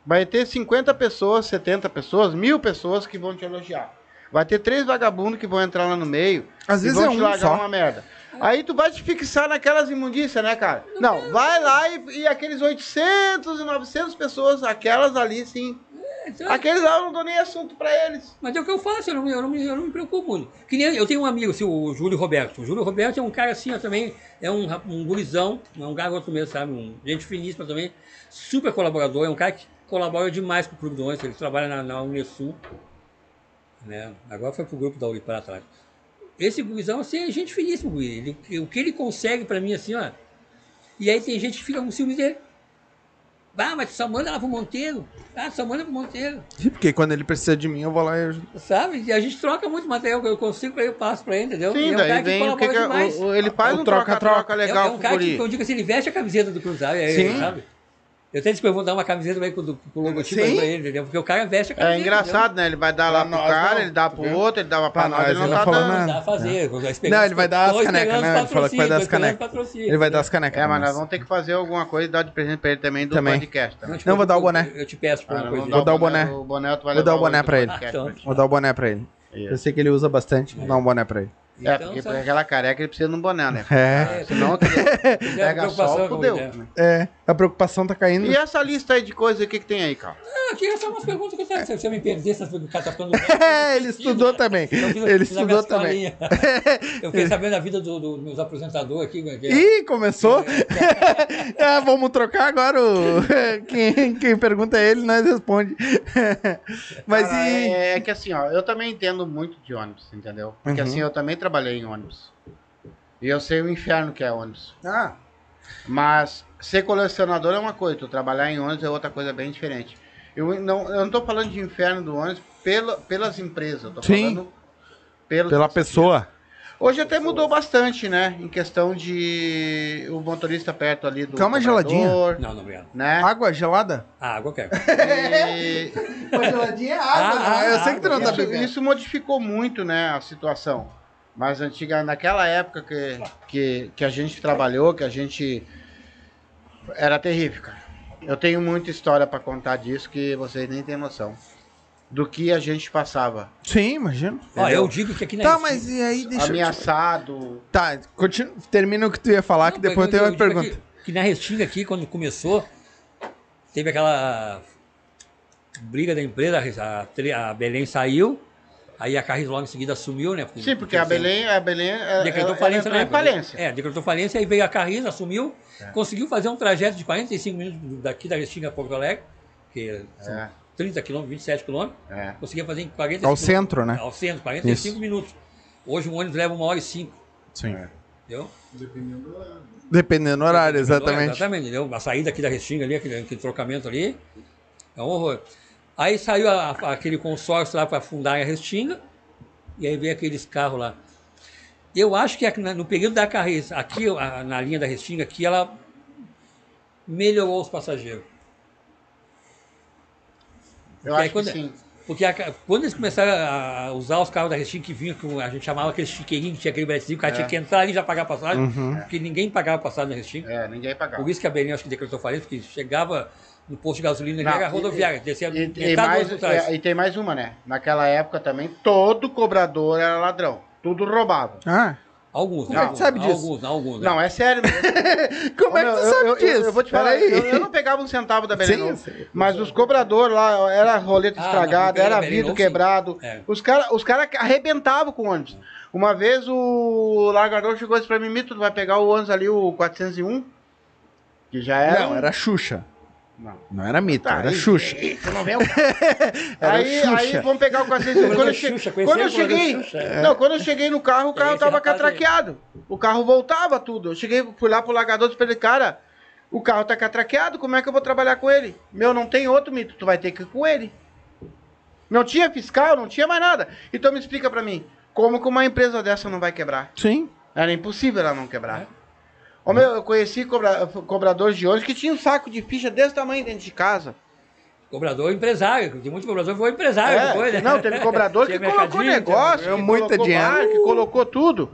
Vai ter 50 pessoas, 70 pessoas, mil pessoas que vão te elogiar. Vai ter três vagabundos que vão entrar lá no meio Às e vezes vão é te um largar só. uma merda. Aí tu vai te fixar naquelas imundícias, né, cara? Não, vai lá e, e aqueles 800 e 900 pessoas, aquelas ali sim. Então, Aqueles lá eu não dou nem assunto pra eles. Mas é o que eu faço, eu não, eu não, me- eu não me preocupo muito. Que nem eu tenho um amigo, assim, o Júlio Roberto. O Júlio Roberto é um cara assim, ó, também, é um, rap- um gurizão, é um garoto mesmo, sabe? Um, gente finíssima também, super colaborador, é um cara que colabora demais com o Clube do Onça, ele trabalha na, na Unesul, né? Agora foi pro grupo da Uniprata lá. Esse gurizão, assim, é gente finíssima, guri. ele, ele- o que ele consegue pra mim, assim, ó. E aí tem gente que fica com ciúme dele. Ah, mas tu só manda lá pro Monteiro. Ah, tu só manda pro Monteiro. Porque quando ele precisa de mim, eu vou lá e ajudo. Sabe? E a gente troca muito material que eu consigo, eu passo pra ele, entendeu? E Sim, é um daí cara vem o que, colabora que é- demais. o- o- ele faz O um troca-troca troca-troca É- legal é um com o cara que, guri. eu digo assim, ele veste a camiseta do Cruzado, é, Sim. sabe? Eu até disse que eu vou dar uma camiseta aí com, o- com o logotipo Sim. aí pra ele, entendeu? Porque o cara veste a É camiseta. engraçado, né? Ele vai dar lá Pra pro nós, cara, não. ele dá Tu pro viu? outro, ele dava Pra pra nós, nós, ele não ele tá falou, dando. Não dá pra fazer. eu já esperei- Não, ele vai dar tô as canecas, esperando né? Ele falou que vai dar as patrocínio, tô esperando canecas. patrocínio. Ele vai dar as canecas. É, mas pra nós nós. vamos ter que fazer alguma coisa e dar de presente pra ele também do Também. podcast. Tá? Não, te Não, vou dar né? o preocupa, boné. Eu eu te peço Ah, pra uma nós coisa. vamos Vou dar o boné. O boné tu vai Vou levar dar o boné hoje pra do ele. podcast Então. Vou dar o boné pra ele. ti. Eu sei que ele usa bastante. Vou dar um boné pra ele. É, Então, porque pra sabe? aquela careca ele precisa de um boné, né? É, É, Senão tu Zero pega preocupação sol, com fudeu. mulher. né? é. A preocupação tá caindo. E é essa lista aí de coisas, o que que tem aí, cara? Ah, aqui é só umas perguntas que eu sei. Se você me perder, essas coisas que o cara tá né? falando. É, ele estudou Então, também. Então, Ele estudou né? também. Eu fiquei sabendo da vida dos do, dos meus apresentadores aqui. né, que é- Ih, começou? Ah, vamos trocar agora. O... Quem, quem pergunta é ele, nós responde. Mas Cara, e. É, é que assim, ó, eu também entendo muito de ônibus, entendeu? Porque Uhum. assim, eu também trabalhei em ônibus. E eu sei o inferno que é ônibus. Ah, é. Mas ser colecionador é uma coisa, tu trabalhar em ônibus é outra coisa bem diferente. Eu não, eu não tô falando de inferno do ônibus pela- pelas empresas, eu tô Sim. falando pelos pela pessoa. Hoje até mudou bastante, né? Em questão de o motorista perto ali do. Quer uma cobrador, geladinha? Não, não, obrigado. Né? Água gelada? Ah, água eu quero. E Água geladinha é água, Ah, né? Eu sei que tu não água, tá isso, bebendo. isso modificou muito, né? A situação. Mas antiga, naquela época que, que, que a gente trabalhou, que a gente. Era terrível, cara. Eu tenho muita história pra contar disso que vocês nem têm noção. Do que a gente passava. Sim, imagino. Ó, eu digo que aqui na Tá, esquina- né? mas e aí, deixa eu. te- Ameaçado. Tá, continua, termina o que tu ia falar, que Não, depois eu tenho uma digo aqui pergunta. Que, na Restinga aqui, quando começou, teve aquela briga da empresa, a, tre- a Belém saiu, aí a Carris logo em seguida sumiu, né? Sim, porque a Belém. A Belém é, ela, Decretou ela falência entrou na em época, né? falência. É, decretou falência, aí veio a Carris, assumiu, É. conseguiu fazer um trajeto de 45 minutos daqui da Restinga a Porto Alegre, que são É, 30 quilômetros, 27 quilômetros, é. conseguia fazer em 45 Ao centro, né? Ao centro, 45 Isso. minutos. Hoje um ônibus leva uma hora e cinco, Sim. entendeu? Dependendo do horário, Entendeu? exatamente. Exatamente, entendeu? A saída aqui da Restinga ali, aquele, aquele trocamento ali, é um horror. Aí saiu a- a- aquele consórcio lá para fundar a Restinga, e aí veio aqueles carros lá. Eu acho que aqui na- no período da carreira, aqui a- na linha da Restinga, aqui ela melhorou os passageiros. Eu Porque aí acho que quando- sim. Porque a ca- quando eles começaram a usar os carros da Restinga que vinham, que a gente chamava aquele chiqueirinho que tinha aquele bretezinho, o cara É. tinha que entrar ali e já pagar a passagem, Uhum. porque ninguém pagava passagem na Restinga. É, ninguém pagava. Por isso que a Belém, acho que decretou falência, porque chegava no posto de gasolina, Não, já era e- rodoviária, descia E, metade e do mais, ônibus atrás. é, e tem mais uma, né? Naquela época também, todo cobrador era ladrão. Tudo roubava. Ah, Alguns, Como né? é que sabe alguns, disso? alguns, né? alguns, né? Não, é sério. mesmo. como é que Meu, tu eu- sabe eu, disso? Eu, eu vou te Pera falar, aí. eu, eu não pegava um centavo da Belém Sim, Novo, sim. Mas os cobradores lá, era roleta Ah, estragada, não, era Belém vidro Novo, sim. quebrado. É. Os caras os cara arrebentavam com o ônibus. Uma vez o largador chegou e disse pra mim, Mito, tu vai pegar o ônibus ali, o 401? Que já era... Não, um- era Xuxa. Não. Não era Mito, Tá, era aí- Xuxa. aí, tu não vê o- é um Era um aí, Xuxa. é aí vamos pegar o 401. quando eu, che- Xuxa, quando eu conhecemos a cheguei, Xuxa. é. não, quando eu cheguei no carro, o carro Esse tava rapaz aí. catraqueado. O carro voltava tudo. Eu cheguei, fui lá pro largador e falei, cara, o carro tá catraqueado, como é que eu vou trabalhar com ele? Meu, não tem outro mito, tu vai ter que ir com ele. Não tinha fiscal, não tinha mais nada. Então me explica pra mim, como que uma empresa dessa não vai quebrar? Sim. Era impossível ela não quebrar. Ô, meu, eu conheci cobra- cobradores de ônibus que tinham um saco de ficha desse tamanho dentro de casa. Cobrador empresário, porque muitos cobradores foram empresário É, depois, né? Não, teve cobrador que Tinha colocou mercadinho, negócio, ganhou que muito colocou dinheiro. bar, que colocou tudo.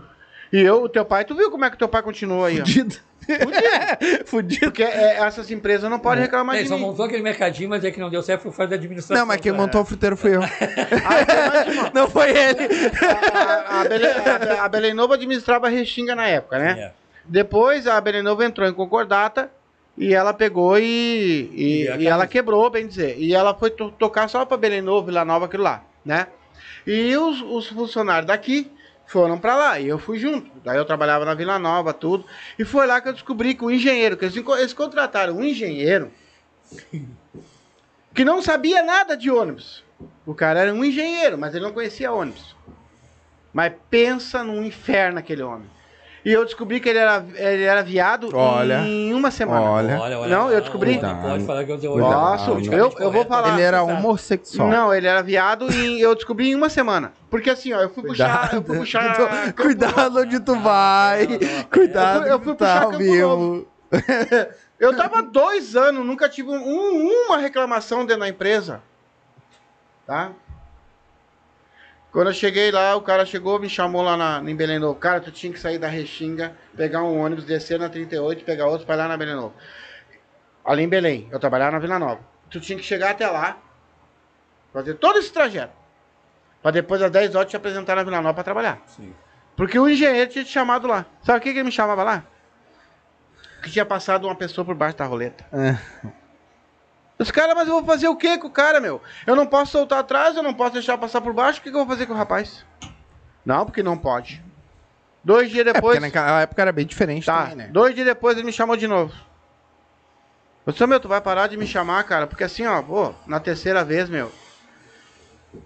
E eu, o teu pai, tu viu como é que teu pai continuou aí, ó? Fudido. Fudido. Porque é, essas empresas não podem Tinha... reclamar Ele de só mim. montou aquele mercadinho, mas é que não deu certo por causa da administração. Não, mas quem tá? montou o fruteiro fui eu. Aí, tem mais uma. Não foi ele. a, a Belém, a Be- a Belém Novo administrava a Restinga na época, né? É. Depois a Belém Novo entrou em concordata e ela pegou e, e, E a e ela camisa. quebrou, bem dizer. E ela foi to- tocar só pra Belém Novo, Vila Nova, aquilo lá, né? E os, os funcionários daqui foram pra lá e eu fui junto. Daí eu trabalhava na Vila Nova, tudo. E foi lá que eu descobri que o engenheiro, que eles, enco- eles contrataram um engenheiro que não sabia nada de ônibus. O cara era um engenheiro, mas ele não conhecia ônibus. Mas pensa num inferno aquele homem. E eu descobri que ele era, ele era viado Olha. em uma semana. Olha. Não, eu descobri. Não pode falar que eu tenho Ah, tipo, Nossa, Né? Cuidado. eu, eu né? vou falar. Ele era Sabe. homossexual. Não, ele era viado e eu descobri em uma semana. Porque assim, ó, eu fui puxar. Eu fui puxar. Cuidado, cuidado onde tu vai. não, não. Cuidado, Eu fui- eu fui tá puxar ao Campo vivo. Eu tava dois anos, nunca tive um- uma reclamação dentro da empresa. Tá? Quando eu cheguei lá, o cara chegou, me chamou lá na, em Belém Novo. Cara, tu tinha que sair da Restinga, pegar um ônibus, descer na 38, pegar outro para lá na Belém Novo. Ali em Belém, eu trabalhava na Vila Nova. Tu tinha que chegar até lá, fazer todo esse trajeto. Pra depois, às 10 horas, te apresentar na Vila Nova pra trabalhar. Sim. Porque o engenheiro tinha te chamado lá. Sabe o que, que ele me chamava lá? Que tinha passado uma pessoa por baixo da roleta. É. Os caras, mas eu vou fazer o que com o cara, meu? Eu não posso soltar atrás, eu não posso deixar passar por baixo, o que, que eu vou fazer com o rapaz? Não, porque não pode. Dois dias É, depois. porque naquela época era bem diferente Tá, também, né? dois dias depois ele me chamou de novo. Eu disse, meu, tu vai parar de me chamar, cara, porque assim, ó, pô, na terceira vez, meu,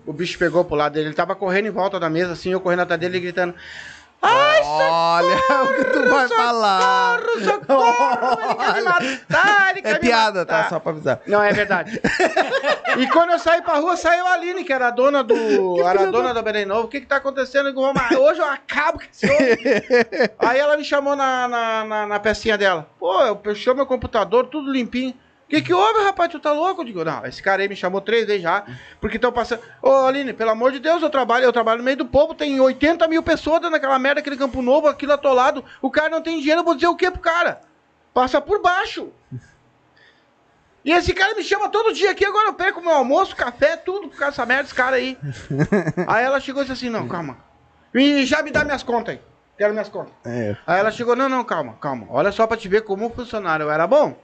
o bicho pegou pro lado dele, ele tava correndo em volta da mesa, assim, eu correndo atrás dele e gritando, ai, Olha o que tu vai falar. socorro, socorro, ele quer me matar, ele quer É me piada, matar. tá? Só pra avisar. Não, é verdade. e quando eu saí pra rua, saiu a Aline, que era a dona do. Era a dona do Belém Novo. O que que tá acontecendo? Eu digo, "Mas hoje eu acabo com esse homem. Aí ela me chamou na, na, na, na pecinha dela. Pô, eu fechou meu computador, tudo limpinho. O que, que houve, rapaz? Tu tá louco? Eu digo, não, esse cara aí me chamou três vezes já, porque estão passando. Ô, Aline, pelo amor de Deus, eu trabalho, eu trabalho no meio do povo, tem 80 mil pessoas dentro daquela merda, aquele campo novo, aquilo atolado. O cara não tem dinheiro, eu vou dizer o que pro cara? Passa por baixo. E esse cara me chama todo dia aqui, agora eu perco meu almoço, café, tudo por causa dessa merda, esse cara aí. aí ela chegou e disse assim, não, calma. E já me dá minhas contas aí. Quero minhas contas. É. Aí ela chegou, não, não, calma, calma. Olha só pra te ver como funcionário eu era bom.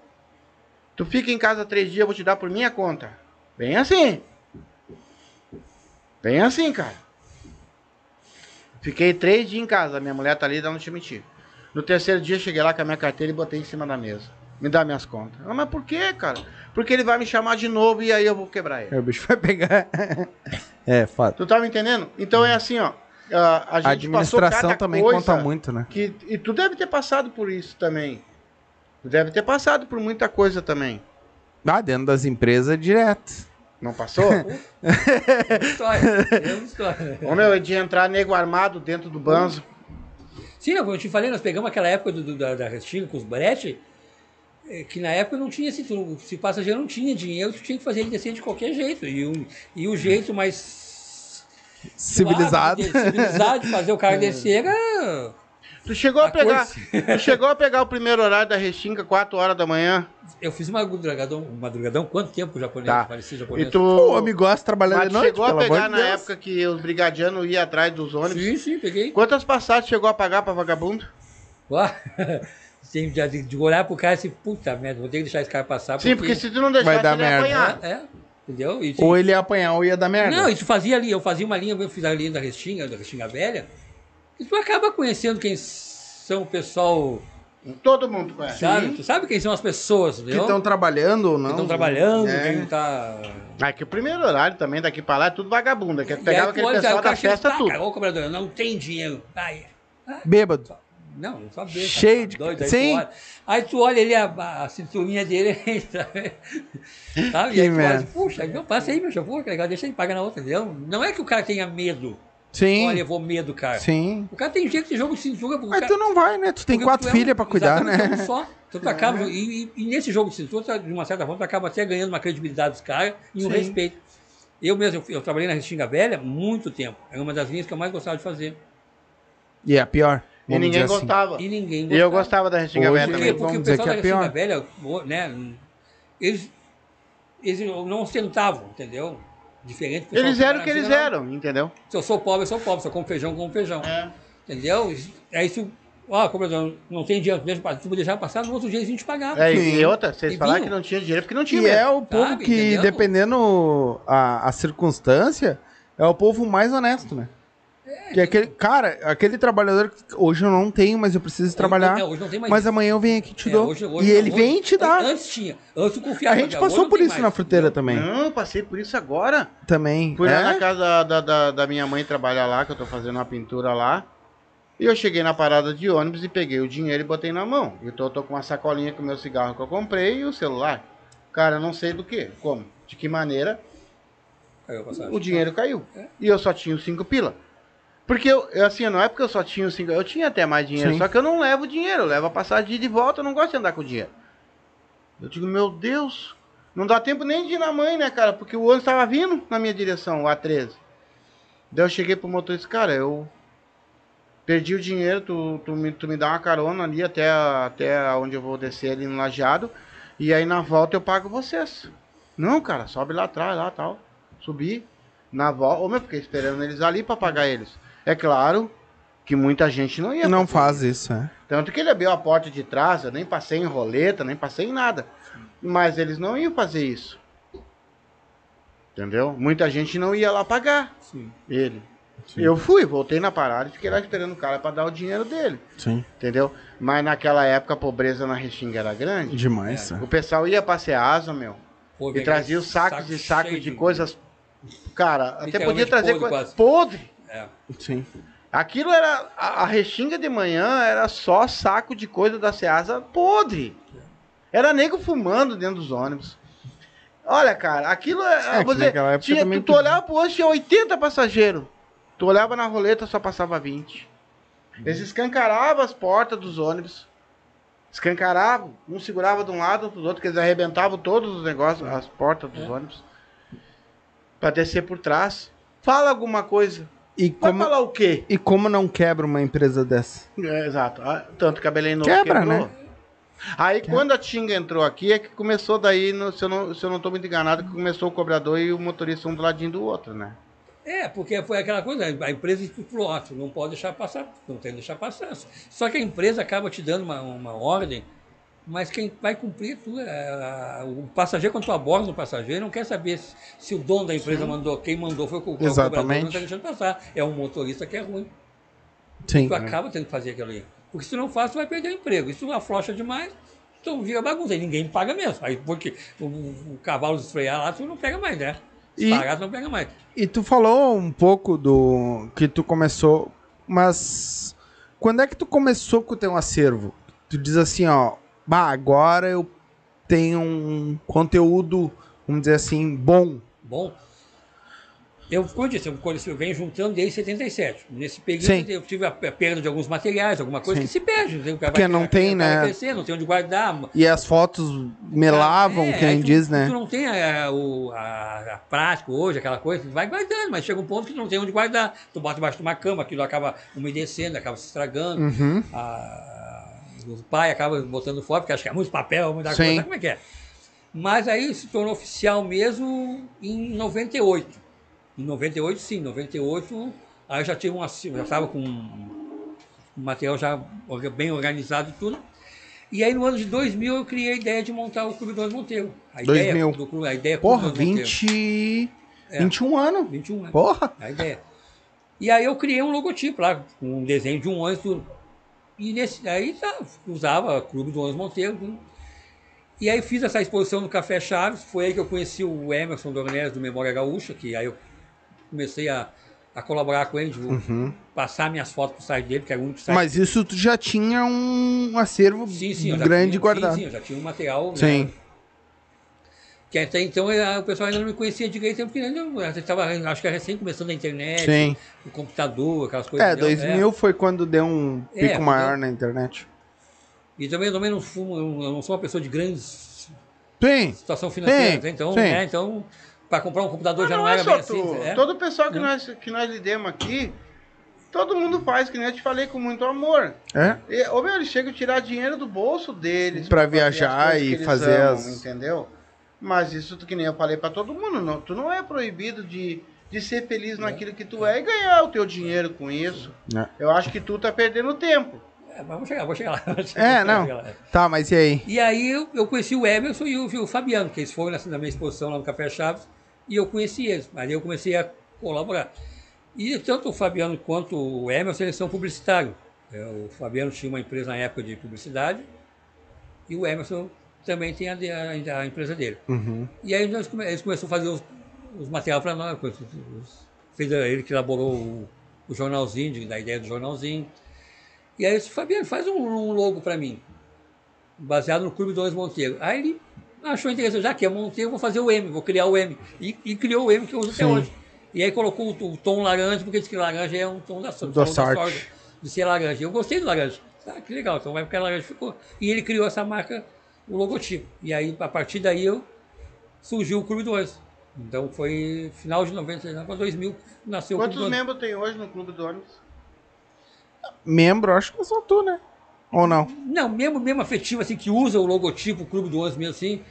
Tu fica em casa três dias, eu vou te dar por minha conta. Bem assim. Bem assim, cara. Fiquei três dias em casa, minha mulher tá ali, ela não te mentir. No terceiro dia, cheguei lá com a minha carteira e botei em cima da mesa. Me dá minhas contas. Ah, mas por quê, cara? Porque ele vai me chamar de novo e aí eu vou quebrar ele. O bicho vai pegar. É, fato. Tu tá me entendendo? Então é assim, ó. A, a gente A passou administração cada também coisa conta muito, né? que e tu deve ter passado por isso também. Tu deve ter passado por muita coisa também. Ah, dentro das empresas direto. Não passou? Ah, É História. Temos história. Ô meu, é de entrar nego armado dentro do banzo. Sim, eu te falei, nós pegamos aquela época do, do- da, da Restinga com os brete, eh, que na época não tinha esse truque. Se o passageiro não tinha dinheiro, tu tinha que fazer ele descer de qualquer jeito. E o, e o jeito mais Civilizado. suave de- civilizado de fazer o É. cara descer era. Tu chegou a, A pegar. coisa. Tu chegou a pegar o primeiro horário da Restinga, 4 horas da manhã. Eu fiz madrugadão, um madrugadão quanto tempo o japonês Tá. parecia E japonês? tu. O homem gosta de trabalhar mas de tu noite, chegou a pelo amor pegar de na Deus. época que os brigadianos iam atrás dos ônibus. Sim, sim, peguei. Quantas passagens chegou a pagar pra vagabundo? Ó, tem de, de- de olhar pro cara e assim, puta merda, vou ter que deixar esse cara passar. Sim, porque se tu não deixasse Vai dar ele ia merda. apanhar. É, é, entendeu? E, Ou ele ia apanhar ou ia dar merda. Não, isso fazia ali, eu fazia uma linha, eu fiz a linha da Restinga, da Restinga Velha, e tu acaba conhecendo quem são o pessoal, Todo mundo conhece. sabe? Tu sabe quem são as pessoas, que entendeu? estão trabalhando ou não. Que tão trabalhando, É. quem tá... Aqui Ah, é o primeiro horário também, daqui pra lá, é tudo vagabundo. Aqui tu E aí é pegava tu aquele olha, pessoal o cara da chega tá e festa, fala, tudo. "Ah, cara, Ô, cobrador, não tem dinheiro. Aí, Bêbado. não, não sabe. Cheio de- Tá Doido, aí, sim. Tu olha, aí tu olha ali a, a cinturinha dele, sabe? sabe? Que e aí tu olha, assim, merda. puxa, não, passa aí, meu chapô, que legal, deixa ele pagar na outra, entendeu? Não é que o cara tenha medo. Sim. Olha, eu vou medo, cara. Sim. O cara tem jeito de jogo de cintura. porque o Mas cara- tu não vai, né? Tu tem Porque quatro tu é um- filhas pra cuidar, né? exatamente, é um Só. Então tu acaba, e, e- e nesse jogo de cintura, tu, de uma certa forma, tu acaba até ganhando uma credibilidade dos caras e um Sim. respeito. Eu mesmo, eu, fui- eu trabalhei na Restinga Velha muito tempo. Era uma das linhas que eu mais gostava de fazer. E é pior. um E vamos dizer ninguém assim. gostava. E ninguém E eu gostava da Restinga Hoje- Velha Por também. quê? Vamos Porque o dizer pessoal que da é Restinga pior. Velha, o- né, eles, eles não ostentavam, entendeu? Diferente do pessoal Eles que eram o trabalhava que na eles Restinga lá. eram, entendeu? Se eu sou pobre, eu sou pobre. Se eu como feijão, eu como feijão. É. Entendeu? Aí se... o- Ó, cobrador, não tem dinheiro, deixa, pa- se tu deixar passar, no outro dia eles vêm te pagar. É, e- Sim. e outra, vocês E falaram vinho. que não tinha dinheiro porque não tinha E mesmo. é o povo Sabe, que, entendeu? dependendo a, a circunstância, é o povo mais honesto, né? É, Que aquele, tipo cara, aquele trabalhador que hoje eu não tenho, mas eu preciso trabalhar. é, hoje não tem mais mas isso. amanhã eu venho aqui e te É, dou. hoje- hoje e não, ele hoje- vem e te dá. Antes tinha. Antes tu confiava. A gente agora passou não por tem isso mais. na fruteira também. Não, eu passei por isso agora. Também. Fui lá É? na casa da, da, da minha mãe trabalhar lá, que eu tô fazendo uma pintura lá. E eu cheguei na parada de ônibus e peguei o dinheiro e botei na mão. E eu tô, tô com uma sacolinha com o meu cigarro que eu comprei e o celular. Cara, eu não sei do que, como, de que maneira Caiu a passagem. o dinheiro caiu. E eu só tinha os cinco pila. Porque eu, eu, assim, não é porque eu só tinha os cinco, eu tinha até mais dinheiro, Sim. só que eu não levo dinheiro, eu levo a passagem de ida e volta, eu não gosto de andar com dinheiro. Eu digo, meu Deus, não dá tempo nem de ir na mãe, né, cara? Porque o ônibus estava vindo na minha direção, o A13. Daí eu cheguei pro motorista, cara, eu perdi o dinheiro, tu, tu, me, tu me dá uma carona ali até, a- até onde eu vou descer ali no lajeado. E aí na volta eu pago vocês. Não, cara, sobe lá atrás, lá tal. Subi. Na volta. Ô meu, fiquei esperando eles ali pra pagar eles. É claro que muita gente não ia. Não fazer faz isso, é. tanto que ele abriu a porta de trás, eu nem passei em roleta, nem passei em nada. Mas eles não iam fazer isso. Entendeu? Muita gente não ia lá pagar Sim. ele. Sim. Eu fui, voltei na parada e fiquei lá esperando o cara pra dar o dinheiro dele. Sim. Entendeu? Mas naquela época a pobreza na Restinga era grande. Demais, é. O pessoal ia passear asa, meu. Pô, E pegar trazia os esse sacos saco e sacos cheio de coisas. Cara, até podia Literalmente trazer podre, coisa. quase. Podre! É. Sim. Aquilo era. A, a restinga de manhã era só saco de coisa da Ceasa podre. Era nego fumando dentro dos ônibus. Olha, cara, aquilo é. que você, naquela época tinha, também tu, tu tu- olhava pro ônibus, tinha 80 passageiros. Tu olhava na roleta, só passava 20. Uhum. Eles escancaravam as portas dos ônibus. Escancaravam. Um segurava de um lado, outro do outro, que eles arrebentavam todos os negócios, as portas É. dos ônibus. Pra descer por trás. Fala alguma coisa. E Vai como, falar o quê? e como não quebra uma empresa dessa? É, exato. Ah, Tanto que a Belém Novo Quebra, quebrou. né? Aí quando a Tinga entrou aqui, é que começou daí, no- se, eu não, se eu não tô muito enganado, que começou o cobrador e o motorista um do ladinho do outro, né? É, porque foi aquela coisa, a empresa estipulou, ah, tu não pode deixar passar, não tem que deixar passar. Só que a empresa acaba te dando uma, uma ordem, mas quem vai cumprir tu é, a- o passageiro, quando tu aborda o passageiro, não quer saber se, se o dono da empresa mandou, quem mandou foi o, co- o Exatamente. cobrador, não tá deixando passar. É um motorista que é ruim. Sim. né? Tu acaba tendo que fazer aquilo ali. Porque se tu não faz, tu vai perder o emprego. E se tu afrouxa demais, então vira bagunça. E ninguém paga mesmo. Aí porque o, o cavalo desfrear lá, tu não pega mais, né? E- Se pagar, tu não pega mais. E tu falou um pouco do que tu começou, mas quando é que tu começou com o teu acervo? Tu diz assim, ó, bah, agora eu tenho um conteúdo, vamos dizer assim, bom. Bom, eu, como eu disse, eu, coleci- eu venho juntando desde 77. Nesse período Sim. eu tive a, a perda de alguns materiais, alguma coisa Sim. que se perde. né? O cara Porque vai- não vai- tem, vai né? crescer, não tem onde guardar. E as fotos melavam, É, aí quem tu- diz, Tu né? não tem a, o- a- a prática hoje, aquela coisa, tu vai guardando, mas chega um ponto que tu não tem onde guardar. Tu bota debaixo de uma cama, aquilo acaba umedecendo, acaba se estragando. Uhum. A- o pai acaba botando fora, porque acho que é muito papel, muita Sim. coisa, sabe como é que é? Mas aí se tornou oficial mesmo em 98. Em 98, sim, 98, aí eu já tinha um assi- já estava com um material já orga- bem organizado e tudo. E aí no ano de 2000 eu criei a ideia de montar o Clube Dois Monteiro. A 2000. ideia do clube, a ideia Clube Porra, Dois Monteiro. 20... É. 21 anos. 21, né? Porra! A ideia. E aí eu criei um logotipo lá, com um desenho de um ônibus. tudo. E nesse, aí tá, usava Clube do Ônibus Monteiro. tudo. E aí fiz essa exposição no Café Chaves. Foi aí que eu conheci o Emerson Dornelles do Memória Gaúcha, que aí eu comecei a, a colaborar com ele, de Hum. passar minhas fotos pro site dele, que era o único site Mas isso tu já tinha um acervo Sim, sim, eu já grande tinha, guardado. Sim, sim, eu já tinha um material. né? Sim. Que até então eh, o pessoal ainda não me conhecia direito, porque ainda não- eu estava, acho que era recém começando a internet, Sim. o um computador, aquelas coisas. É, entendeu? 2000 foi quando deu um É, pico porque- maior na internet. E também, eu também não, fumo, eu não sou uma pessoa de grande Sim. situação financeira, Sim, né? então, sim. né? então para comprar um computador Mas já não, é era bem só assim. tu. né? Todo o pessoal que Não. nós, que nós lidemos aqui, todo mundo faz, que nem eu te falei, com muito amor. É? E, ô meu, eles chegam a tirar dinheiro do bolso deles. Pra fazer as viajar coisas e que eles fazer as- Entendeu? Mas isso, que nem eu falei pra todo mundo, não, tu não é proibido de, de ser feliz naquilo que tu é e ganhar o teu dinheiro com isso. É. Eu acho que tu tá perdendo tempo. É, mas vou chegar, vou chegar lá. É, Vou não. chegar lá. Tá, mas e aí? E aí eu, eu conheci o Emerson e o, e o Fabiano, que eles foram nessa, na minha exposição lá no Café Chaves, e eu conheci eles. Aí eu comecei a colaborar. E tanto o Fabiano quanto o Emerson, eles são publicitários. É, O Fabiano tinha uma empresa na época de publicidade, e o Emerson também tem a, de- a- a empresa dele. E aí nós come- eles começaram a fazer os, os materiais para nós. coisa- os- fez, ele que elaborou o, o jornalzinho, de- da ideia do jornalzinho. E aí eu disse, Fabiano, faz um, um logo para mim, baseado no Clube Dois Monteiro. Aí ele achou interessante, já que é Monteiro, vou fazer o M, vou criar o M. E, e criou o M que eu uso até Sim. hoje. E aí colocou o, o tom laranja, porque diz que laranja é um tom da, so- Da tom sorte. de ser laranja. Eu gostei do laranja. Ah, que legal, então vai ficar laranja, ficou. E ele criou essa marca o logotipo. E aí, a partir daí, eu surgiu o Clube do Anjo. Então foi final de 99 para 2000 nasceu o Clube Quantos do Anjo. membros tem hoje no Clube do Ônibus? Membro, acho que é só tu, né? Ou não? Não, mesmo, mesmo afetivo, assim, que usa o logotipo, o Clube do Anjo mesmo, assim.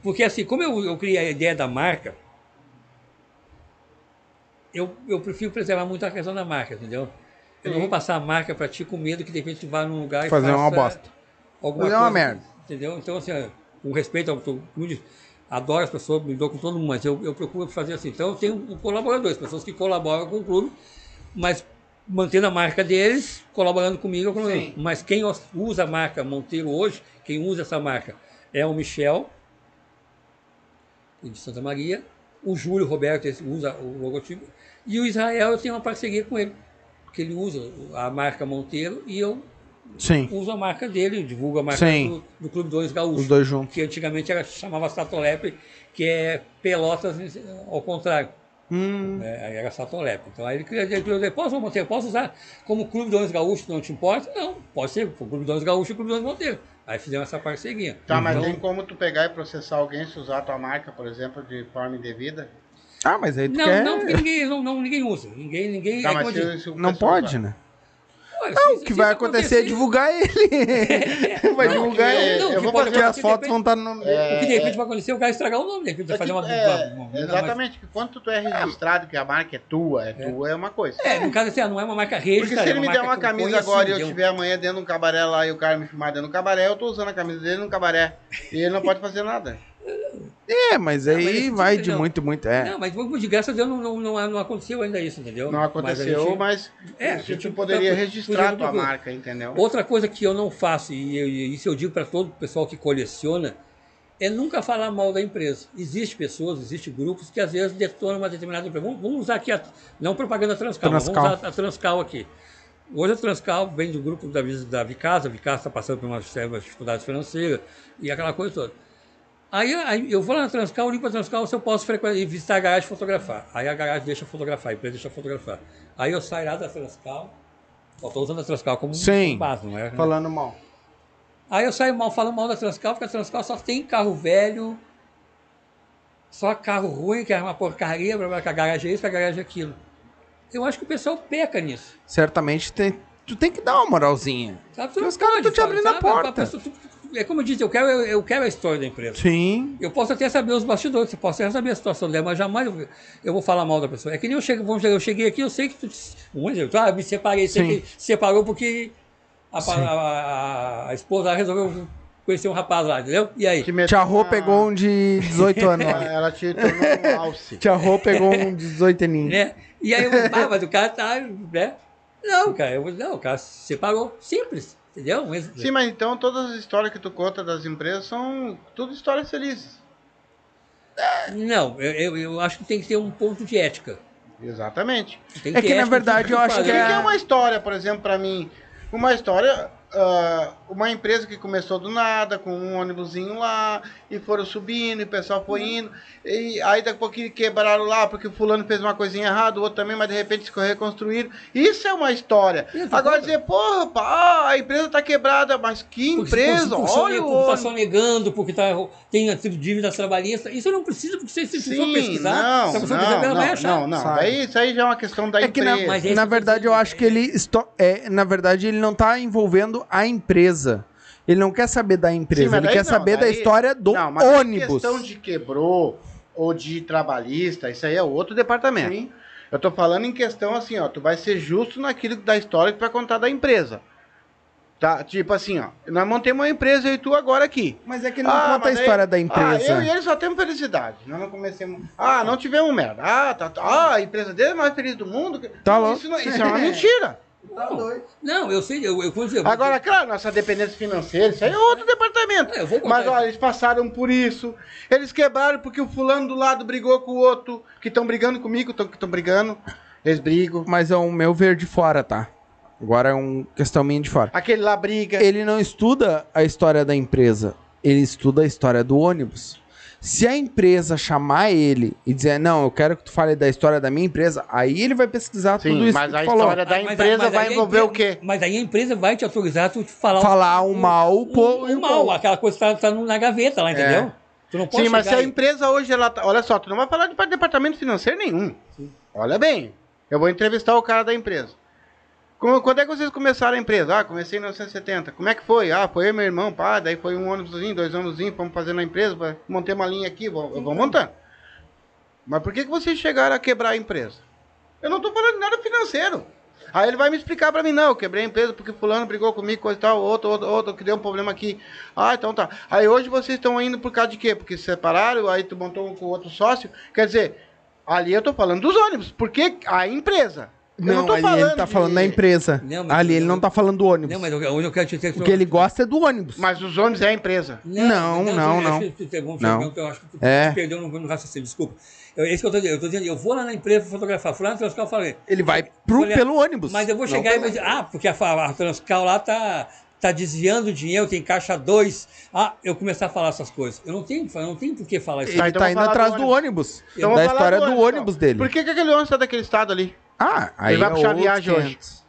Porque, assim, como eu, eu criei a ideia da marca, eu, eu prefiro preservar muito a questão da marca, entendeu? Eu não vou passar a marca para ti com medo que de repente tu vá num lugar e Fazer faça uma bosta. Alguma Fazer coisa, é uma merda. Entendeu? Então, assim, com respeito ao... eu- como diz, Adoro as pessoas, me dou com todo mundo, mas eu, eu procuro fazer assim. Então, eu tenho um colaboradores, pessoas que colaboram com o clube, mas mantendo a marca deles, colaborando comigo. colaborando. Sim. Mas quem os- usa a marca Monteiro hoje, quem usa essa marca é o Michel, de Santa Maria, o Júlio Roberto esse usa o logotipo, e o Israel eu tenho uma parceria com ele, porque ele usa a marca Monteiro e eu Sim. uso a marca dele, divulgo a marca Sim. do, do Clube 2 Gaúcho Os dois juntos. que antigamente era, chamava Satolep, que é Pelotas em- ao contrário, Hum, né? Aí era Satolep. Então aí ele queria ele queria dizer, posso, Monteiro, posso usar como Clube Donos Gaúcho, não te importa? Não, pode ser, o Clube Donos Gaúcho e o Clube Donos Monteiro. Aí fizemos essa parceria. Tá, mas Então, tem como tu pegar e processar alguém se usar a tua marca, por exemplo, de forma indevida? Ah, mas aí tu Não, quer. não, porque ninguém, não, não, ninguém usa. Ninguém, ninguém. Tá, aí, mas como eu digo, se, se o Não pessoal pode, usar- né? olha, Não, se- o se que vai isso acontecer é divulgar ele. Vai Não, divulgar que- ele. não, eu que vou pode porque acontecer as fotos depende- vão estar no. O que de repente vai acontecer é o cara estragar o nome, de repente vai É fazer que- uma. é, uma- uma- exatamente, que quando tu é registrado, que a marca é tua, é, tua, é uma coisa. É, no caso assim, ah, não é uma marca rede. Porque se ele me der uma camisa agora e eu estiver amanhã dentro de um cabaré lá e o cara me filmar dentro de um cabaré, eu tô usando a camisa dele no cabaré. E ele não pode fazer nada. É, mas mas aí isso vai de entendeu? muito, muito. É. Não, mas vamos de graça a Deus, não, não, não, não aconteceu ainda isso, entendeu? Não Mas a aconteceu, gente- mas, É, a se gente tu poderia tá- registrar a podia tua procurar. marca, entendeu? Outra coisa que eu não faço, e, eu- e isso eu digo para todo o pessoal que coleciona, é nunca falar mal da empresa. Existem pessoas, existem grupos que às vezes detonam uma determinada empresa. Vamos, vamos usar aqui, a, não propaganda Transcal, mas Transcal. vamos usar a Transcal aqui. Hoje a Transcal vem do grupo da, Vis- da Vicasa, a Vicasa está passando por umas sérias dificuldades financeiras e aquela coisa toda. Aí, aí eu vou lá na Transcal, eu ligo para a Transcal se eu posso frequen- ir visitar a garagem e fotografar. Aí a garagem deixa eu fotografar, a empresa deixa eu fotografar. Aí eu saio lá da Transcal, só estou usando a Transcal como Sim. base, não é? Falando mal. Aí eu saio mal falando mal da Transcal, porque a Transcal só tem carro velho, só carro ruim, que é uma porcaria, blá, blá, que a garagem é isso, que a garagem é aquilo. Eu acho que o pessoal peca nisso. Certamente tem. Tu tem que dar uma moralzinha. Sabe? Porque não os caras pode, tão te abrindo a porta. pessoa- tu- tu- é como eu disse, eu quero, eu, eu quero a história da empresa. Sim. Eu posso até saber os bastidores, eu posso até saber a situação dela, mas jamais eu, eu vou falar mal da pessoa. É que nem eu chego, vamos dizer, eu cheguei aqui, eu sei que tu. te- Um exemplo, ah, me separei, sei Sim. que separou porque a, pa- a- a- a esposa resolveu conhecer um rapaz lá, entendeu? E aí? Que meteu Tia Rô na- pegou um de 18 anos. Ela ela te tornou um alce. Tia Rô pegou um de 18 aninhos. né? E aí eu, ah, mas o cara tá, né? Não, cara, eu, não, o cara se separou. Simples, entendeu? Um Mas, Sim, mas então todas as histórias que tu conta das empresas são tudo histórias felizes. Não, eu, eu, eu acho que tem que ter um ponto de ética. Exatamente. Tem É que, ter na ética em verdade, tudo eu acho faz, O que né? que é uma história, por exemplo, pra mim? Uma história, ah, uma empresa que começou do nada, com um ônibusinho lá, e foram subindo, e o pessoal foi indo, e aí daqui a pouquinho quebraram lá, porque o fulano fez uma coisinha errada, o outro também, mas de repente se reconstruíram. Isso é uma história. Isso, Agora claro. dizer, porra, pá, a empresa tá quebrada, mas que Porque empresa, porque só- olha o porque tá ônibus. só negando, porque tá, tem as dívidas trabalhistas. Isso não precisa, porque se se a pessoa pesquisar, não, se não, a pessoa pesquisar, ela vai achar. não, não, não. sabe? Daí, isso aí já é uma questão da É que empresa. na, Mas é na isso que verdade eu eu acho que ele esto- é, na verdade ele não tá envolvendo a empresa. Ele não quer saber da empresa, Sim, mas ele daí quer não, saber da daí- história do Não, mas a ônibus. questão de quebrou ou de trabalhista, isso aí é outro departamento. Eu tô falando em questão assim, ó, tu vai ser justo naquilo da história que tu vai contar da empresa. Tá? Tipo assim, ó, nós montamos uma empresa eu e tu agora aqui. Mas é que Ah, mas conta a daí- história da Ah, eu e empresa. ele só temos felicidade. Nós não comecemos. Ah, não tivemos merda. Ah, tá, tá. Ah, a empresa dele é a mais feliz do mundo. Tá Não, louco. isso, não- isso é uma mentira. Não, Tá não, eu sei, eu, eu vou dizer. eu vou Agora, dizer- claro, nossa dependência financeira, isso aí é outro departamento. É, eu vou contar Mas isso. olha, eles passaram por isso. Eles quebraram porque o fulano do lado brigou com o outro, que estão brigando comigo, tão, que estão brigando. Eles brigam. Mas é um meu verde fora, tá? Agora é uma questão minha de fora. Aquele lá briga. Ele não estuda a história da empresa, ele estuda a história do ônibus. Se a empresa chamar ele e dizer, não, eu quero que tu fale da história da minha empresa, aí ele vai pesquisar tudo Sim, isso mas que tu a falou. Ah, é, história da Ah, Mas- mas- empresa mas aí vai a envolver o empresa- quê? Mas aí a empresa vai te autorizar a tu te falar, Falar o mal, o, o, pô, o, o mal, aquela coisa que tá, tá na gaveta lá, entendeu? Tu não pode É. Sim, mas se chegar a e- empresa hoje, ela tá- olha só, tu não vai falar de pa- departamento financeiro nenhum. Olha bem, eu vou entrevistar o cara da empresa. Como- Quando é que vocês começaram a empresa? Ah, comecei em 1970. Como é que foi? Ah, foi eu e meu irmão, pá, daí foi um ônibusinho, dois ônibusinhos, fomos fazendo a empresa, pá, montei uma linha aqui, vou, eu vou Uhum. montando. Mas por que, que vocês chegaram a quebrar a empresa? Eu não tô falando de nada financeiro. Aí ele vai me explicar pra mim, não, eu quebrei a empresa porque fulano brigou comigo, coisa e tal, outro, outro, outro, que deu um problema aqui. Ah, então tá. Aí hoje vocês estão indo por causa de quê? Porque se separaram, aí tu montou um com o outro sócio. Quer dizer, ali eu tô falando dos ônibus, porque a empresa. Eu Não, tô ali ele tá de- falando da empresa. Não, mas- ali ele não tá falando do ônibus. Não, mas eu, eu quero te dizer que... O que ele gosta é do ônibus. Mas os ônibus é a empresa. Não, não, eu acho não. que tu- tu- vamos Não. chegar, Eu acho que tu, É. tu perdeu no, no raciocínio, desculpa. Eu, é isso que eu tô dizendo. Eu tô dizendo, eu vou lá na empresa fotografar fulano, Transcal, eu falei. Ele vai pro- Olha, pelo ônibus. Mas eu vou Não chegar e pelo- vou dizer, ah, porque a, fa- a Transcal lá tá, tá desviando dinheiro, tem caixa 2. Ah, eu começar a falar essas coisas. Eu não tenho, que falar, eu não tenho por que falar isso. Ele Tá, tá, então vamos indo falar atrás do do ônibus. Então da vamos falar história do ônibus, então. dele. Por que, que aquele ônibus tá daquele estado ali? Ah, aí vai é puxar outro viagem hoje. 500.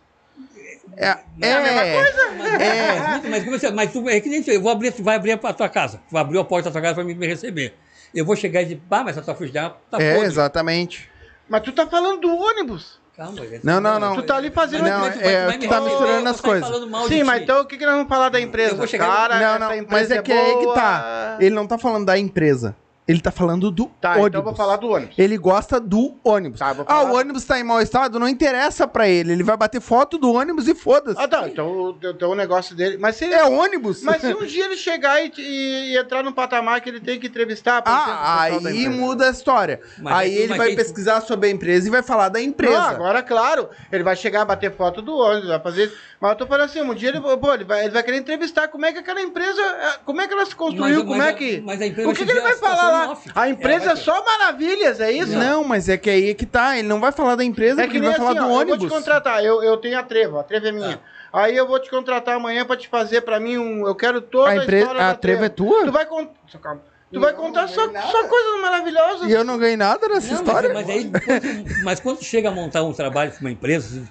É, É a é, Mas, mas, mas, como você- mas tu é que nem tu, eu vou abrir, tu vai abrir a tua casa. Tu abriu a porta da tua casa para me, me receber. Eu vou chegar e dizer, pá, mas essa tua frigideira tá é, podre. exatamente. Mas tu tá falando do ônibus. Calma, gente. Não, não, não. Tu tá ali fazendo Não, mas tu é, vai- tu vai tu me tá receber, misturando eu vou as sair coisas. falando mal de Sim, ti. mas então o que, que nós vamos falar da empresa? Eu vou chegar- não, essa não, empresa mas é que é aí que boa. tá. Ele não tá falando da empresa. Ele tá falando do Tá, ônibus. então eu vou falar do ônibus. Ele gosta do ônibus. Tá, vou ah, falar- o ônibus tá em mau estado, não interessa pra ele. Ele vai bater foto do ônibus e foda-se. Ah, tá. Então, o- então o negócio dele. Mas se, É ônibus. mas se um dia ele chegar e, e- e entrar num patamar que ele tem que entrevistar. por exemplo, o Ah, pessoal da aí empresa. muda a história. Mas aí aí- ele mas vai aí- pesquisar sobre a empresa e vai falar da empresa. Não, agora, claro, ele vai chegar a bater foto do ônibus, vai fazer isso. Mas eu tô falando assim, um dia ele, pô, ele, vai, ele vai querer entrevistar como é que aquela empresa, eh, como é que ela se construiu, Mas- mas como é a- que... mas a empresa o que, vai que te ele dizer vai a situação falar em lá? off. A empresa Ela é vai só maravilhas, é isso? Não, mas é que aí que tá. Ele não vai falar da empresa, É porque que ele nem vai falar assim, do ó, eu vou te ônibus. contratar, eu, eu tenho a treva, a treva é minha. Aí eu vou te contratar amanhã pra te fazer pra mim um... Eu quero toda a, A, empresa, história a da treva é tua? Tu vai, con... Só calma. Tu Não, vai contar só, não é nada. só coisas maravilhosas. E eu não ganhei nada nessa Não, história? Mas, mas aí, quando- mas quando chega a montar um trabalho com uma empresa, assim,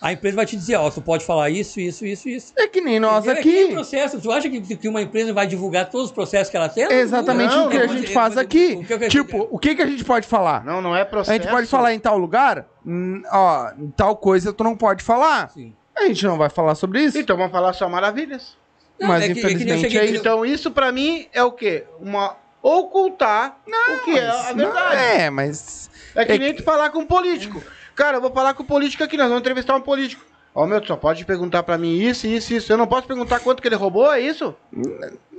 a empresa vai te dizer, ó, tu pode falar isso, isso, isso, isso. É que nem nós É que nem aqui. processo. Tu acha que, que uma empresa vai divulgar todos os processos que ela tem? É exatamente Não, o que não, a gente faz aqui. é O que eu quero tipo, dizer? o que, que a gente pode falar? Não, não é a processo. gente pode falar em tal lugar? Hum, ó, em tal coisa tu não pode falar. Sim. A gente não vai falar sobre isso. Então vamos falar só maravilhas. Não, mas é que- é que nem eu infelizmente cheguei- é isso. Então isso pra mim é o quê? Uma ocultar o que é a verdade. Não, é, mas. é que é nem tu falar com um político. Cara, eu vou falar com o político aqui, nós vamos entrevistar um político. Ó, meu, tu só pode perguntar pra mim isso, isso, isso. Eu não posso perguntar quanto que ele roubou, é isso?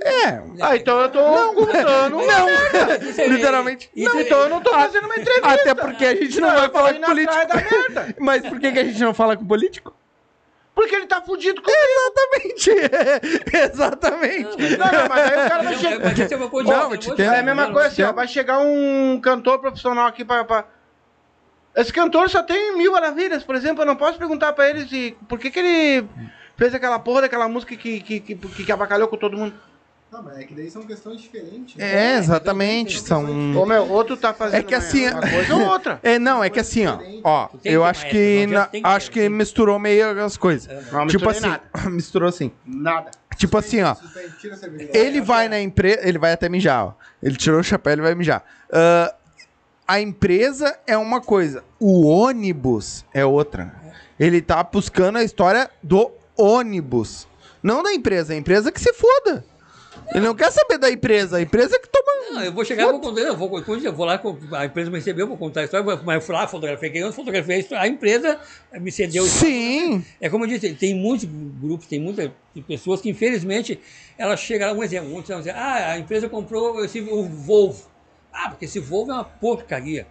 É. Ah, então eu tô ocultando. Não, Isso aí- literalmente. isso Não, aí- então eu não tô fazendo uma entrevista. Até porque a gente não, Não, vai eu tô falar indo com político. atrás da merda. Mas por que, que a gente não fala com político? Porque ele tá fudido com... Exatamente! Exatamente! Não, não, mas aí o cara vai Não, chegar... mas isso é uma coisa Não, de- eu te outra- entendo. É a mesma coisa assim, ó. Vai chegar um cantor profissional aqui pra. pra- Esse cantor só tem mil maravilhas, por exemplo. Eu não posso perguntar pra ele se, por que, que ele fez aquela porra daquela música que, que, que, que abacalhou com todo mundo. Não, mas é que daí são questões diferentes. né? É, exatamente. Ô São. meu, outro tá fazendo É que assim- uma coisa ou outra. É, não, é que assim, ó. Ó, Tem que eu acho ter maestro, que. não na- adianta, tem que ter, acho que tem que- misturou meio as coisas. Não, Tipo misturei assim, nada. misturou assim. Nada. Tipo assim, ó. Suspende, tira essa É, habilidade. Ele vai na empresa. Ele vai até mijar, ó. Ele tirou o chapéu, ele vai mijar. Ah, a empresa é uma coisa, o ônibus é outra. Ele tá buscando a história do ônibus. Não da empresa, a empresa que se foda. Ele não quer saber da empresa, a empresa que toma. Não, eu vou chegar, eu vou contar, eu vou, como eu disse, eu vou lá, com- a empresa me recebeu, eu vou contar a história, vou- mas eu fui lá, fotografei, quem eu fotografei a história, a empresa me cedeu. Sim. É como eu disse, tem muitos grupos, tem muitas pessoas que infelizmente elas chegam lá, um exemplo, um exemplo, ah, a empresa comprou esse, o Volvo. Ah, porque esse Volvo é uma porcaria.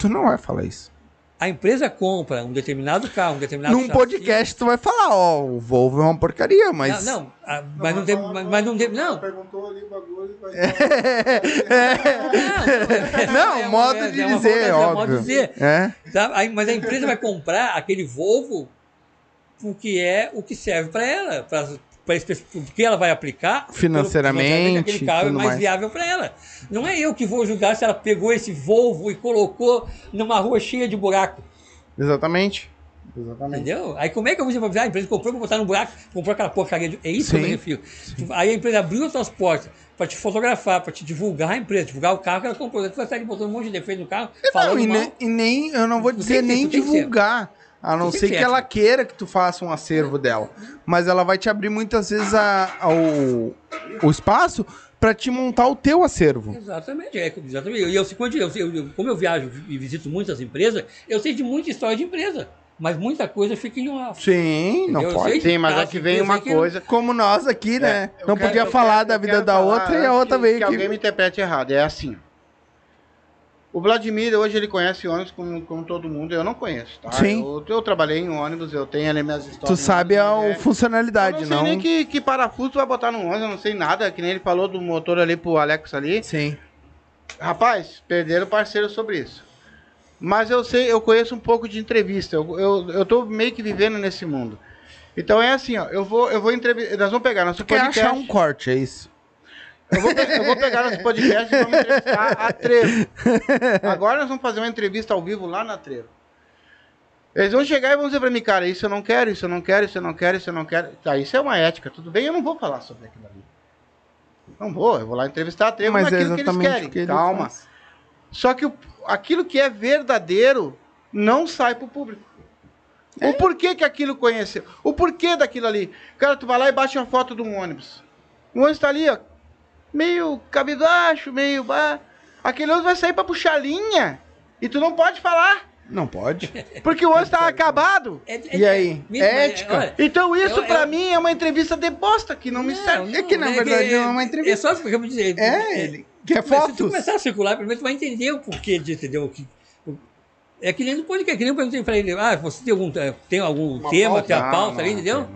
Tu não vai falar isso. A empresa compra um determinado carro, um determinado Num chassi. podcast tu vai falar, ó, o Volvo é uma porcaria, mas. Não, não, ah, mas não tem, fala- mas mas não tem, não. Perguntou ali o bagulho, vai É. falar. Não, é um- modo é- de é uma dizer, moda- é um modo de óbvio. dizer. É. Sabe? Tá? Aí, mas a empresa vai comprar aquele Volvo porque é o que serve para ela, para pra espe- o que ela vai aplicar pelo- Financeiramente, aquele carro é tudo mais, mais. viável para ela. Não é eu que vou julgar se ela pegou esse Volvo e colocou numa rua cheia de buraco, Exatamente. Exatamente. entendeu? Aí como é que eu vou dizer pra você, ah, a empresa comprou para botar no buraco, comprou aquela porcaria de... É isso que eu Sim. me refiro. Aí a empresa abriu as suas portas para te fotografar, para te divulgar a empresa, divulgar o carro que ela comprou. Você vai sair botando um monte de defeito no carro, falando Não, e, mal. nem, e nem- eu não vou Não dizer tem nem jeito, tem é? jeito. divulgar. A não tem ser que jeito. ela queira que tu faça um acervo dela. Mas ela vai te abrir muitas vezes a- ao, o espaço pra te montar o teu acervo. Exatamente, é, exatamente. E eu, se- quando eu- eu- eu- como eu viajo e visito muitas empresas, eu sei de muita história de empresa, mas muita coisa fica em off. Sim, não Eu pode. sei. Sim, mas Tá, aqui vem eu uma sei que não- coisa. Como nós aqui, né? É, Eu não quero- podia eu falar quero- da eu vida quero da falar outra e antes a outra que, veio que aqui. alguém me interprete errado. É assim. O Vladimir, hoje, ele conhece ônibus como, como todo mundo. Eu não conheço, tá? Sim. Eu, eu trabalhei em ônibus, eu tenho ali minhas histórias. Tu sabe a é, Eu funcionalidade, não sei não? nem que, que parafuso tu vai botar no ônibus, eu não sei nada. Que nem ele falou do motor ali pro Alex ali. Sim. Rapaz, perderam parceiro sobre isso. Mas eu sei, eu conheço um pouco de entrevista. Eu, eu, eu tô meio que vivendo nesse mundo. Então é assim, ó. Eu vou, eu vou entrevistar. Nós vamos pegar nosso Quer podcast. achar um corte, é isso. Eu vou, pe- eu vou pegar nosso podcast e vamos entrevistar a Trevo. Agora nós vamos fazer uma entrevista ao vivo lá na Trevo. Eles vão chegar e vão dizer pra mim, cara, isso eu não quero, isso eu não quero, isso eu não quero, isso eu não quero. Tá, isso é uma ética, tudo bem, eu não vou falar sobre aquilo ali. Não vou, eu vou lá entrevistar a Trevo Mas é naquilo que eles exatamente querem. o que ele Calma. faz. Só que o- aquilo que é verdadeiro não sai pro público. É? O porquê que aquilo conheceu? O porquê daquilo ali? Cara, tu vai lá e baixa uma foto de um ônibus. O ônibus tá ali, ó. Meio cabibaixo, meio. Bah. Aquele ônibus vai sair pra puxar linha. E tu não pode falar. Não pode. Porque o ônibus tá acabado. É- é- E aí? mesmo, é- Ética? olha, Então isso Eu- pra eu- mim é uma entrevista de bosta que não, me serve. é que, na verdade, não é uma entrevista. né, É só porque eu vou dizer. É, ele quer Mas Se tu fotos. começar a circular, pelo menos tu vai entender o porquê de entender o que. o- É que nem no podcast, que nem eu perguntei pra ele, ah, você tem algum, tem algum tema, tem Ah, a pauta ali, entendeu?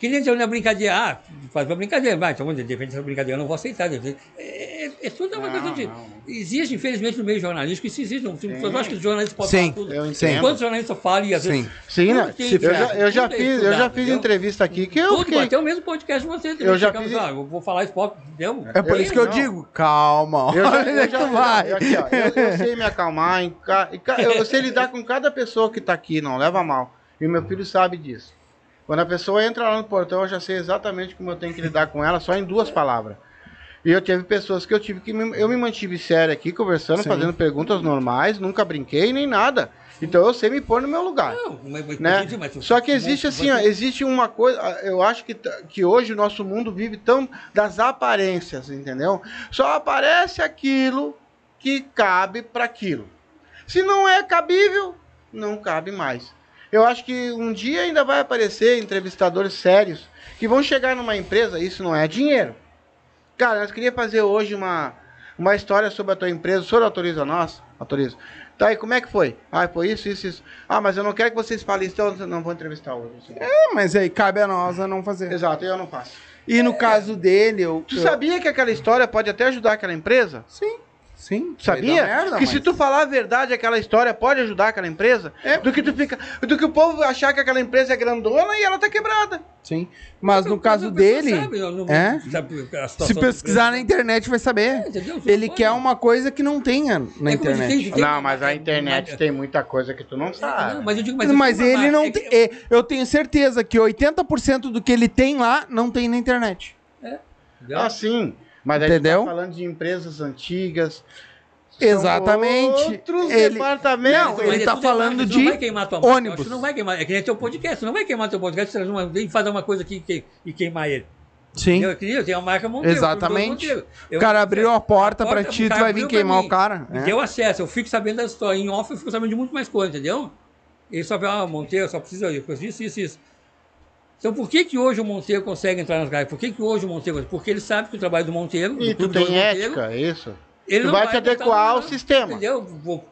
Que nem se eu na brincadeira, ah, faz uma brincadeira, vai, então, de repente essa brincadeira eu não vou aceitar. de repente. É, é, é tudo Ah, uma Não, questão de. não. Existe, infelizmente, no meio jornalístico, isso existe. Não, Sim. eu acho que os jornalistas podem Sim, falar tudo. eu entendo. Enquanto os jornalistas falam e às vezes. Sim. Sim, né? Tudo tem Eu já, eu já tudo é fiz, eu já estudado, fiz entendeu? entrevista aqui que eu Tudo, fiquei. até o mesmo podcast de você também. Eu já chegamos fiz- lá, eu vou falar isso, pô, entendeu? É por Eu- isso que eu não. digo, calma, Eu, já, olha onde é eu, que já, tu vai. eu- aqui, ó, eu- eu sei me acalmar, em ca- em ca- eu, eu sei lidar com cada pessoa que tá aqui, não leva mal. E o meu filho sabe disso. Quando a pessoa entra lá no portão, eu já sei exatamente como eu tenho que lidar com ela, só em duas palavras. E eu tive pessoas que eu tive que. Me, eu me mantive sério aqui, conversando, Sim. fazendo perguntas normais, nunca brinquei nem nada. Então eu sei me pôr no meu lugar Não, mas, mas, né? mas- mas- Só que existe mas- assim, ó, existe uma coisa, eu acho que, t- que hoje o nosso mundo vive tão das aparências, entendeu? Só aparece aquilo que cabe para aquilo. Se não é cabível, não cabe mais. Eu acho que um dia ainda vai aparecer entrevistadores sérios que vão chegar numa empresa, isso não é dinheiro. Cara, nós queria fazer hoje uma, uma história sobre a tua empresa. O senhor autoriza nós? Autoriza. Tá, e como é que foi? Ah, foi isso, isso, isso. Ah, mas eu não quero que vocês falem isso, então eu não vou entrevistar hoje. assim. É, mas aí cabe a nós a não fazer. Exato, eu não faço. E É. no caso dele, eu. Tu eu- sabia que aquela história pode até ajudar aquela empresa? Sim, sim. Tu Sabia? Vai dar merda, que mas- se tu falar a verdade, aquela história pode ajudar aquela empresa? É. Do que tu fica. Do que o povo achar que aquela empresa é grandona e ela tá quebrada. Sim. Mas no caso Então, a pessoa dele, sabe, eu não- é? sabe a situação se da pesquisar na empresa. internet, vai saber. Entendeu? Você Ele não quer pode. uma coisa que não tenha na É como se internet. tem- tem- tem muita coisa que tu não Não, mas eu digo, Mas, eu tenho uma ele não marca, tem. é que- é, Eu tenho certeza que 80% do que ele tem lá não tem na internet. Ah, sim. Mas aí Entendeu? tu tá falando de empresas antigas. Exatamente. São outros Ele- departamentos. Não, ele Mas é tá tudo é falando marketing, de não vai queimar tua marca, ônibus. eu acho que não vai queimar. É que nem teu podcast. Não vai queimar teu podcast se eles não vem fazer uma coisa aqui que- e queimar ele. Sim. Eu queria, eu tenho a marca Monteiro. Exatamente. produtor Monteiro. Eu- o cara abriu a porta pra porta, ti, o tu cara vai vir abriu pra queimar mim. o cara. Me né? deu acesso, eu fico sabendo da história. Em off eu fico sabendo de muito mais coisa, entendeu? Ele só fala, ah, Monteiro, só precisa de coisa, isso, isso, isso. Então por que que hoje o Monteiro consegue entrar nas garras? Por que que hoje o Monteiro... Porque ele sabe que o trabalho do Monteiro... E do tu clube do tem Monteiro, ética, isso? Ele Tu não vai te botar adequar no- ao sistema. Entendeu? Vou-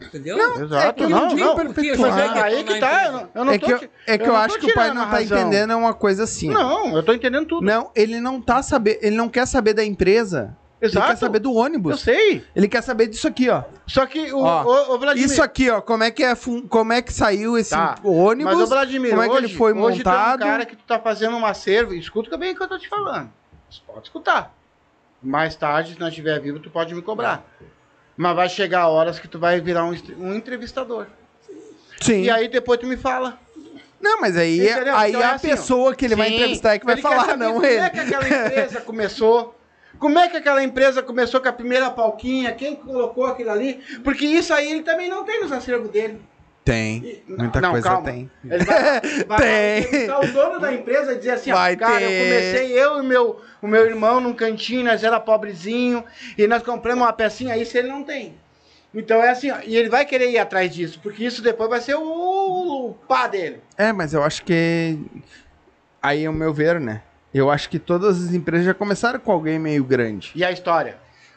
Entendeu? Exato, é que não, não tem não. per- Porque perpetuar. você quer Aí tornar que tá, eu a não, eu não é tô que eu, ti- é que eu não acho tô que o pai tirando não a tá razão. entendendo uma coisa assim. ó. Não, eu tô entendendo tudo. Não, ele não tá saber, ele não quer saber da empresa Ele Exato. quer saber do Eu ônibus. sei. Ele quer saber disso aqui, ó. Só que o, Ó, o- o Vladimir. Isso aqui, ó. Como é que, é fun- como é que saiu esse Tá. ônibus? Mas o Vladimir, como é que hoje, ele foi hoje tem montado? um cara que tu tá fazendo um acervo, escuta bem o que eu tô te falando. Você pode escutar. Mais tarde, se não estiver vivo, tu pode me cobrar. Mas vai chegar horas que tu vai virar um, est- um entrevistador. Sim. E aí depois tu me fala. Não, mas aí, Entendeu? aí Então é a assim, ó. pessoa que ele vai Sim. entrevistar é que vai Ele quer falar, saber não como ele. Como é que aquela empresa começou? Como é que aquela empresa começou com a primeira palquinha? Quem colocou aquilo ali? Porque isso aí ele também não tem nos acervos dele. Tem. E- Muita é. não, coisa calma. tem. Ele vai, vai Tem. entrevistar o dono da empresa e dizer assim, ó, Vai cara, ter. eu comecei, eu e meu, o meu irmão num cantinho, nós era pobrezinho, e nós compramos uma pecinha, isso ele não tem. Então é assim, ó, e ele vai querer ir atrás disso, porque isso depois vai ser o, o pá dele. É, mas eu acho que. Aí é o meu ver, né? Eu acho que todas as empresas já começaram com alguém meio grande. E a história?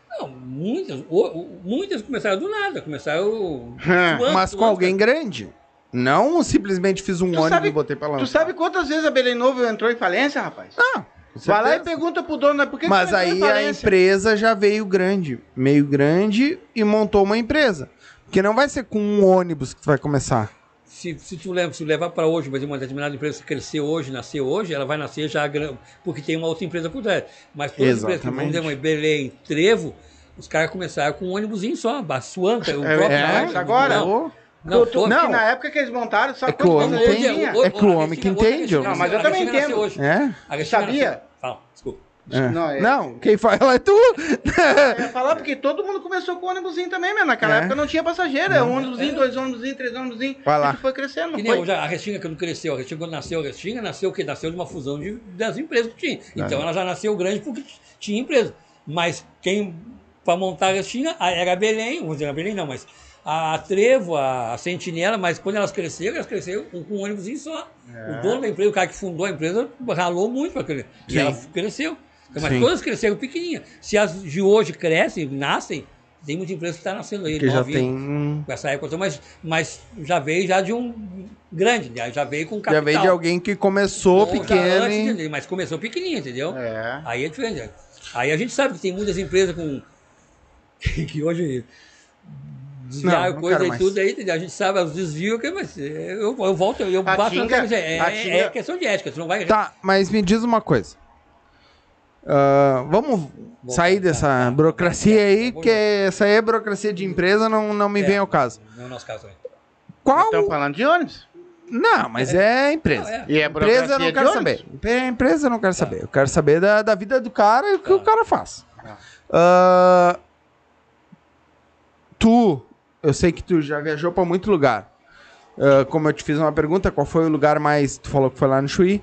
Não, muitas, o- o- muitas começaram do nada, começaram. suando, Mas com suando, alguém grande. Não simplesmente fiz um Tu ônibus sabe- e botei pra lá. Tu sabe quantas vezes a Belém Novo entrou em falência, rapaz? Ah, com vai lá e certeza. pergunta pro dono, né, por que que Mas tu entrou aí em a falência? empresa já veio grande, meio grande e montou uma empresa. Porque não vai ser com um ônibus que tu vai começar. Se, se tu leva, se levar para hoje, mas uma determinada empresa crescer hoje, nascer hoje, ela vai nascer já grande, porque tem uma outra empresa por trás. Mas todas as empresas, Exatamente. vamos dizer, um uma Belém, Trevo, os caras começaram com um ônibusinho só, baçuanta, o É, próprio. é, ônibus. mas agora- Não, Ô, não, Tu- tu- não, não. que na época que eles montaram, sabe É que o quantas homem vezes tem- tinha? É que o homem que entende, Não, Não, mas eu também entendo. Hoje. É? A Cristina Sabia? nasceu- Fala, desculpa. É. Não, é- Não, quem fala é tu. É. Eu ia falar porque todo mundo começou com ônibusinho também, mesmo. Naquela É. época não tinha passageiro, era um ônibusinho, dois ônibusinhos, três ônibusinhos. Vai lá. E tu foi crescendo, Que não nem foi? hoje, a Restinga, quando cresceu, a Restinga, quando nasceu a Restinga, nasceu o quê? Nasceu de uma fusão de, das empresas que tinha. É. Então ela já nasceu grande porque t- tinha empresa. Mas quem, para montar a Restinga, a- era a Belém, vamos dizer, a Belém não, mas a Trevo, a, a Sentinela, mas quando elas cresceram, elas cresceram com, com um ônibusinho só. É. O dono da empresa, o cara que fundou a empresa, ralou muito para crescer. E Sim. ela cresceu. Então, mas Sim. todas cresceram pequenininha. Se as de hoje crescem, nascem, tem muita empresa que está nascendo aí. Que já novinha tem. um- com essa época, mas, mas já veio já de um grande, né? já veio com capital. Já veio de alguém que começou Ou já pequeno. antes, e- entendeu? mas começou pequenininho, entendeu? É. Aí é diferente. né? Aí a gente sabe que tem muitas empresas com que hoje desviaram Não, não coisa quero e mais. tudo aí, entendeu? A gente sabe os desvios, que- mas é, eu, eu volto, eu A bato na Tinga- tecla, é, a é- Tinga- é questão de ética, tu não vai Tá, mas me diz uma coisa. Ah, vamos Vou sair voltar, dessa tá. burocracia aí, Vou que essa aí é burocracia de empresa, não, não me É. vem ao caso. no nosso caso. né? Qual? Estão falando de ônibus. Não, mas é Não, empresa. é. E é Empresa burocracia eu não de quero ônibus? saber. Empre- Empresa eu não quero saber. Eu quero saber da, da vida do cara e o que Tá. o cara faz. Tá. Ah, tu, eu sei que tu já viajou pra muito lugar. Ah, como eu te fiz uma pergunta, qual foi o lugar mais. Tu falou que foi lá no Chuí.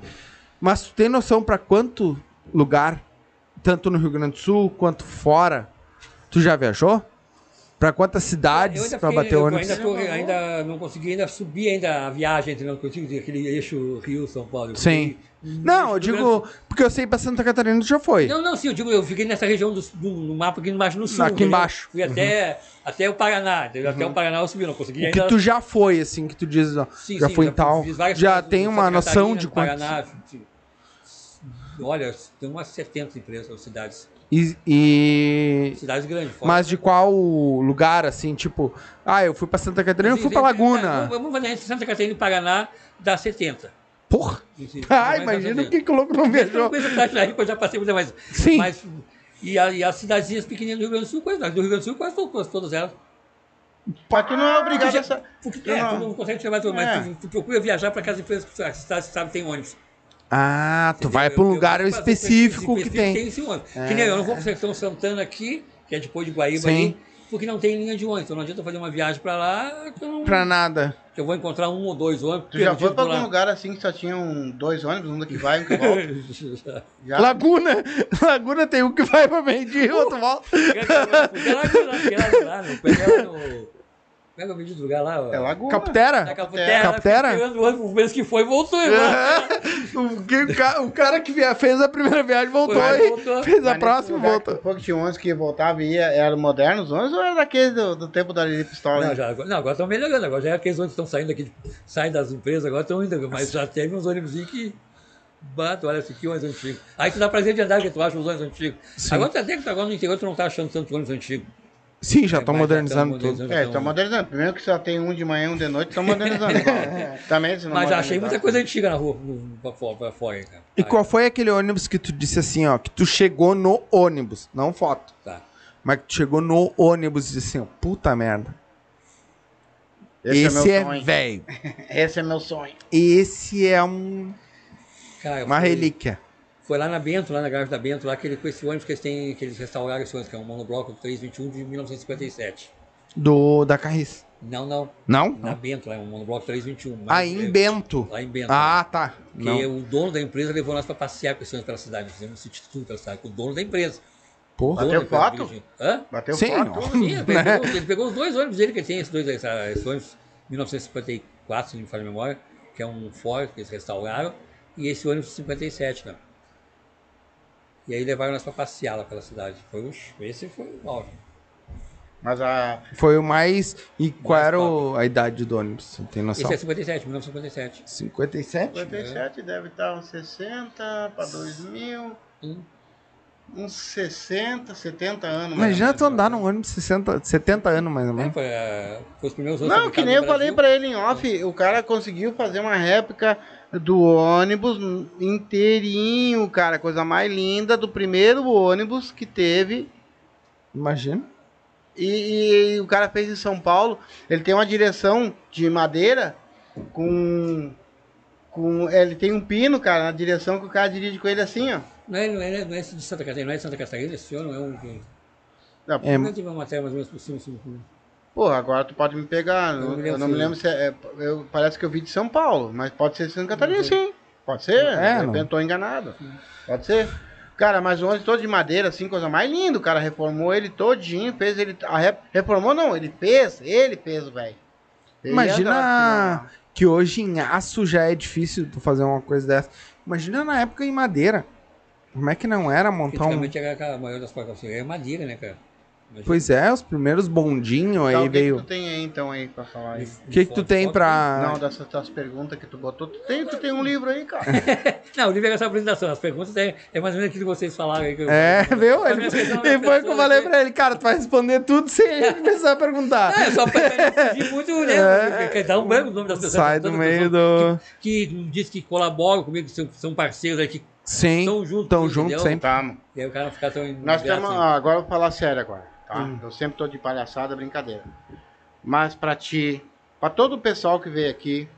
Mas tu tem noção pra quanto lugar, tanto no Rio Grande do Sul quanto fora, tu já viajou? Pra quantas Eu cidades ainda pra fiquei- bater eu ônibus? Ainda, tô- ainda não consegui ainda subir ainda a viagem, entendeu? Que eu tive aquele eixo Rio-São Paulo. Eu Sim. fiquei Não, eu Rio Grande digo, porque eu sei pra Santa Catarina tu já foi. Não, não, sim, eu digo, eu fiquei nessa região do, do- no mapa aqui embaixo no sul. Aqui entendeu? embaixo. Uhum. Fui até, até o Paraná, entendeu? Até o Paraná eu subi, não consegui O que ainda. tu já foi, assim, que tu diz, ó, Sim, já sim, foi em tal. fiz várias Já cidades, tem Santa uma noção Catarina, de quantos. Paraná, de- olha, tem umas 70 empresas, ou cidades. E, e- Cidades grandes. fora. Mas de qual lugar, assim, tipo, ah, eu fui pra Santa Catarina, eu Sim, fui sim, pra cara, Laguna. vamos- Vamos fazer entre Santa Catarina e Paraná, dá 70. Porra! Sim, Ah, mais ou imagina menos. o que, que o louco não assim, Eu viajou. conheço a cidade da Ripa, eu já passei muita mais. Sim. Mas, e, a- e as cidadezinhas pequenininhas do Rio Grande do Sul, quase, do Rio Grande do Sul, quase todas, todas elas. Mas tu não é obrigado a... sa- Porque é, Não. tu não consegue chegar tudo, mas É. tu, tu procura viajar para aquelas empresas que a cidade sabe tem ônibus. Ah, tu vai pra um Eu- eu- lugar eu- eu- específico que tem. É. esse ônibus. Que nem eu, eu não vou para Sertão Santana aqui, que é depois de Sim. Guaíba ali, porque não tem linha de ônibus. Então não adianta eu fazer uma viagem para lá, que eu, não- Pra nada. que eu vou encontrar um ou dois ônibus. Tu já foi perdido pra por algum lá. lugar assim que só tinham dois ônibus, um daqui vai e um que volta? Já? Laguna! Laguna tem um que vai pra Mendir, outro volta. Como é que eu pedi do lugar lá? ó? É Laguna. Na Captera? Caputera. Caputera? Pegando o ônibus, o mês que foi, É, voltou. irmão. o, que- o ca- o cara que via- fez a primeira viagem voltou Foi, aí. voltou. Fez a Mas nesse próxima lugar voltou. Que, foi que tinha ônibus que voltava e ia, eram modernos ônibus ou era daqueles do, do tempo da Lili Pistola? né? Não, já, não, agora estão melhorando. Agora já é aqueles ônibus que estão saindo aqui, saem das empresas, agora estão indo. Mas já teve uns ônibus que Bato, olha, esse aqui é um ônibus antigo. Aí tu dá prazer de andar, porque tu acha os ônibus antigos. Sim. Agora tu até que tu agora no interior tu não tá achando tanto ônibus antigo. Sim, já estão Mas modernizando tão tudo. É, modernizando, estão tão- modernizando. Primeiro que só tem um de manhã e um de noite, estão modernizando. igual. Também, se não É. Mas modernizar- achei muita coisa antiga na rua, no- pra fora, pra fora, cara. E qual foi aquele ônibus que tu disse assim, ó, que tu chegou no ônibus, não foto, Aí, tá. mas que tu chegou no ônibus e disse assim, ó, puta merda, Esse, esse é é meu sonho. velho, Esse é meu sonho. esse é um, Cara, uma foi- relíquia. Foi lá na Bento, lá na garagem da Bento, lá que ele, com esse ônibus que eles têm, que eles restauraram esse ônibus, que é um monobloco 321 de 1957. Do, da Carris. Não, não. Não? Na Bento, lá é um monobloco 321. lá Ah, em Bento. Lá em Bento. Ah, tá. Porque Não. o dono da empresa levou nós para passear com esse ônibus pela é cidade, fizemos esse título pela cidade, com o dono da empresa. Porra. Bateu Dono da empresa foto? dirigindo. Hã? Bateu Sim, foto. ó. Sim, ele pegou, Né? ele pegou os dois ônibus dele que ele tem, esses dois essa- esse ônibus 1954, se não me falha a memória, que é um Ford que eles restauraram, e esse ônibus 57, né? E aí levaram nós para passear lá pela cidade. Foi o, esse foi o auge. Mas a, Foi o mais. E qual Mais era o- a idade do ônibus? Você tem noção? Esse é 57, 1957. 57? 57 deve estar uns 60 para 2000, Hum. uns 60, 70 anos. mais ou Imagina menos. tu andar num ônibus de 60, 70 anos mais ou É, menos. foi, ah, foi os primeiros ônibus Não, que nem eu fabricados falei no pra ele em off, o cara conseguiu fazer uma réplica do ônibus inteirinho, cara, coisa mais linda do primeiro ônibus que teve. Imagina. E, e o cara fez em São Paulo. Ele tem uma direção de madeira com com ele tem um pino, cara, na direção que o cara dirige com ele assim, ó. Brasil. Não é, não, é, não é esse de Santa Catarina, não é de Santa Catarina, esse senhor não é um... Não, É, Eu tive uma matéria mais ou menos por cima, assim, por- Porra, agora tu pode me pegar. Eu, Eu não me eu não me lembro lembro se é. é- eu- parece que eu vi de São Paulo, mas pode ser de Santa Catarina, sim. Pode ser, É, é, de não. repente tô enganado. Pode ser. Cara, mas o ônibus todo de madeira, assim, coisa mais linda. O cara reformou ele todinho, fez ele. a re- reformou não, ele fez, ele fez, velho. Ele anda Imagina assim, que hoje em aço já é difícil tu fazer uma coisa dessa. Imagina na época em madeira. Como é que não era montar um. Antigamente era aquela- a maioria das placas assim, é madeira, né, cara? Imagina. Pois é, os primeiros bondinhos ó. Tá, o aí que que veio. Ah. tu tem aí então aí pra falar aí? O que, que tu tem pra. Não, dessas tuas perguntas que tu botou. Tu tem, tu tem um livro aí, cara. Não, o livro é essa apresentação. As perguntas é, é mais ou menos aquilo que vocês falaram. aí que eu- É, viu? Mas Ele, minha questão é e foi o que eu pessoa falei que- pra ele, cara, tu vai responder tudo sem ele precisar perguntar. Ah, é só pra fugir muito, né? É. Porque Dá um branco o nome das pessoas. Sai todas do as meio pessoas do. Que diz que colaboram comigo, que são, são parceiros aqui. Sim. Tão junto, Tão entendeu? junto sempre. Tá, mano. E aí o cara fica tão. Nós ingrato, temos. né? ah, Agora eu vou falar sério agora. Tá? Eu sempre tô de palhaçada, brincadeira. Mas pra ti, pra todo o pessoal que veio aqui,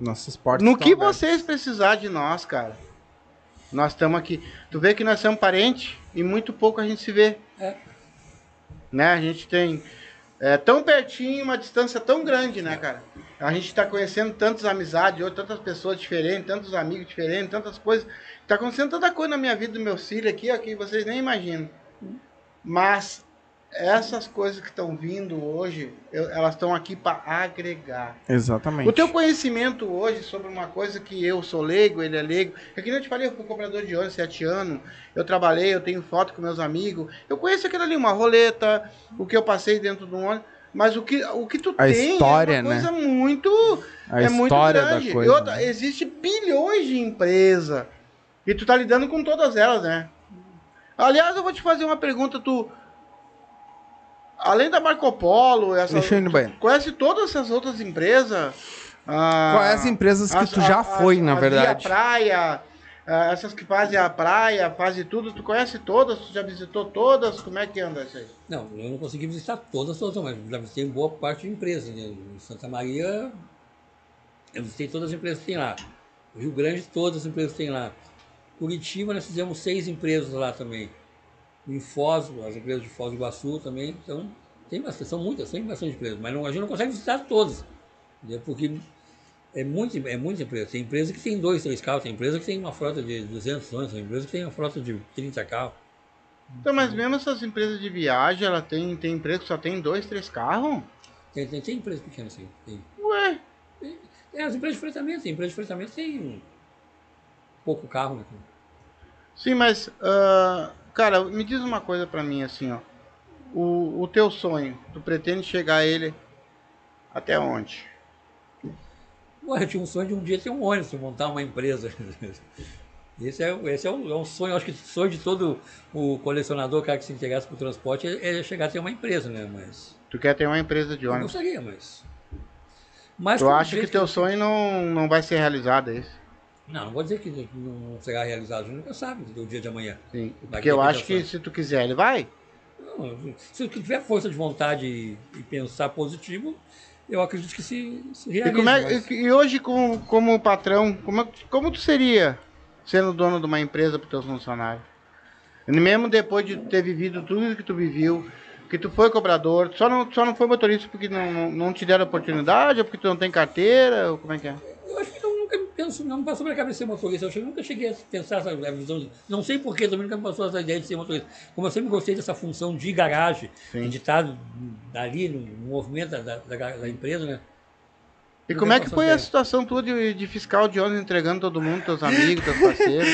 Nossos portas. no tão que abertas. vocês precisar de nós, cara. Nós estamos aqui. Tu vê que nós somos parentes e muito pouco a gente se vê. É. Né? A gente tem é, tão pertinho, uma distância tão grande, né, cara? A gente tá conhecendo tantas amizades, hoje, tantas pessoas diferentes, tantos amigos diferentes, tantas coisas. Tá acontecendo tanta coisa na minha vida, do meu filho aqui, ó, que vocês nem imaginam. Mas essas coisas que estão vindo hoje, eu- elas estão aqui para agregar. Exatamente. O teu conhecimento hoje sobre uma coisa que eu sou leigo, ele é leigo. É que nem eu te falei, eu fui comprador de ônibus sete anos, eu trabalhei, eu tenho foto com meus amigos. Eu conheço aquilo ali, uma roleta, o que eu passei dentro do ônibus. Mas o que, o que tu A tem é história, uma né? coisa muito. A é muito história grande. da E coisa. né? outra, existe bilhões de empresas. E tu tá lidando com todas elas, né? Aliás, eu vou te fazer uma pergunta, tu. Além da Marco Polo, essa, Deixa eu ir no banheiro. Conhece todas essas outras empresas? Ah, Quais as empresas que as- tu já a- foi, a- na a verdade? Via Praia, ah, essas que fazem a praia, fazem tudo. Tu conhece todas? Tu já visitou todas? Como é que anda isso aí? Não, eu não consegui visitar todas, todas, não, mas já visitei boa parte de empresas. Né? Em Santa Maria, eu visitei todas as empresas que tem lá. Rio Grande, todas as empresas que tem lá. Curitiba, nós fizemos seis empresas lá também. Em Foz, as empresas de Foz do Iguaçu também. Então, tem bastante, são muitas, tem bastante empresas, mas não, a gente não consegue visitar todas. entendeu? Porque é muita, é muita empresa. Tem empresa que tem dois, três carros, tem empresa que tem uma frota de 200 anos, tem empresa que tem uma frota de 30 carros. Então, mas mesmo essas empresas de viagem, ela tem, tem empresa que só tem dois, três carros? Tem, tem, tem empresa pequena, sim. Tem. Ué, É, as empresas de fretamento, tem empresa de fretamento tem um pouco carro, né? sim, mas... ah, cara, me diz uma coisa pra mim, assim, ó. O, o teu sonho, tu pretende chegar a ele até onde? Olha, eu tinha um sonho de um dia ter um ônibus, montar uma empresa. Esse é, esse é, um, é um sonho, acho que o sonho de todo o colecionador, cara que se interessa por transporte, é, é chegar a ter uma empresa, né? Mas. Tu quer ter uma empresa de Eu ônibus. gostaria, mas. Mas Tu tem acha gente que teu sonho não, não vai ser realizado, é isso? Não, não vou dizer que não não será realizado, a gente nunca sabe do dia de amanhã. Sim. Daqui Porque a eu pouco acho eu que sonho. se tu quiser, ele vai. Não, se tiver força de vontade e, e pensar positivo, eu acredito que se, se E, realiza. como é- mas- e- e hoje, com- como patrão, como, é- como tu seria sendo dono de uma empresa para teus funcionários? E Mesmo depois de ter vivido tudo que tu viveu, que tu foi cobrador, só não, só não foi motorista porque não, não, não te deram oportunidade, ou porque tu não tem carteira, ou como é que é? Eu acho que eu nunca me penso, não me passou pela cabeça ser motorista. Eu acho que eu nunca cheguei a pensar essa a visão. de- Não sei porquê, também nunca me passou essa ideia de ser motorista. Como eu sempre gostei dessa função de garagem, Sim. de estar ali no movimento da, da, da- da empresa, né? E Nunca como é que passou foi a ideia. situação tua de, de fiscal de ônibus entregando todo mundo, teus amigos, teus parceiros?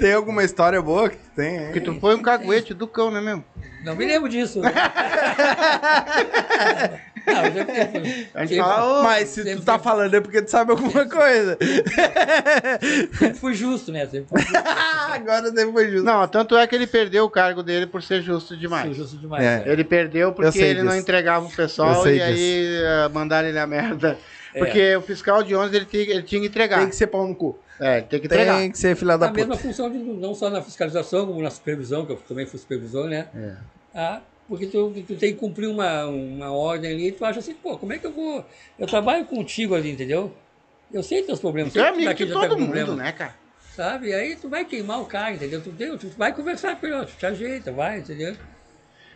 Tem alguma história boa que tem, hein? Porque tu foi um caguete do cão, né mesmo? Não me lembro disso. não, mas eu, A gente Sim. fala, "Ô, Mas se tu Sempre- tá falando é porque tu sabe alguma coisa. sempre fui justo, né? Sempre fui justo, Agora depois disso. Não, tanto é que ele perdeu o cargo dele por ser justo demais. fui justo demais. É. né? Ele perdeu Eu porque sei ele não disso. entregava o pessoal Eu sei e aí eh, mandaram ele a merda. É. Porque o fiscal de ônibus ele, tinha- ele tinha que entregar. Tem que ser pau no cu. É, ele tem que entregar. Tem que ser filha da A puta. mesma função de, não só na fiscalização, como na supervisão, que eu também fui supervisor, né? Ah, porque tu, tu tem que cumprir uma, uma ordem ali e tu acha assim, pô, como é que eu vou. Eu trabalho contigo ali, entendeu? Eu sei teus problemas, Tu é sei amigo daqui de já todo tá com mundo, né, cara? Sabe? E aí tu vai queimar o cara, entendeu? Tu, tem- tu vai conversar com ele, ó, tu te ajeita, vai, entendeu?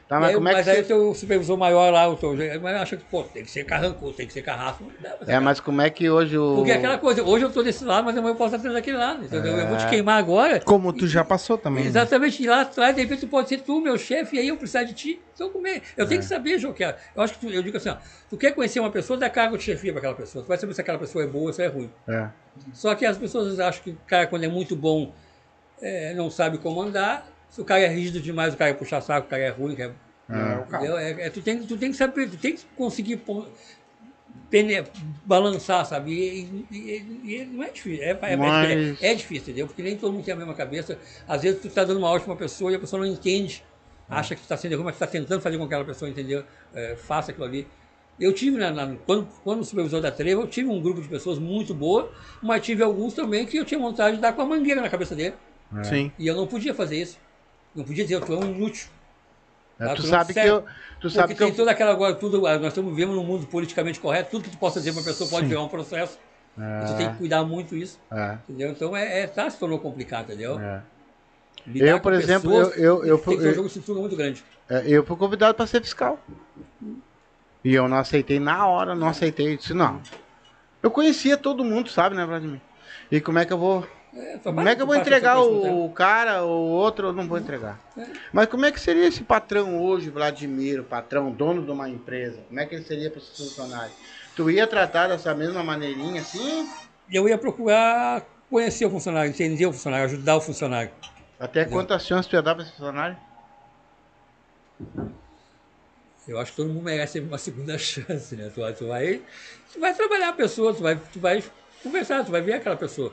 Tá, mas E aí- como é que mas aí o você- teu supervisor maior lá, o teu. Mas acha que, pô, tem que ser carrancudo, tem que ser carrasco. Não, mas É, mas como é que hoje o. Porque é aquela coisa, hoje eu tô desse lado, mas amanhã eu posso estar daquele lado, entendeu? Eu vou te queimar agora. Como tu já passou também. né? Exatamente, e lá atrás, de repente, tu pode ser tu, meu chefe, e aí eu precisar de ti. Então, como é? Eu tenho que saber, João, que é- eu acho que tu- eu digo assim, ó, tu quer conhecer uma pessoa, dá cargo de chefia para aquela pessoa. Tu vai saber se aquela pessoa é boa ou se é ruim. É. Só que as pessoas acham que o cara, quando é muito bom, é, não sabe comandar. Se o cara é rígido demais, o cara é puxar saco, o cara é ruim. o cara é- Entendeu? É, é, tu, tem, que- tu tem que saber, tu tem que conseguir pon- pene- balançar, sabe? E, e- e- e não é difícil. É, é- é- Mas- é difícil, entendeu? Porque nem todo mundo tem a mesma cabeça. Às vezes tu tá dando uma ordem pra uma pessoa e a pessoa não entende. Acha que tu tá sendo ruim, mas tu tá tentando fazer com que aquela pessoa entendeu, é, faça aquilo ali. Eu tive, na, na- quando, quando supervisor da Treva, eu tive um grupo de pessoas muito boa, mas tive alguns também que eu tinha vontade de dar com a mangueira na cabeça dele. É. Sim. E eu não podia fazer isso. Não podia dizer, tu é um inútil. É, Tá, tu tu não sabe que serve. eu. Tu sabe Porque que eu. tem toda aquela agora, tudo, ah, nós estamos vivendo num mundo politicamente correto, tudo que tu possa dizer pra uma pessoa pode virar um processo. É, Você tem que cuidar muito isso, é, entendeu? Então é, é tá se tornou complicado, entendeu? é. Lidar Eu, com por exemplo, eu- eu- eu- tem que ter eu- um jogo de cintura muito grande. É, Eu fui convidado para ser fiscal. E eu não aceitei na hora, não aceitei. Disse, não. Eu conhecia todo mundo, sabe, né, Vladimir? E como é que eu vou. É, só Como basta- é que eu vou basta entregar essa coisa, né? o cara ou outro? Eu não vou entregar. É. Mas como é que seria esse patrão hoje, Vladimir, o patrão, dono de uma empresa? Como é que ele seria para os funcionários? Tu ia tratar dessa mesma maneirinha assim? Eu ia procurar conhecer o funcionário, entender o funcionário, ajudar o funcionário. Até quantas chances tu ia dar para esse funcionário? Eu acho que todo mundo merece uma segunda chance, né? Tu, vai- tu vai, tu vai trabalhar a pessoa, tu vai, tu vai conversar, tu vai ver aquela pessoa.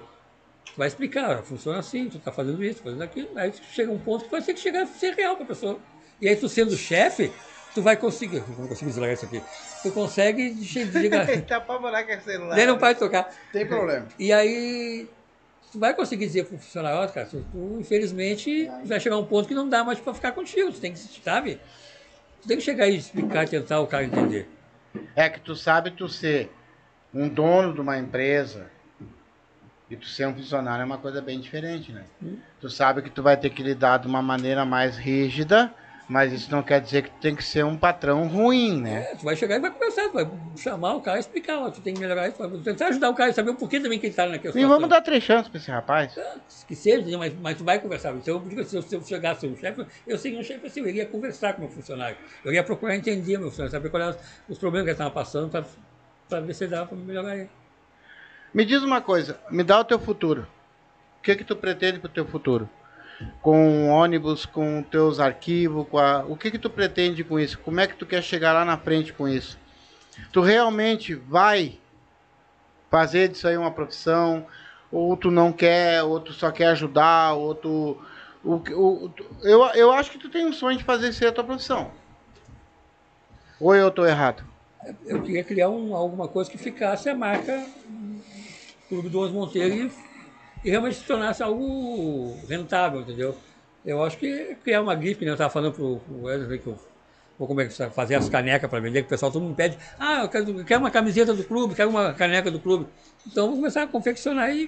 Tu vai explicar, ó, funciona assim, tu tá fazendo isso, fazendo aquilo. Aí tu chega um ponto que tu vai ter que chegar a ser real pra pessoa. E aí tu sendo chefe, tu vai conseguir. Eu não consigo desligar isso aqui. Tu consegue che- diga- tá apavorado com esse celular. Ele né, não para de tocar. Tem problema. E aí, tu vai conseguir dizer pro funcionário, ó, cara, tu, tu, infelizmente vai chegar um ponto que não dá mais pra ficar contigo, tu tem que, sabe? Tu tem que chegar aí e explicar, tentar o cara entender. É que tu sabe tu ser um dono de uma empresa e tu ser um funcionário é uma coisa bem diferente, né? Tu sabe que tu vai ter que lidar de uma maneira mais rígida, mas isso não quer dizer que tu tem que ser um patrão ruim, né? É, tu vai chegar e vai conversar, tu vai chamar o cara e explicar, ó, tu tem que melhorar isso, vai tentar ajudar o cara e saber o porquê também que ele tá naquela E situação. vamos dar três chances pra esse rapaz. Que seja, né, mas, mas tu vai conversar. Então, eu digo, assim, se eu, se eu chegasse um chefe, eu seria um chefe assim, eu iria conversar com o meu funcionário. Eu iria procurar entender meu funcionário, saber quais eram os problemas que ele estava passando para ver se dava para melhorar ele. Me diz uma coisa, me dá o teu futuro. O que que tu pretende pro teu futuro? Com o ônibus, com teus arquivos, com a... o que que tu pretende com isso? Como é que tu quer chegar lá na frente com isso? Tu realmente vai Fazer disso aí uma profissão, outro não quer, outro só quer ajudar, outro. O, o, eu, eu acho que tu tem um sonho de fazer isso aí a tua profissão. Ou eu tô errado? Eu queria criar um, alguma coisa que ficasse a marca Clube do Onze Monteiro e, e realmente se tornasse algo rentável, entendeu? Eu acho que criar uma gripe, né? Eu estava falando pro, pro Wesley que eu vou como é que você fazer as canecas para vender, que o pessoal todo mundo pede, ah, eu quero, eu quero uma camiseta do clube, quero uma caneca do clube. Então eu vou começar a confeccionar e,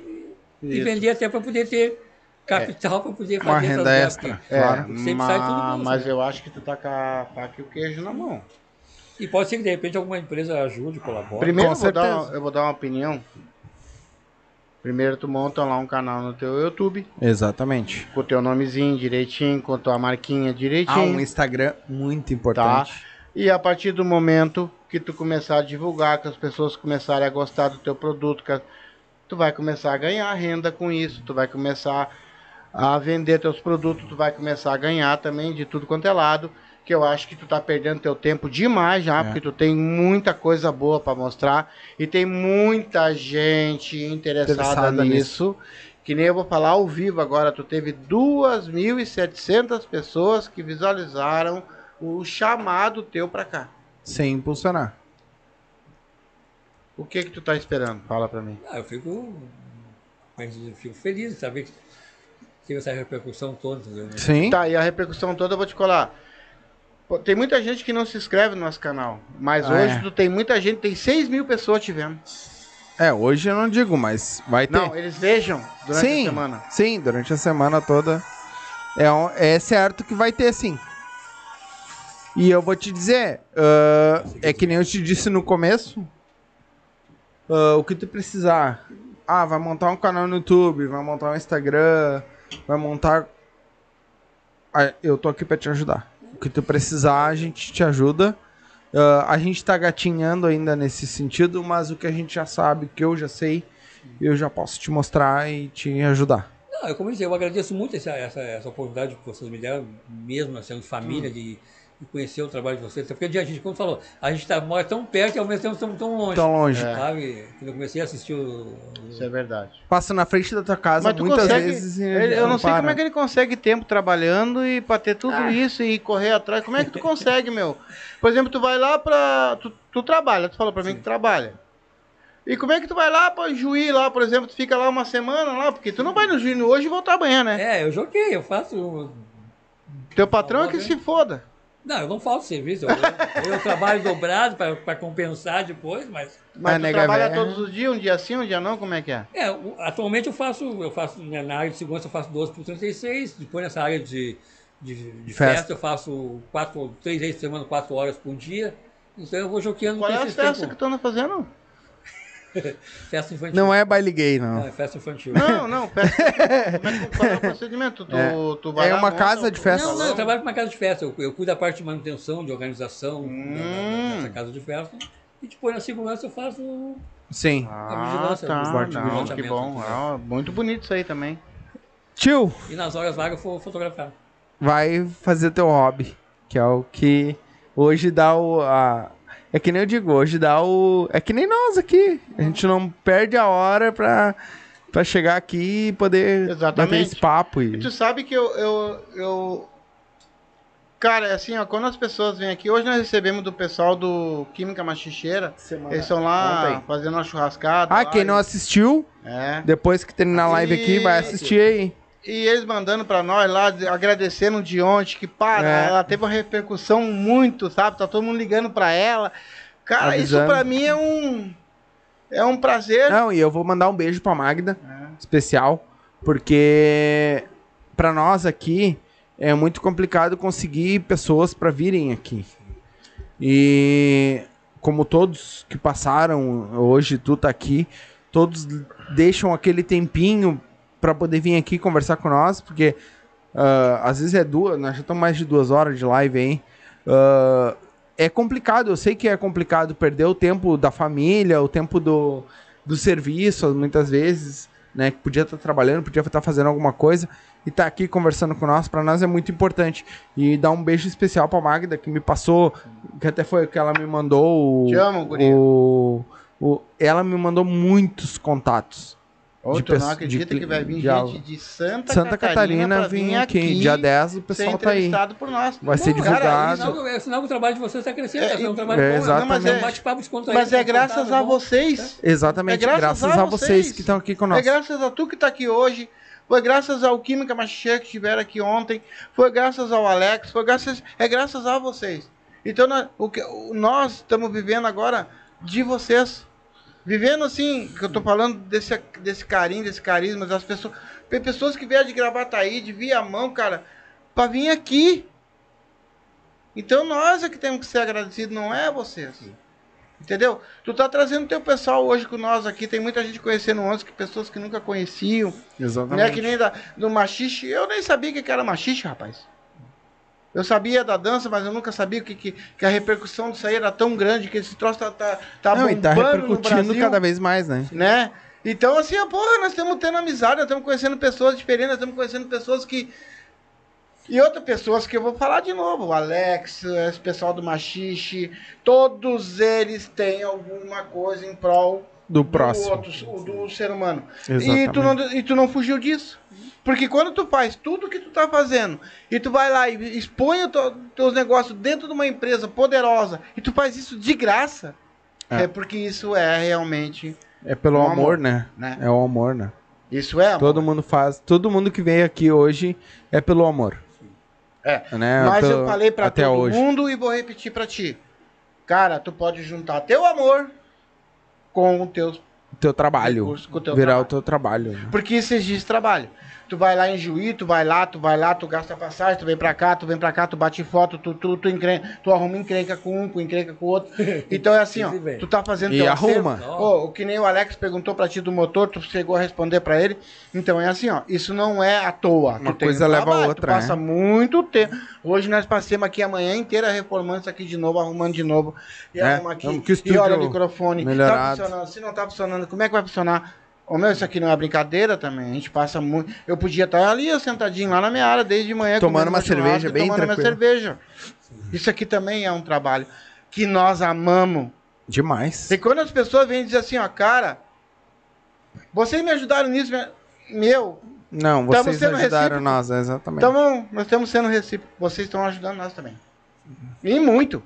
e Isso. vender até para poder ter capital para poder É. Uma fazer essas renda gráficas. extra. É, Claro. Sempre mas, sai tudo bom, mas né? eu acho que tu tá com a faca e o queijo na mão. E pode ser que de repente alguma empresa ajude, colabore. Primeiro Com eu vou, dar certeza. uma, eu vou dar uma opinião. Primeiro tu monta lá um canal no teu YouTube, Exatamente. com o teu nomezinho direitinho, com a tua marquinha Há um direitinho. Instagram muito importante. e a partir do momento que tu começar a divulgar, que as pessoas começarem a gostar do teu produto, que a- tu vai começar a ganhar renda com isso, tu vai começar a vender teus produtos, tu vai começar a ganhar também de tudo quanto é lado, que eu acho que tu tá perdendo teu tempo demais já, É. porque tu tem muita coisa boa para mostrar e tem muita gente interessada, Interessada nisso. Que nem eu vou falar ao vivo agora, tu teve 2.700 pessoas que visualizaram o chamado teu pra cá. Sem impulsionar. O que que tu tá esperando? Fala pra mim. Ah, eu fico, mas eu fico feliz de saber que teve essa repercussão toda, entendeu? Sim. Tá, e a repercussão toda eu vou te colar. Pô, Tem muita gente que não se inscreve no nosso canal, mas Ah, hoje é. tu tem muita gente, tem 6 mil pessoas te vendo. É, hoje eu não digo, mas vai ter. Não, eles vejam durante sim, a semana. Sim, durante a semana toda. É, um- é certo que vai ter, sim. E eu vou te dizer, ah, é que nem eu te disse no começo, ah, o que tu precisar. Ah, vai montar um canal no YouTube, vai montar um Instagram, vai montar... Ah, eu tô aqui pra te ajudar. O que tu precisar, a gente te ajuda. Ah, a gente tá gatinhando ainda nesse sentido, mas o que a gente já sabe, que eu já sei, eu já posso te mostrar e te ajudar. Não, eu, como eu disse, eu agradeço muito essa, essa, essa oportunidade que vocês me deram, mesmo nós sendo família, de, de conhecer o trabalho de vocês. Porque a gente, como falou, a gente tá, mora tão perto e ao mesmo tempo estamos tão longe. Tão é. longe. é. Sabe? Quando eu comecei a assistir o. Isso é verdade. Passa na frente da tua casa Mas tu muitas consegue. vezes e um ele- eu não sei para. como é que ele consegue tempo trabalhando e pra ter tudo isso e correr atrás. Como é que tu consegue, meu? Por exemplo, tu vai lá pra. Tu, tu trabalha, tu falou pra mim que trabalha. E como é que tu vai lá pra juiz lá, por exemplo, tu fica lá uma semana lá, porque tu não vai no juiz hoje e voltar amanhã, né? É, eu joguei, eu faço. Teu patrão é Tá bom, que né? se foda. Não, eu não faço serviço, eu, eu- eu trabalho dobrado para compensar depois, mas. Ah, Mas tu nega trabalha véia. todos os dias, um dia sim, um dia não, como é que é? É, o- atualmente eu faço, eu faço né, na área de segurança eu faço 12 por 36, depois nessa área de, de, de Festa. festa. eu faço quatro, três vezes por semana, quatro horas por dia. Então eu vou joqueando Qual é a esses tempos. festa que tu anda fazendo? Festa infantil. Não é baile gay, Não, não. é festa infantil. Não, Não, não, festa. Como é que qual é o procedimento? Tu, É. tu vai É lá, uma monta casa o- de festa. não, eu trabalho com uma casa de festa. Eu, eu cuido da parte de manutenção, de organização da- da- Hum. da- dessa casa de festa. E depois na segurança eu faço. Sim. A Ah, vigilância, tá. os guardas de Não, que vigilamento, bom. né? Ah, muito bonito isso aí também. Tio, E nas horas vagas eu vou fotografar. vai fazer teu hobby, que é o que hoje dá o... a- É que nem eu digo, hoje dá o... É que nem nós aqui. A gente não perde a hora pra, pra chegar aqui e poder Exatamente. bater esse papo. E E... tu sabe que eu, eu, eu- Cara, assim, ó, quando as pessoas vêm aqui, hoje nós recebemos do pessoal do Química Machicheira. Eles estão Conta lá aí. fazendo uma churrascada. Ah, lá, quem não e- assistiu, É. depois que terminar a live aqui, vai assistir aí. E eles mandando pra nós lá, agradecendo de ontem, que para, É. ela teve uma repercussão muito, sabe? Tá todo mundo ligando pra ela. Cara, Avisando. isso pra mim é um. É um prazer. Não, e eu vou mandar um beijo pra Magda, É. especial, porque pra nós aqui é muito complicado conseguir pessoas pra virem aqui. E como todos que passaram hoje, tu tá aqui, todos deixam aquele tempinho pra poder vir aqui conversar com nós, porque ah, às vezes é duas, nós já estamos mais de duas horas de live aí. Ah, é complicado, eu sei que é complicado perder o tempo da família, o tempo do, do serviço, muitas vezes, né? Que podia estar trabalhando, podia estar fazendo alguma coisa e tá aqui conversando com nós, pra nós é muito importante. E dar um beijo especial pra Magda, que me passou, que até foi o que ela me mandou o, Te amo, guria. o, o- ela me mandou muitos contatos. Ô, de tu não pessoa- de acredita que cli- vai vir de gente aula. de Santa, Santa Catarina, pra vem aqui, dia 10, o ser pessoal tá aí. entrevistado por nós. Vai ser Pô, cara, divulgado. isso- Sinal, é sinal que o trabalho de vocês está crescendo, É, tá sendo um e- trabalho é, bom, exatamente. mas é um bate-papo descontraído. Mas é graças confortável, a bom. vocês. Exatamente, É graças, a, vocês, que estão aqui Foi conosco. É graças a tu que tá aqui hoje. Foi graças ao Química Machixe que estiveram aqui ontem. Foi graças ao Alex. Foi graças, é graças a vocês. Então nós, o que, o- nós estamos vivendo agora de vocês. Vivendo assim, que eu tô falando desse, desse carinho, desse carisma das pessoas. Tem pessoas que vieram de Gravataí, de Viamão, cara, pra vir aqui. Então nós é que temos que ser agradecidos, não é vocês. Entendeu? Tu tá trazendo teu pessoal hoje com nós aqui, tem muita gente conhecendo nós, que pessoas que nunca conheciam, né? Exatamente. Que nem da, do machixe. Eu nem sabia o que que era machixe, rapaz. Eu sabia da dança, mas eu nunca sabia que, que, que a repercussão disso aí era tão grande que esse troço tá, tá, tá Não, e tá bombando no repercutindo Brasil, cada vez mais, né? né? Então, assim, ó, porra, nós estamos tendo amizade, nós estamos conhecendo pessoas diferentes, nós estamos conhecendo pessoas que. E outras pessoas que eu vou falar de novo, o Alex, esse pessoal do Machixe, todos eles têm alguma coisa em prol Do do próximo. outro, do ser humano. Exatamente. E tu, não, e tu não fugiu disso. Porque quando tu faz tudo que tu tá fazendo e tu vai lá e expõe os teus negócios dentro de uma empresa poderosa e tu faz isso de graça, É. é porque isso é realmente, É pelo Um amor, amor, né? né? É o amor, né? Isso é amor. Todo mundo faz. Todo mundo que veio aqui hoje é pelo amor. É, Né? Mas Pelo- eu falei pra até todo hoje. mundo e vou repetir pra ti. Cara, tu pode juntar teu amor com o teu Teu trabalho. Recurso com o teu virar trabalho. o teu trabalho. né? Porque isso exige trabalho. Tu vai lá em Juí, tu vai lá, tu vai lá, tu gasta passagem, tu vem pra cá, tu vem pra cá, tu bate foto, tu, tu, tu, encrenca, tu arruma encrenca com um, com encrenca com o outro. Então é assim, ó, Isso vem. tu tá fazendo E acervo. arruma. Ô, o que nem o Alex perguntou pra ti do motor, tu chegou a responder pra ele. Então é assim, ó, isso não é à toa. Uma Tu tem coisa leva a trabalho, outra, né? Tu passa muito tempo. Hoje nós passamos aqui a manhã inteira reformando isso aqui de novo, arrumando de novo. E É, arruma aqui, é, que e olha o estúdio microfone. Tá melhorado. funcionando, se não tá funcionando, como é que vai funcionar? Ô meu, isso aqui não é brincadeira também. A gente passa muito. Eu podia estar ali, eu sentadinho lá na minha área desde de manhã. Tomando comendo uma meu churrasco cerveja, e bem tomando minha tranquilo. cerveja. Isso aqui também é um trabalho que nós amamos. Demais. E quando as pessoas vêm dizer assim, ó, cara, vocês me ajudaram nisso, me- meu, Não, Tamo vocês sendo ajudaram recíproco. nós, né? exatamente. então vamos- nós estamos sendo recíprocos. Vocês estão ajudando nós também. E muito.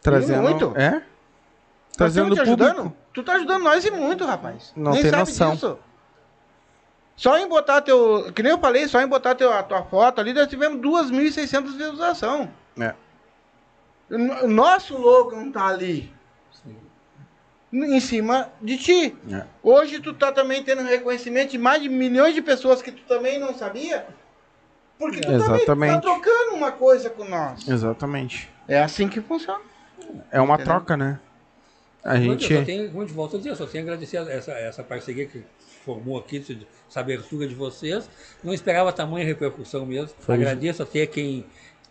Trazendo. muito. É? Nós Trazendo estamos o te público. ajudando? Tu tá ajudando nós e muito, rapaz. Não tem noção. disso. Só em botar teu. Que nem eu falei, só em botar teu, a tua foto ali, nós tivemos 2.600 visualizações. É. O no- o nosso logo não tá ali. Em cima de ti. É. Hoje tu tá também tendo reconhecimento de mais de milhões de pessoas que tu também não sabia. Porque tu também tá Exatamente. trocando uma coisa com nós. Exatamente. É assim que funciona. É uma Entendeu? troca, né? A Muito, Eu só gente. é- tenho, como eu te volto a dizer, eu só tenho a agradecer essa, essa parceria que formou aqui, esse- essa abertura de vocês. Não esperava tamanha repercussão mesmo. Foi. Agradeço até quem,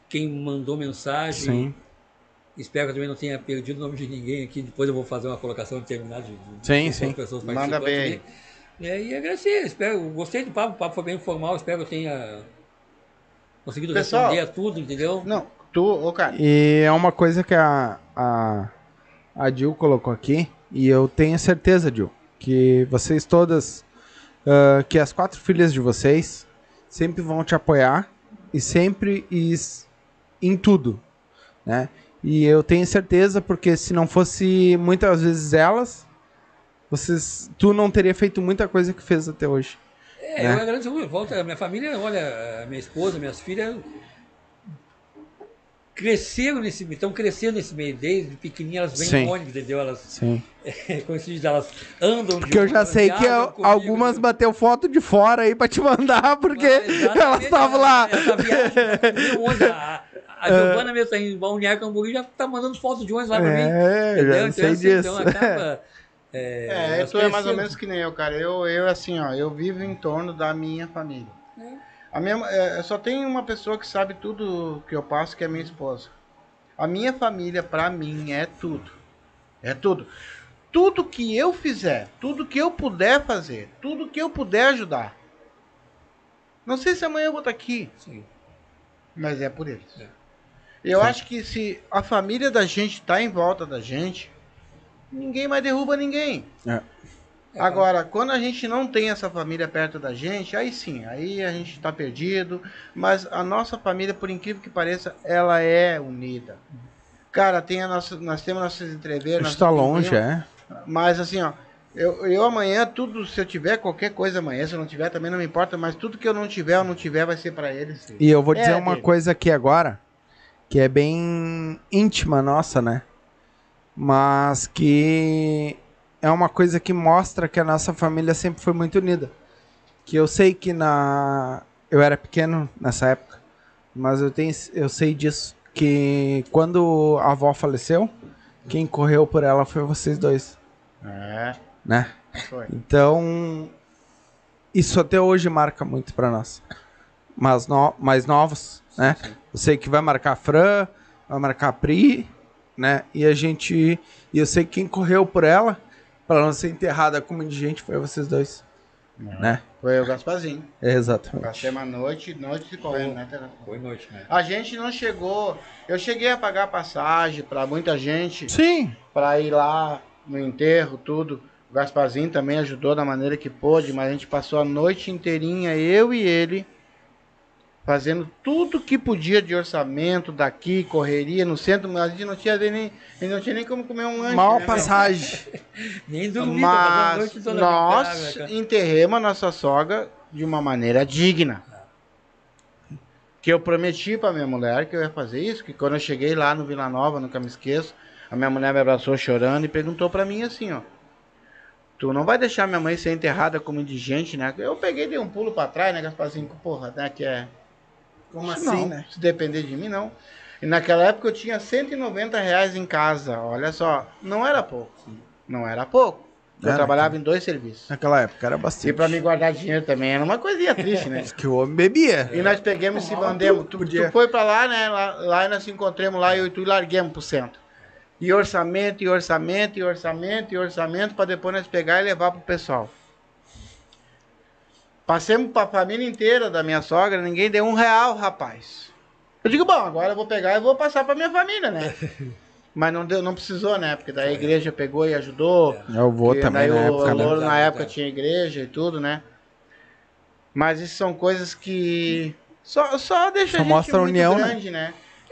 quem mandou mensagem. Sim. Espero que eu também não tenha perdido o nome de ninguém aqui. Depois eu vou fazer uma colocação determinada de, de Sim, pessoas- sim. pessoas Manda participantes bem. ali. É, e agradecer. Espero, gostei do papo. O papo foi bem informal. Espero que eu tenha conseguido Pessoal, responder a tudo, entendeu? Não, tu, ô cara. E é uma coisa que a, a, a Jill colocou aqui, e eu tenho certeza, Jill, que vocês todas, ah, que as quatro filhas de vocês sempre vão te apoiar e sempre is, em tudo, né? E eu tenho certeza porque se não fosse muitas vezes elas, vocês, tu não teria feito muita coisa que fez até hoje. É, né? eu agradeço muito. Volta, minha família, olha, a minha esposa, minhas filhas cresceram nesse meio, estão crescendo nesse meio desde pequenininha, elas vêm Sim. em ônibus, entendeu? Elas, é, Sim. como se diz, elas andam Porque eu já elas sei que viajam eu- comigo, né? algumas entendeu? bateu foto de fora aí pra te mandar, porque Ah, exatamente, elas estavam lá. É. Essa viagem, comigo, ônibus, a, a Giovana mesmo tá em Balneário Camboriú já tá mandando fotos de ônibus lá pra mim. É, eu entendeu? já Então, sei assim, disso. Então acaba... É, É, elas tu é mais ou crescendo. menos que nem eu, cara. Eu, eu assim, ó, eu vivo em torno da minha família. A minha, é, só tem uma pessoa que sabe tudo que eu passo, que é minha esposa. A minha família, pra mim, é tudo. É tudo. Tudo que eu fizer, tudo que eu puder fazer, tudo que eu puder ajudar. Não sei se amanhã eu vou estar aqui, Sim. mas é por eles. É. Eu acho que se a família da gente tá em volta da gente, ninguém mais derruba ninguém. É. Agora, quando a gente não tem essa família perto da gente, aí sim, aí a gente está perdido. Mas a nossa família, por incrível que pareça, ela é unida. Cara, tem a nossa, nós temos nossas entrevistas. A gente tá longe, é. Mas assim, ó, eu, eu amanhã, tudo, se eu tiver qualquer coisa amanhã, se eu não tiver também não me importa, mas tudo que eu não tiver, eu não tiver, vai ser pra eles. E eu vou dizer É, uma dele. coisa aqui agora, que é bem íntima nossa, né? Mas que é uma coisa que mostra que a nossa família sempre foi muito unida. Que eu sei que na eu era pequeno nessa época, mas eu tenho eu sei disso que quando a avó faleceu, quem correu por ela foi vocês dois, É, né? foi. Então, isso até hoje marca muito pra nós. Mas no- mais novos, né? Eu sei que vai marcar a Fran, vai marcar a Pri, né? E a gente. E eu sei que quem correu por ela, pra ela não ser enterrada um como indigente, foi vocês dois. Né? Foi o Gasparzinho. Passei Exatamente. uma noite, noite correndo, né? Tereza? Foi noite, né? A gente não chegou. Eu cheguei a pagar passagem pra muita gente, Sim. pra ir lá no enterro, tudo. O Gasparzinho também ajudou da maneira que pôde, mas a gente passou a noite inteirinha, eu e ele, fazendo tudo que podia de orçamento daqui, correria no centro, mas a gente não tinha nem, a gente não tinha nem como comer um lanche. Mal né, meu? passagem. Nem dormi, tá passando a Mas noite um toda nós cara. enterremos a nossa sogra de uma maneira digna. É. Que eu prometi pra minha mulher que eu ia fazer isso, que quando eu cheguei lá no Vila Nova, nunca me esqueço, a minha mulher me abraçou chorando e perguntou pra mim assim, ó. Tu não vai deixar minha mãe ser enterrada como indigente, né? Eu peguei, dei um pulo pra trás, né, Gasparzinho? Porra, né, que é... Como Isso não, assim, né? Se depender de mim, não. E naquela época eu tinha 190 reais em casa. Olha só, não era pouco. Não era pouco. Eu Era, É trabalhava em dois serviços. Naquela época era bastante. E pra me guardar dinheiro também era uma coisinha triste, né? Que o homem bebia. E nós pegamos e se mandemos. Tu, tu foi pra lá, né? Lá, lá nós nos encontramos lá eu e tu e larguemos pro centro. E orçamento, e orçamento, e orçamento, e orçamento, pra depois nós pegar e levar pro pessoal. Passemos pra família inteira da minha sogra, ninguém deu um real, rapaz. Eu digo, bom, agora eu vou pegar e vou passar pra minha família, né? Mas não, deu, não precisou, né? Porque daí a igreja pegou e ajudou. Eu vou Porque também daí na o época, né? Louro, na É. época tinha igreja e tudo, né? Mas isso são coisas que só, só deixa Só a gente mostra a muito união, né? grande, né?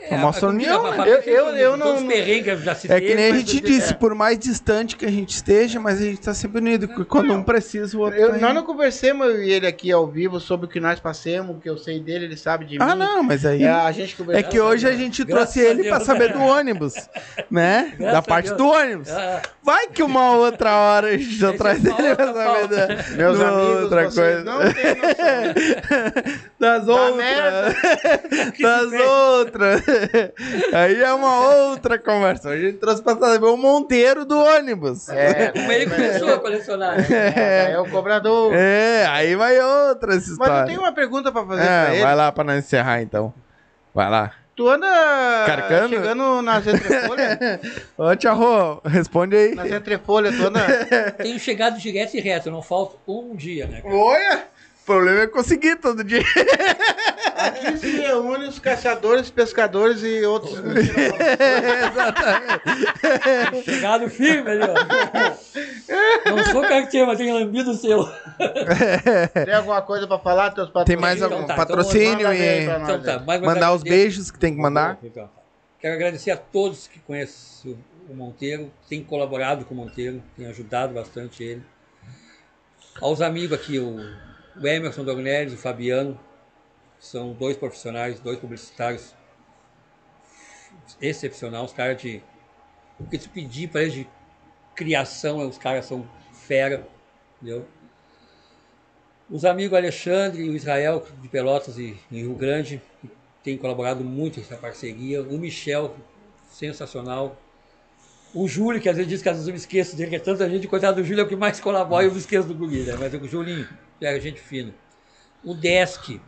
Só mostra É, a comida, união, a né? família, Eu- eu- eu todos não- os perrengues que eu já citei, É que nem a mas gente eu- disse, por mais distante que a gente esteja, mas a gente tá sempre unido. porque Quando um precisa, o outro Eu- tá nós indo. não conversamos eu e ele aqui ao vivo sobre o que nós passamos, o que eu sei dele, ele sabe de mim. Ah, não, mas aí. É, É, a gente conversou. que hoje a gente Graças trouxe ele a pra Deus. saber do ônibus, né? Graças da a parte Deus. do ônibus. Ah, Vai que uma outra hora a gente já Esse traz é uma ele pra outra saber pauta. da, Meus do amigos, outra coisa. vocês não têm noção. É, Das Da outras. merda. das outras. Aí é uma outra conversa. A gente trouxe pra saber o Monteiro do ônibus. É, como ele começou a colecionar. né? É, é o cobrador. É, aí vai outra essa Mas história. eu tenho uma pergunta pra fazer É, pra ele. vai lá pra nós encerrar então. Vai lá. Tu anda Carcando? chegando nas entrefolhas? Ô, Tia Rô, responde aí. nas entrefolhas, tu anda... Tenho chegado direto e reto, não falta um dia, né? cara? Olha! O problema é conseguir todo dia. Aqui se reúne os caçadores, pescadores e outros. Chegado firme ali, ó. Não sou carteiro, mas tenho lambido o seu. Tem alguma coisa pra falar, teus patrões? Tem mais algum Então tá, então patrocínio manda e bem pra nós. Então tá, mais uma mandar os agradecer- beijos que tem que mandar. Então, quero agradecer a todos que conhecem o Monteiro, que têm colaborado com o Monteiro, têm ajudado bastante ele. Aos amigos aqui, o, o Emerson Dornelles e o Fabiano, são dois profissionais, dois publicitários excepcionais, os caras de. O que tu pedir para eles de criação, os caras são fera, entendeu? Os amigos Alexandre e o Israel de Pelotas e, e Rio Grande que têm colaborado muito nessa parceria. O Michel, sensacional. O Júlio, que às vezes diz que às vezes eu me esqueço dele, que é tanta gente, coitado do Júlio é o que mais colabora, eu me esqueço do Guri, né? Mas o Julinho, que é gente fina. O Desk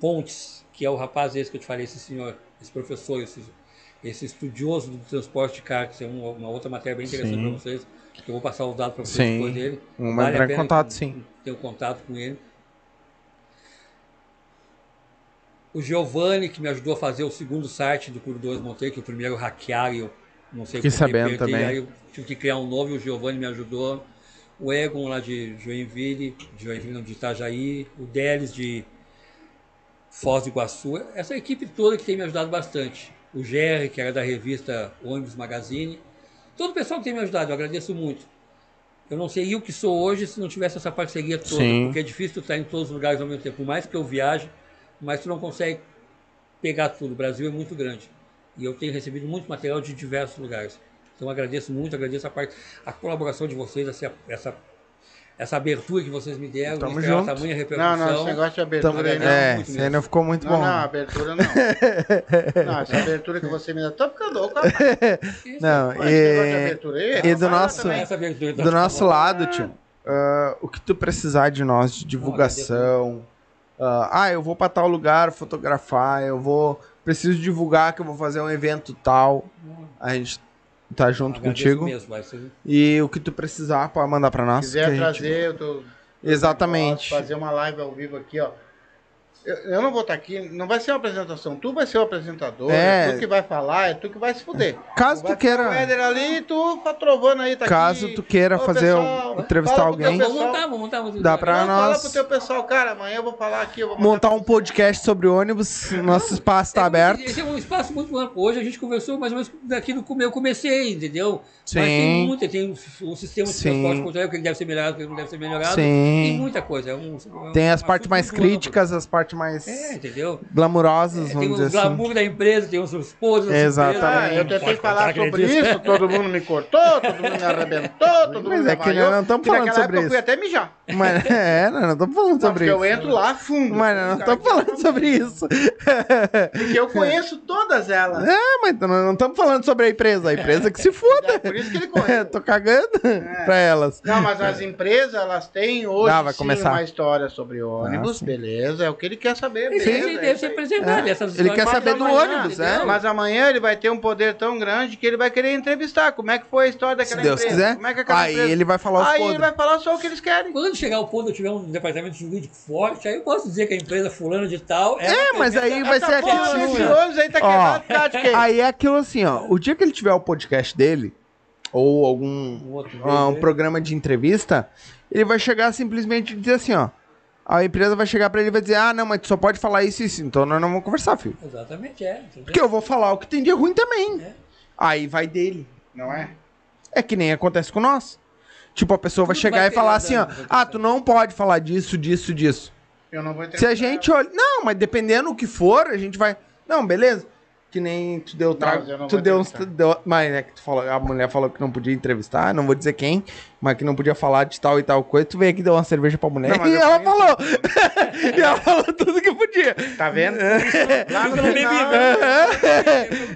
Pontes, que é o rapaz esse que eu te falei, esse senhor, esse professor, esse, esse estudioso do transporte de cargas, é uma, uma outra matéria bem interessante Sim. para vocês, que eu vou passar os dados para vocês Sim. depois dele Vamos a entrar em pena contato, que- sim. Ter um contato com ele. O Giovanni, que me ajudou a fazer o segundo site do Clube 2 Monteiro, que o primeiro hackearam e eu Não sei Fiquei por sabendo perdi, também. Aí eu tive que criar um novo e o Giovanni me ajudou. O Egon lá de Joinville, de Joinville não, de Itajaí, o Delis de Foz do Iguaçu. Essa equipe toda que tem me ajudado bastante. O Jerry, que era da revista Ônibus Magazine. Todo o pessoal que tem me ajudado, eu agradeço muito. Eu não seria o que sou hoje se não tivesse essa parceria toda, Sim. porque é difícil tu estar em todos os lugares ao mesmo tempo. Por mais que eu viaje, mas tu não consegue pegar tudo. O Brasil é muito grande. E eu tenho recebido muito material de diversos lugares. Então agradeço muito, agradeço a parte, a colaboração de vocês, essa, essa, essa abertura que vocês me deram, Tamo me entregaram junto. tamanha Não, repercussão. não, esse negócio de Tamo- abertura aí não. é, muito isso aí mesmo. não ficou muito Não, bom. não, Não, abertura não. Não, essa abertura que você me dá. Tá ficando louco, rapaz. Isso. Esse negócio de e, abertura aí, e rapaz, do lá nosso- também. Essa abertura tá do nosso bom. lado, tio, ah, o que tu precisar de nós, de divulgação. ah, ah, eu vou pra tal lugar fotografar, eu vou. Preciso divulgar que eu vou fazer um evento tal. A gente tá junto Agradeço contigo. mesmo, vai ser- E o que tu precisar, pode mandar pra Se nós. que a quiser gente- trazer, eu tô Exatamente. Posso fazer uma live ao vivo aqui, ó. Eu, eu não vou estar aqui, não vai ser uma apresentação. Tu vai ser o apresentador, É. é tu que vai falar, é tu que vai se fuder. Caso Vai tu ficar queira. O Éder ali, tu tá trovando aí, tá Caso aqui. tu queira Ô, fazer pessoal, um- entrevistar fala pro teu alguém, Vamos pessoal. montar, vamos montar. vamos Dá montar. pra- Não, nós- Fala pro teu pessoal, cara, amanhã eu vou falar aqui, eu vou montar um podcast sobre ônibus, nosso espaço É, está aberto. Esse é um espaço muito amplo. Hoje a gente conversou mais ou menos daquilo como eu comecei, entendeu? Mas Sim. tem muita, tem um, um sistema de Sim. transporte controlado, o que ele deve ser melhorado, o que não deve ser melhorado. Tem Sim. muita coisa. é um- é um Tem as assunto partes mais muito amplo. críticas, as partes mais É, entendeu? glamurosas, É, tem vamos os dizer assim. glamour da empresa, tem os esposos. Exatamente. Ah, eu tentei falar sobre isso, todo mundo me cortou, todo mundo me arrebentou, todo Mas mundo é que avaliou, nós não tamo que naquela falando sobre época Eu isso. fui até mijar. Mas é, não, não tô falando Não, sobre porque eu isso. entro lá fundo. Mas não, não tô falando sobre isso. Porque eu conheço todas elas. É, mas não- não estamos falando sobre a empresa. A empresa que se foda. Por isso que ele É, correu. tô cagando É. pra elas. Não, mas as empresas, elas têm hoje Ah, vai sim, começar. Ah, uma história sobre ônibus, sim. beleza, é o que ele quer saber, Sim, beleza. é deve isso ser aí. apresentado. É. Essas Ele quer histórias- saber do amanhã, ônibus, entendeu? é. Mas amanhã ele vai ter um poder tão grande que ele vai querer entrevistar. Como é que foi a história Se daquela Deus empresa? quiser. Como é que aquela Aí empresa... ele vai falar os aí ele podres. vai falar só o que eles querem. Quando chegar ao ponto de eu tiver um departamento jurídico forte, aí eu posso dizer que a empresa fulana de tal é, É, mas aí vai ser Essa porra, aquele. tipo esse ônibus aí tá Ó, quebrado, tá de quê? Aí é aquilo assim, ó. O dia que ele tiver o podcast dele, ou algum um outro. ah, um né? programa de entrevista, ele vai chegar simplesmente e dizer assim, ó. A empresa vai chegar pra ele e vai dizer, ah, não, mas tu só pode falar isso e isso, então nós não vamos conversar, filho. Exatamente, é. entendeu? Porque eu vou falar o que tem de ruim também. É. Aí vai dele. Não é? É que nem acontece com nós. Tipo, a pessoa vai Tudo chegar vai e falar assim, ter ó, andando, vai ter ah, tu não pode falar disso, disso, disso. Eu não vou Se a entrevistar gente olha. Não, mas dependendo do que for, a gente vai. Não, beleza. Que nem tu deu mas eu trago. não Tu vou deu uns. entrevistar. tu deu- mas é que tu falou, a mulher falou que não podia entrevistar, não vou dizer quem, mas que não podia falar de tal e tal coisa. Tu veio aqui e deu uma cerveja pra mulher Não, mas e eu ela conheço. falou. e ela falou tudo que podia. ela. Tá vendo? Lá no Eu não bebi, final- né?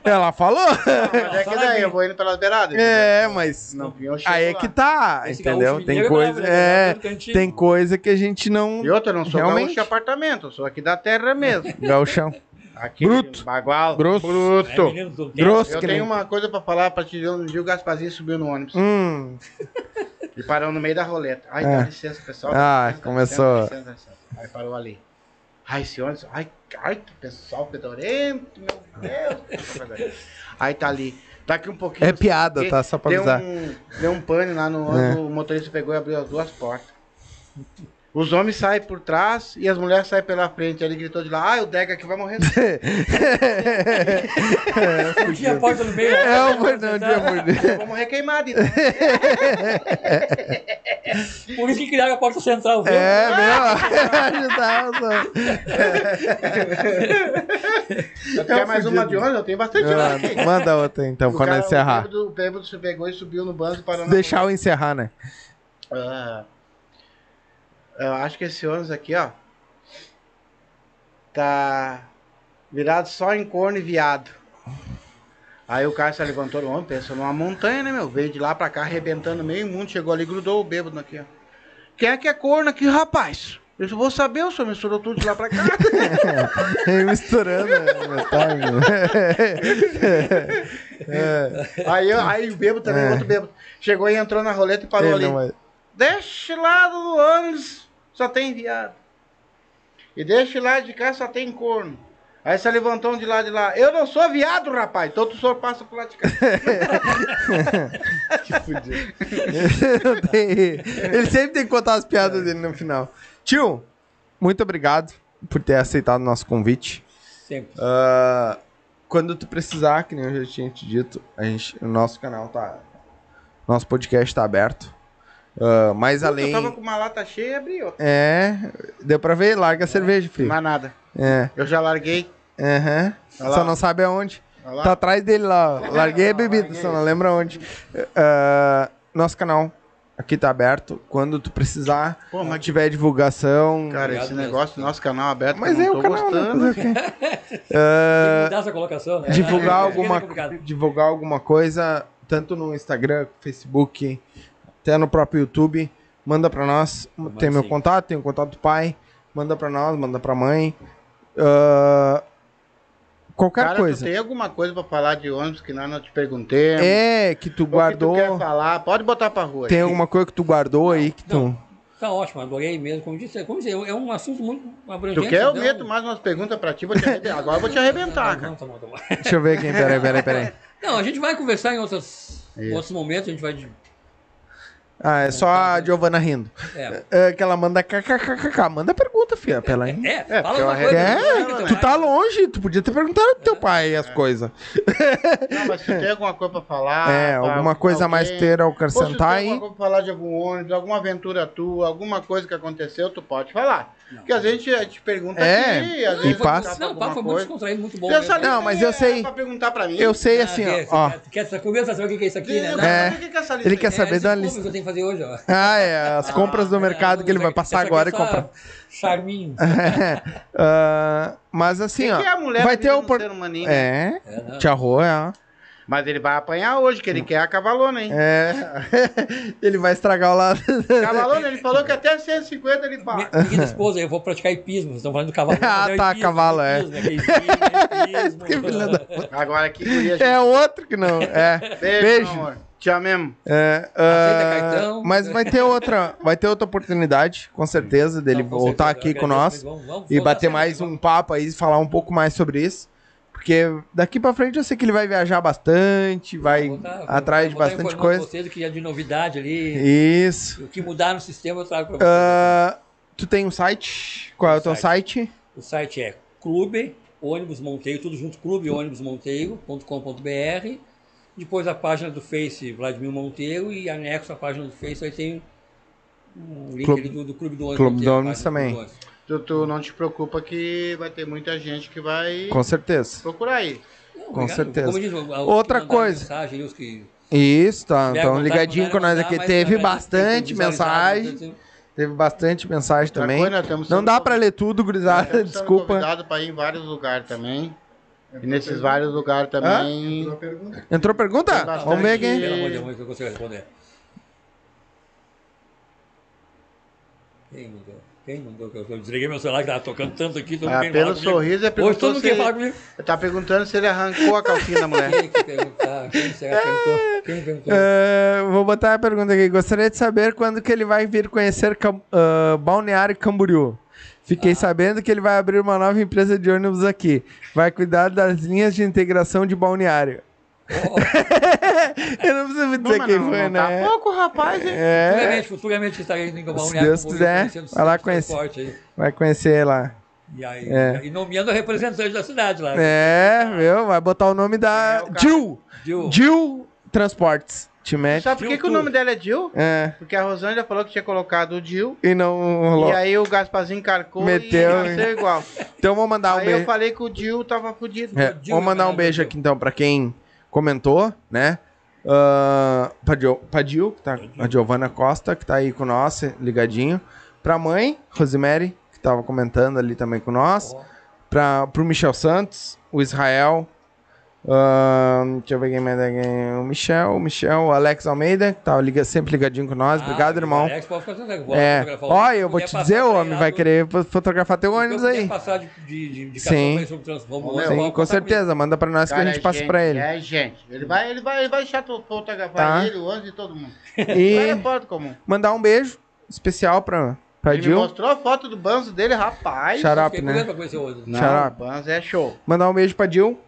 Ela falou. Mas é que daí, eu vou indo pelas beiradas. é, mas. Não, eu chego Aí é lá. que tá, Esse entendeu? um gaúcho Tem mineiro coisa. bravo, né? É. Todo cantinho. Tem coisa que a gente não. E outra, um eu não sou Realmente. gaúcho de apartamento, eu sou aqui da terra mesmo. Galchão. Aqui, Bruto. Bagual. Grosso. É, Bruto. menino do tempo. Grosso Eu que tenho nem. uma coisa pra falar pra te dizer. Um dia o Gasparzinho subiu no ônibus Hum. e parou no meio da roleta. Ai, É. dá licença, pessoal. Ah, dá licença, dá começou. licença, dá licença, dá licença. Aí parou ali. Ai, esse ônibus. Ai, ai, que pessoal fedorento, meu Deus. Aí tá ali. Daqui um pouquinho. É piada, tá? Só pra deu avisar. É. Um, deu um pane lá no ônibus, o motorista pegou e abriu as duas portas. Os homens saem por trás e as mulheres saem pela frente. Aí ele gritou de lá, ah, o Dega aqui vai morrer. Tinha a porta no meio. né? É o Fernando de Eu Amor. vou morrer queimado. então." Por isso que criaram a porta central, viu? É, meu. Ajudar, É Eu quero mais uma de ônibus, eu tenho bastante ônibus aqui. só. Manda outra um É. então, quando cara- é O encerrar. bêbado, o bêbado se pegou e subiu no banco e parou na Deixar eu encerrar, né? Ah, eu acho que esse ônibus aqui, ó, tá virado só em corno e viado. Aí o cara se levantou, homem, pensa numa montanha, né, meu? Veio de lá pra cá, arrebentando meio mundo, chegou ali, grudou o bêbado aqui, ó. Quem é que é corno aqui, rapaz? Eu disse, vou saber, o senhor misturou tudo de lá pra cá. Vem Misturando. né, tá, É, meu? aí, eu- aí o bêbado também, É. outro bêbado, chegou e entrou na roleta e parou Ele ali. não vai- Deste lado do ônibus só tem viado. E deste lado de cá só tem corno. Aí você levantou um de lá de lá. Eu não sou viado, rapaz. Então tu só passa pro lado de cá. Tem- Ele sempre tem que contar as É. piadas dele no final. Tio, muito obrigado por ter aceitado o nosso convite. Sempre. Ah, quando tu precisar, que nem eu já tinha te dito, a gente, o nosso canal tá. Nosso podcast tá aberto. Ah, mais além. Eu tava com uma lata cheia e abri outra. É. Deu pra ver? Larga a cerveja, filho. Mais nada. É. Eu já larguei. Aham. Olha lá. Só não sabe aonde. Olha lá. Tá atrás dele lá. ó. Larguei a bebida, Larguei. só não lembra onde. Ah, nosso canal aqui tá aberto. Quando tu precisar, Pô, mas- tiver divulgação. Cara, Obrigado esse mesmo. negócio do nosso canal aberto, mas eu é não o tô canal. né? gostando. Fazer o quê? Dá essa colocação, né? divulgar Isso que é alguma complicado. divulgar alguma coisa tanto no Instagram, Facebook, até no próprio YouTube, manda pra nós. Manda tem meu sim. contato, tem o contato do pai, manda pra nós, manda pra mãe. Ah, qualquer Cara, tu coisa. tem alguma coisa pra falar de ônibus que nós não te perguntemos? É que tu Ou guardou, Que tu quer falar? Pode botar pra rua. aí. tem alguma coisa que tu guardou aí que tu Tá ótimo, adorei mesmo. Como disse, como disse, é um assunto muito abrangente. Tu quer? Eu então- meto mais umas perguntas pra ti. Vou te arrebentar. Agora eu vou te Não, arrebentar, não, cara. tá bom, tá bom. Deixa eu ver quem, peraí, peraí, peraí. Não, a gente vai conversar em outras, Isso. outros momentos, a gente vai. de- Ah, é só a Giovana rindo. É, É, que ela manda kkkk, manda pergunta, filha, pela aí. é, fala porque uma eu coisa. É, então, tu vai. tá longe, tu podia ter perguntado pro teu É, pai as coisas. Não, É, mas se tem alguma coisa pra falar. É, pra- alguma pra coisa a mais Ah, tá, alguém, ter ao Ou se tu tem acrescentar alguma aí. coisa pra falar de algum ônibus, alguma aventura tua, alguma coisa que aconteceu, tu pode falar. Porque às vezes a gente pergunta É, aqui, às e vezes passa. pergunta Não, um o pra papo foi alguma muito coisa. descontraído, muito bom. E essa mesmo. Não, lista mas aí eu é sei. Pra perguntar pra mim. Eu sei Ah, assim, quer- ó. ó. quer- Quer essa conversa, saber o que que é isso aqui, né? Não, É. O que que é essa lista? Ele quer é saber esse da público lista. que eu tenho que fazer hoje, ó. Ah, é, as compras do É, mercado que ele vai passar essa é agora e conversa comprar. Charminho. Ah, mas assim, Quem ó. que é a né? mulher Vai que ter vira um opor- ser humaninho? É, É, não. Tia Rô, é. Mas ele vai apanhar hoje, que ele quer a cavalona, hein? é. Ele vai estragar o lado. Cavalona, ele falou que até 150 ele paga. Minha, minha esposa, eu vou praticar hipismo. Vocês estão falando do cavalo. Ah, Mas é o tá, hipismo, cavalo, é. hipismo, hipismo, Que filha da- hipismo. Agora que guria. É outro que não. É. Beijo, Beijo. meu amor. Te amemos. É, Aceita ah, cartão. mas vai ter outra, vai ter outra oportunidade, com certeza, dele Então, com voltar certeza, aqui eu com nós agradeço, vamos- vamos e voltar bater sempre, mais vamos. um papo aí, falar um pouco mais sobre isso, porque daqui pra frente eu sei que ele vai viajar bastante, vai Vou botar- vou- atrás de vou botar bastante informando coisa. Vocês o que é de novidade ali. Isso. O que mudar no sistema eu trago pra vocês. Ah, tu tem um site? Qual é o teu site? O site é Clube Ônibus Monteiro, tudo junto, clube ônibus monteiro.com.br. Depois a página do Face Vladimir Monteiro e anexo a página do Face, aí tem um link Clube- ali do, do Clube do Clube Ônibus. do Monteiro, a Ônibus página do também. Clube do Ônibus. Tu, tu não te preocupa que vai ter muita gente que vai Com certeza. procurar aí. Não, Com certeza. Como diz, o- a- os Outra que mandaram coisa. mensagem, os que Isso, tá. tiveram Então contato, ligadinho com mandaram nós mandar, aqui. mas Teve agradece bastante quem tem visualizado, mensagem. então- Teve bastante mensagem Outra também. coisa, nós estamos Não sendo dá convi- pra ler tudo, nós gurizada. estamos sendo Desculpa. convidado para ir em vários lugares também. E nesses vários lugares Tem também. é, uma pergunta. Entrou pergunta? Tem Vamos ver bastante. quem. Pelo amor de Deus, é que eu consigo responder. Quem mandou? Quem mandou? Eu eu desliguei meu celular que tava tocando tanto aqui. Todo Ah, mundo quer pelo falar comigo. sorriso é Hoje todo perguntou mundo se- quer falar comigo. Tá perguntando se ele arrancou a calcinha da mulher. Quem que perguntar? Quem será que perguntou? Quem perguntou? É, vou botar a pergunta aqui. Gostaria de saber quando que ele vai vir conhecer Cam- ah, Balneário Camboriú. Ah. Fiquei sabendo que ele vai abrir uma nova empresa de ônibus aqui. Vai cuidar das linhas de integração de Balneário. Eu não preciso me dizer Oh. mas quem foi, tá né? pouco, rapaz, hein? É, Futuramente, futuramente estarei indo em Balneário. Deus Camboriú, quiser, conhecendo vai lá o conhecer. transporte aí. vai conhecer lá. E aí, É. e nomeando representantes da cidade lá. É, viu? Vai botar o nome É da Jill. Jill. Jill Transportes. Te mete. Sabe por que, que o nome dela é Jill? É, Porque a Rosângela falou que tinha colocado o Jill. e não rolou. E aí o Gasparzinho carcou Meteu, e nasceu igual. Então vou mandar um aí beijo. eu falei que o Jill tava fudido. É, Digo, vou mandar um caralho, beijo Gil. aqui então pra quem comentou, né? Ah, pra, Gio, pra Gil, que tá, a Giovana Costa, que tá aí com nós, ligadinho. Pra mãe, Rosemary, que tava comentando ali também com nós. Ó. Pra, pro Michel Santos, o Israel. ah, deixa eu ver quem mais é quem- O Michel, o Michel, o Alex Almeida, que tá liga, sempre ligadinho com nós. Obrigado, Ah, irmão. Alex, pode ficar tranquilo, vou lá É, fotografar o ó, ônibus. eu vou Se te puder dizer, passar o pra homem lá vai do- querer fo- fotografar teu ônibus Então, quer aí. passar de, de, de indicação Sim. pra ele sobre trans- Sim, vamos- vamos Sim, com contar certeza. Manda pra nós que a Cara, gente é passa gente, pra ele. É, gente. Ele vai, ele vai, ele vai deixar tu fotografar Tá. ele, o ônibus e todo mundo. E- Cara, é fora do comum. mandar um beijo especial pra Pra Ele me Dil. mostrou a foto do banzo dele, rapaz. Xarope, Fiquei né? curioso pra conhecer o outro. Não, Xarope. o banzo é show. Mandar um beijo pra Dil.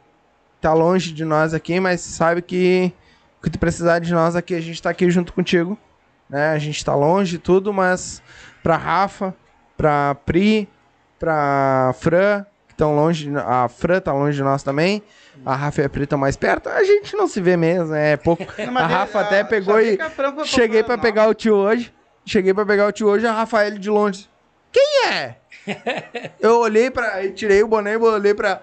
Tá longe de nós aqui, mas sabe que o que tu precisar de nós aqui, a gente tá aqui junto contigo. Né? A gente tá longe e tudo, mas pra Rafa, pra Pri, pra Fran, que estão longe, de- a Fran tá longe de nós também. A Rafa e a Pri estão mais perto. A gente não se vê mesmo, é pouco. Não, A mas ele- Rafa até só pegou sei e- que a Fran foi Cheguei pra Pantanal. pegar o tio hoje. Cheguei pra pegar o tio hoje, a Rafael de longe. Quem é? Eu olhei pra. eu Tirei o boné e olhei pra.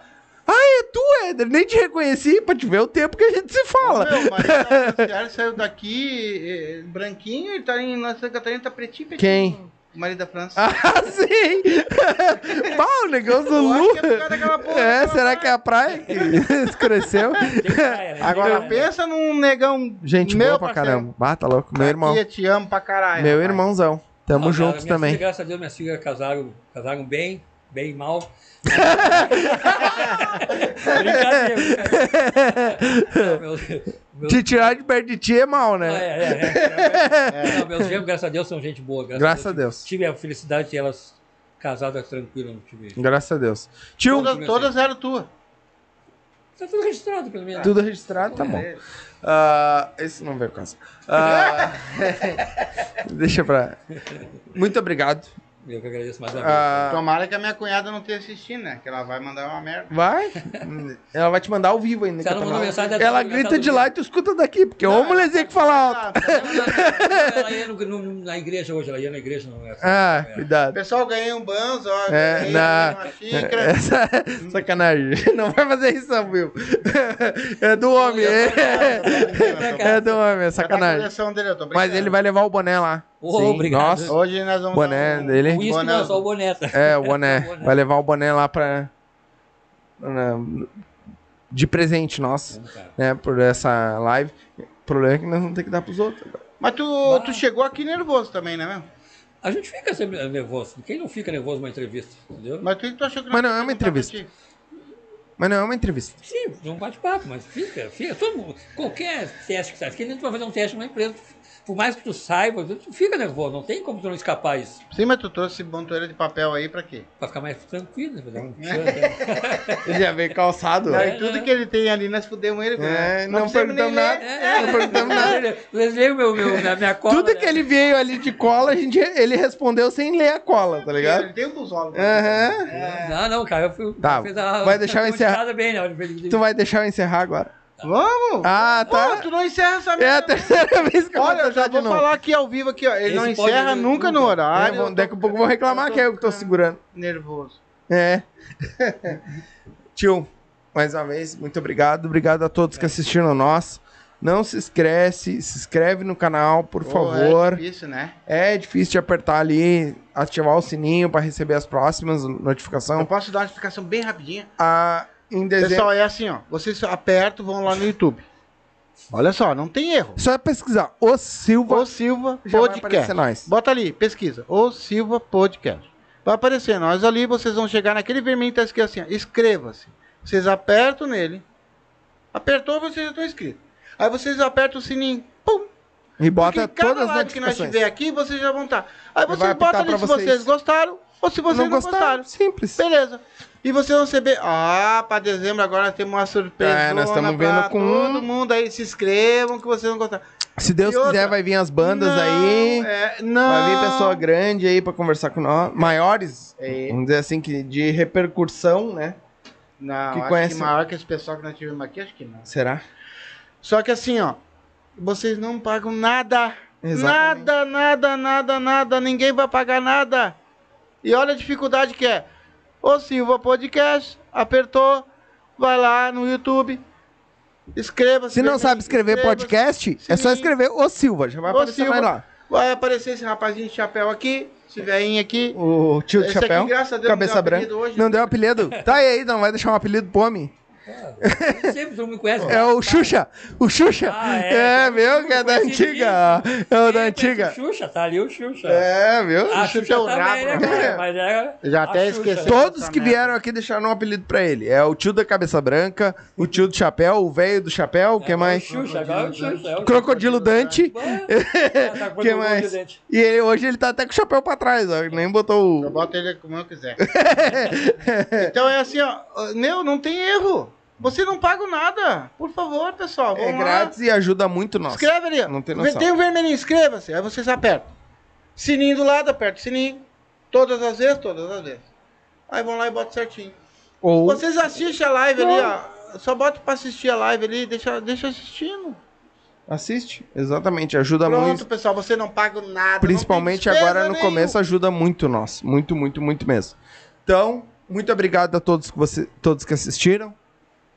Ah, é tu, Éder. Nem te reconheci pra te ver o tempo que a gente se fala. Meu, mas o Cassiano saiu daqui eh, branquinho, ele tá em Santa Catarina, tá pretinho, pretinho. Quem? O marido da França. Ah, sim! Pau, o negócio do Eu acho que é por Lu. causa daquela porra É, daquela será praia. que é a praia que escureceu? Tem praia, né? Agora Tem praia. pensa num negão. Gente, meu boa pra parceiro. caramba. Ah, tá louco. Meu irmão. Aqui, eu te amo pra caralho. Meu rapaz. irmãozão. Tamo Não, junto minhas também. filhas, graças a Deus, minhas filhas casaram, casaram bem, bem mal. brincadeira, brincadeira. Não, meus- meus- Te tirar de perto de ti é mal, Ah, né? é, é, é. Não, meus filhos, graças a Deus, são gente boa. Graças a Deus. Tive a felicidade de elas casadas tranquilas, não tive. Graças a Deus. Tio, Todas, todas eram tuas. Tá tudo registrado pelo menos. tudo registrado, tá bom. Ah, esse não veio caso. Ah, deixa pra. Muito obrigado. Eu que agradeço mais uma vez. Ah, Tomara que a minha cunhada não tenha assistido, né? Que ela vai mandar uma merda. vai? Ela vai te mandar ao vivo ainda. Se ela que eu tô mandou falando. mensagem, ela tá Ela no grita mercado de lá e tu escuta daqui, porque é uma mulherzinha que fala alto. ela ia no- no- na igreja hoje, ela ia na igreja, não é? Ah, O cuidado. pessoal ganhei um banzo, ó. É, ganhei na- uma xícara. Essa... Sacanagem. Não vai fazer isso ao vivo. É do homem. Tá É, né? Né, é do homem, é Sacanagem. sacanagem. coleção dele, eu tá tô Mas brincando. ele vai levar o boné lá. Ô, Sim. obrigado. Nossa, Hoje nós vamos. boné né? dar um- dele. O uísque não é só o boneta. É, o boné. O boné. Vai levar o boné lá pra. na- de presente nosso, né? Por essa live. O problema é que nós vamos ter que dar pros outros. agora. Mas tu, Bah. tu chegou aqui nervoso também, né, meu? A gente fica sempre nervoso. Quem não fica nervoso numa entrevista, entendeu? Mas o que que tu achou que Mas não, nós é uma ia perguntar pra entrevista. ti? Mas não é uma entrevista. Sim, não bate papo, mas fica, fica. Todo mundo, qualquer teste que você faz, que nem tu vai fazer um teste numa empresa, por mais que tu saiba, tu fica nervoso, não tem como tu não escapar isso. Sim, mas tu trouxe montoeira de papel aí pra quê? Pra ficar mais tranquilo, né? Fazer um tchan, né? Ele já veio calçado. Não, É, e tudo que ele tem ali, nós fudemos ele. né? não, precisamos perguntamos nem ler. é, nada. tá Não perguntamos nada. Vocês lembram meu, meu, na minha cola? Tudo que né? ele veio ali de cola, a gente, ele respondeu sem ler a cola, tá ligado? Ele tem um busólogo. Aham. É. Não, não, cara, eu fui. Tá, fez a- vai deixar eu a encerrar. comunicada bem, né? Tu vai deixar eu encerrar agora. Vamos! Ah, Pô, tá. tu não encerra essa É a merda. terceira vez que eu Olha, vou eu já tentar de vou novo. falar aqui ao vivo aqui, ó. Ele Esse não pode- encerra nunca no nunca. Ah, horário. eu vou- daqui a pouco eu vou reclamar que é eu que tô segurando. Nervoso. É. Tio, mais uma vez, muito obrigado. Obrigado a todos que É. assistiram o nosso. Não se esquece, se inscreve no canal, por Pô, é favor. difícil, né? É difícil de apertar ali, ativar o sininho para receber as próximas Eu notificações. posso dar uma explicação bem rapidinha. Ah, em dezembro. Pessoal, é assim, ó. Vocês apertam, vão lá no YouTube. Olha só, não tem erro. Só é pesquisar o Silva O Silva já vai Podcast. aparecer nós. Bota ali, pesquisa. O Silva Podcast. Vai aparecer nós ali, vocês vão chegar naquele vermelho que tá escrito assim, ó, inscreva-se. Vocês apertam nele. Apertou, vocês já estão inscritos. Aí vocês apertam o sininho. Pum! E bota Porque cada todas as live que nós notificações. tiver aqui, vocês já vão estar. Aí vai vocês apitar botam ali pra se vocês. vocês. gostaram ou se vocês não, gostaram. Simples. Beleza. E vocês vão receber. Ah, pra dezembro agora nós temos uma surpresa. É, nós estamos vendo com- todo mundo aí. Se inscrevam que vocês não gostaram. Se Deus E outra- quiser, vai vir as bandas Não, aí. É, não. Vai vir pessoa grande aí pra conversar com nós. Maiores, É. vamos dizer assim, que de repercussão, né? Não, que acho conhece- que maior que esse pessoal que nós tivemos aqui, acho que não. Será? Só que assim, ó. Vocês não pagam nada. Exatamente. Nada, nada, nada, nada. Ninguém vai pagar nada. E olha a dificuldade que é. Ô Silva Podcast, apertou, vai lá no YouTube, inscreva-se. Se não vermelho, sabe escrever inscreva-se. podcast, é só Sininho. escrever o Silva, já vai Ô aparecer Silva. nós lá. Vai aparecer esse rapazinho de chapéu aqui, esse velhinho aqui. O tio de Esse aqui, chapéu, graças a Deus, cabeça não deu branca. apelido hoje. né? não deu apelido? Tá e aí, não vai deixar um apelido pro homem? Ah, sempre todo mundo É conhece. Tá. o Xuxa, o Xuxa. Ah, é. é. meu, que é da Conheci antiga. É o da Sempre antiga. O Xuxa, tá ali o Xuxa. É, meu. A Xuxa Xuxa é o também, né, rabo, né? cara? Mas é Já a até Xuxa, esqueci. né? Todos essa que merda. vieram aqui deixaram um apelido pra ele. É o tio da cabeça branca, o tio do chapéu, o velho do chapéu, o que É mais? O Xuxa, agora é o Xuxa. é tá o Crocodilo Dante. Xuxa. que mais? E ele- hoje ele tá até com o chapéu pra trás, ó. ele Nem botou Eu o. boto ele como eu quiser. então é assim, ó. Meu, não tem erro. Você não paga nada. Por favor, pessoal. É Vamos lá. grátis e ajuda muito nós. Escreve ali. ó. não tem noção. Tem um vermelhinho, inscreva-se. Aí vocês apertam. Sininho do lado, aperta o sininho. Todas as vezes, todas as vezes. Aí vão lá e botam certinho. Ou Vocês assistem a live ali, ó. Só bota pra assistir a live ali, deixa, deixa assistindo. assiste. Exatamente, ajuda Pronto, muito. pessoal, você não paga nada. não tem Tá Principalmente despesa agora no nenhuma. começo ajuda muito nós. Muito, muito, muito mesmo. Então, muito obrigado a todos que, você, todos que assistiram.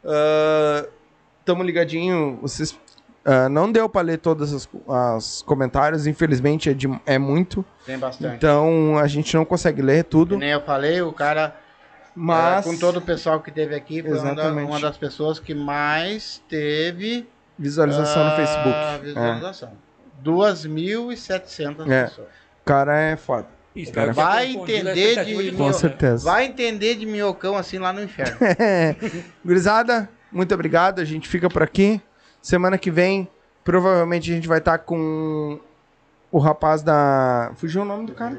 Ah, Tamo ligadinho. Vocês ah, não deu pra ler todos os comentários, infelizmente é, de- é muito. Tem bastante. Então a gente não consegue ler Que tudo. nem eu falei, o cara, Mas eh, É, com todo o pessoal que teve aqui, foi uma, da- Exatamente. uma das pessoas que mais teve visualização no ah, Facebook. É. Visualização. 2.700 É. pessoas. O cara é foda. Espero que Vai tenha respondido a entender expectativa de- todo Com mundo, né? certeza. Vai entender de minhocão assim lá no inferno. É. Gurizada, muito obrigado. A gente fica por aqui. Semana que vem, provavelmente a gente vai estar com o rapaz da. Fugiu o nome do cara?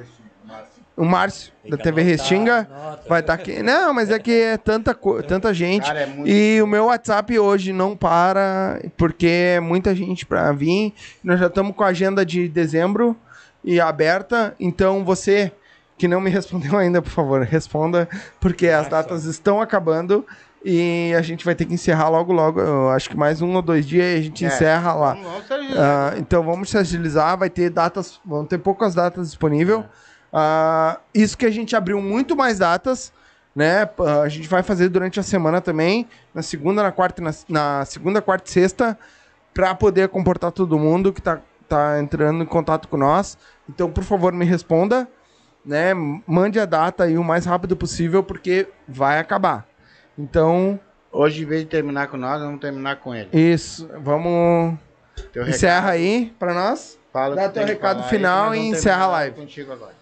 O Márcio, Tem da que TV anotar, Restinga. anota. Vai estar aqui. Não, mas é que é tanta, co- tanta gente. Cara, é muito. E o meu WhatsApp hoje não para, porque é muita gente para vir. Nós já estamos com a agenda de dezembro e aberta. Então você que não me respondeu ainda, por favor, responda, porque as Nossa. datas estão acabando e a gente vai ter que encerrar logo, logo. Eu acho que mais um ou dois dias e a gente É. encerra lá. Vamos- vamos ser- Ah, então vamos se agilizar, vai ter datas, vão ter poucas datas disponível. Ah, isso que a gente abriu muito mais datas, né? P- A gente vai fazer durante a semana também, na segunda, na quarta, e na, na segunda, quarta e sexta, para poder comportar todo mundo que tá, tá entrando em contato com nós. Então, por favor, me responda, né? M- Mande a data aí o mais rápido possível, porque vai acabar. Então, Hoje, em vez de terminar com nós, vamos terminar com ele. isso. Vamos Teu encerra aí para nós. fala o dá que teu tem que recado falar final aí, que nós e vamos encerra a terminar live. Contigo agora.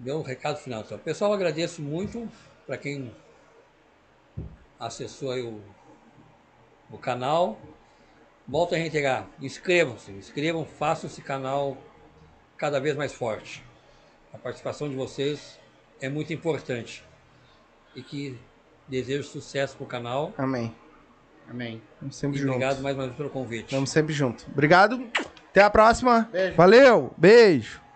Meu recado final, então. Pessoal, agradeço muito para quem acessou aí o, o canal. Volto a reiterar, inscrevam-se, inscrevam, façam esse canal cada vez mais forte. A participação de vocês é muito importante. E que desejo sucesso para o canal. Amém. Amém. Vamos sempre E junto. obrigado mais uma vez pelo convite. Vamos sempre junto. Obrigado. Até a próxima. Beijo. Valeu. Beijo.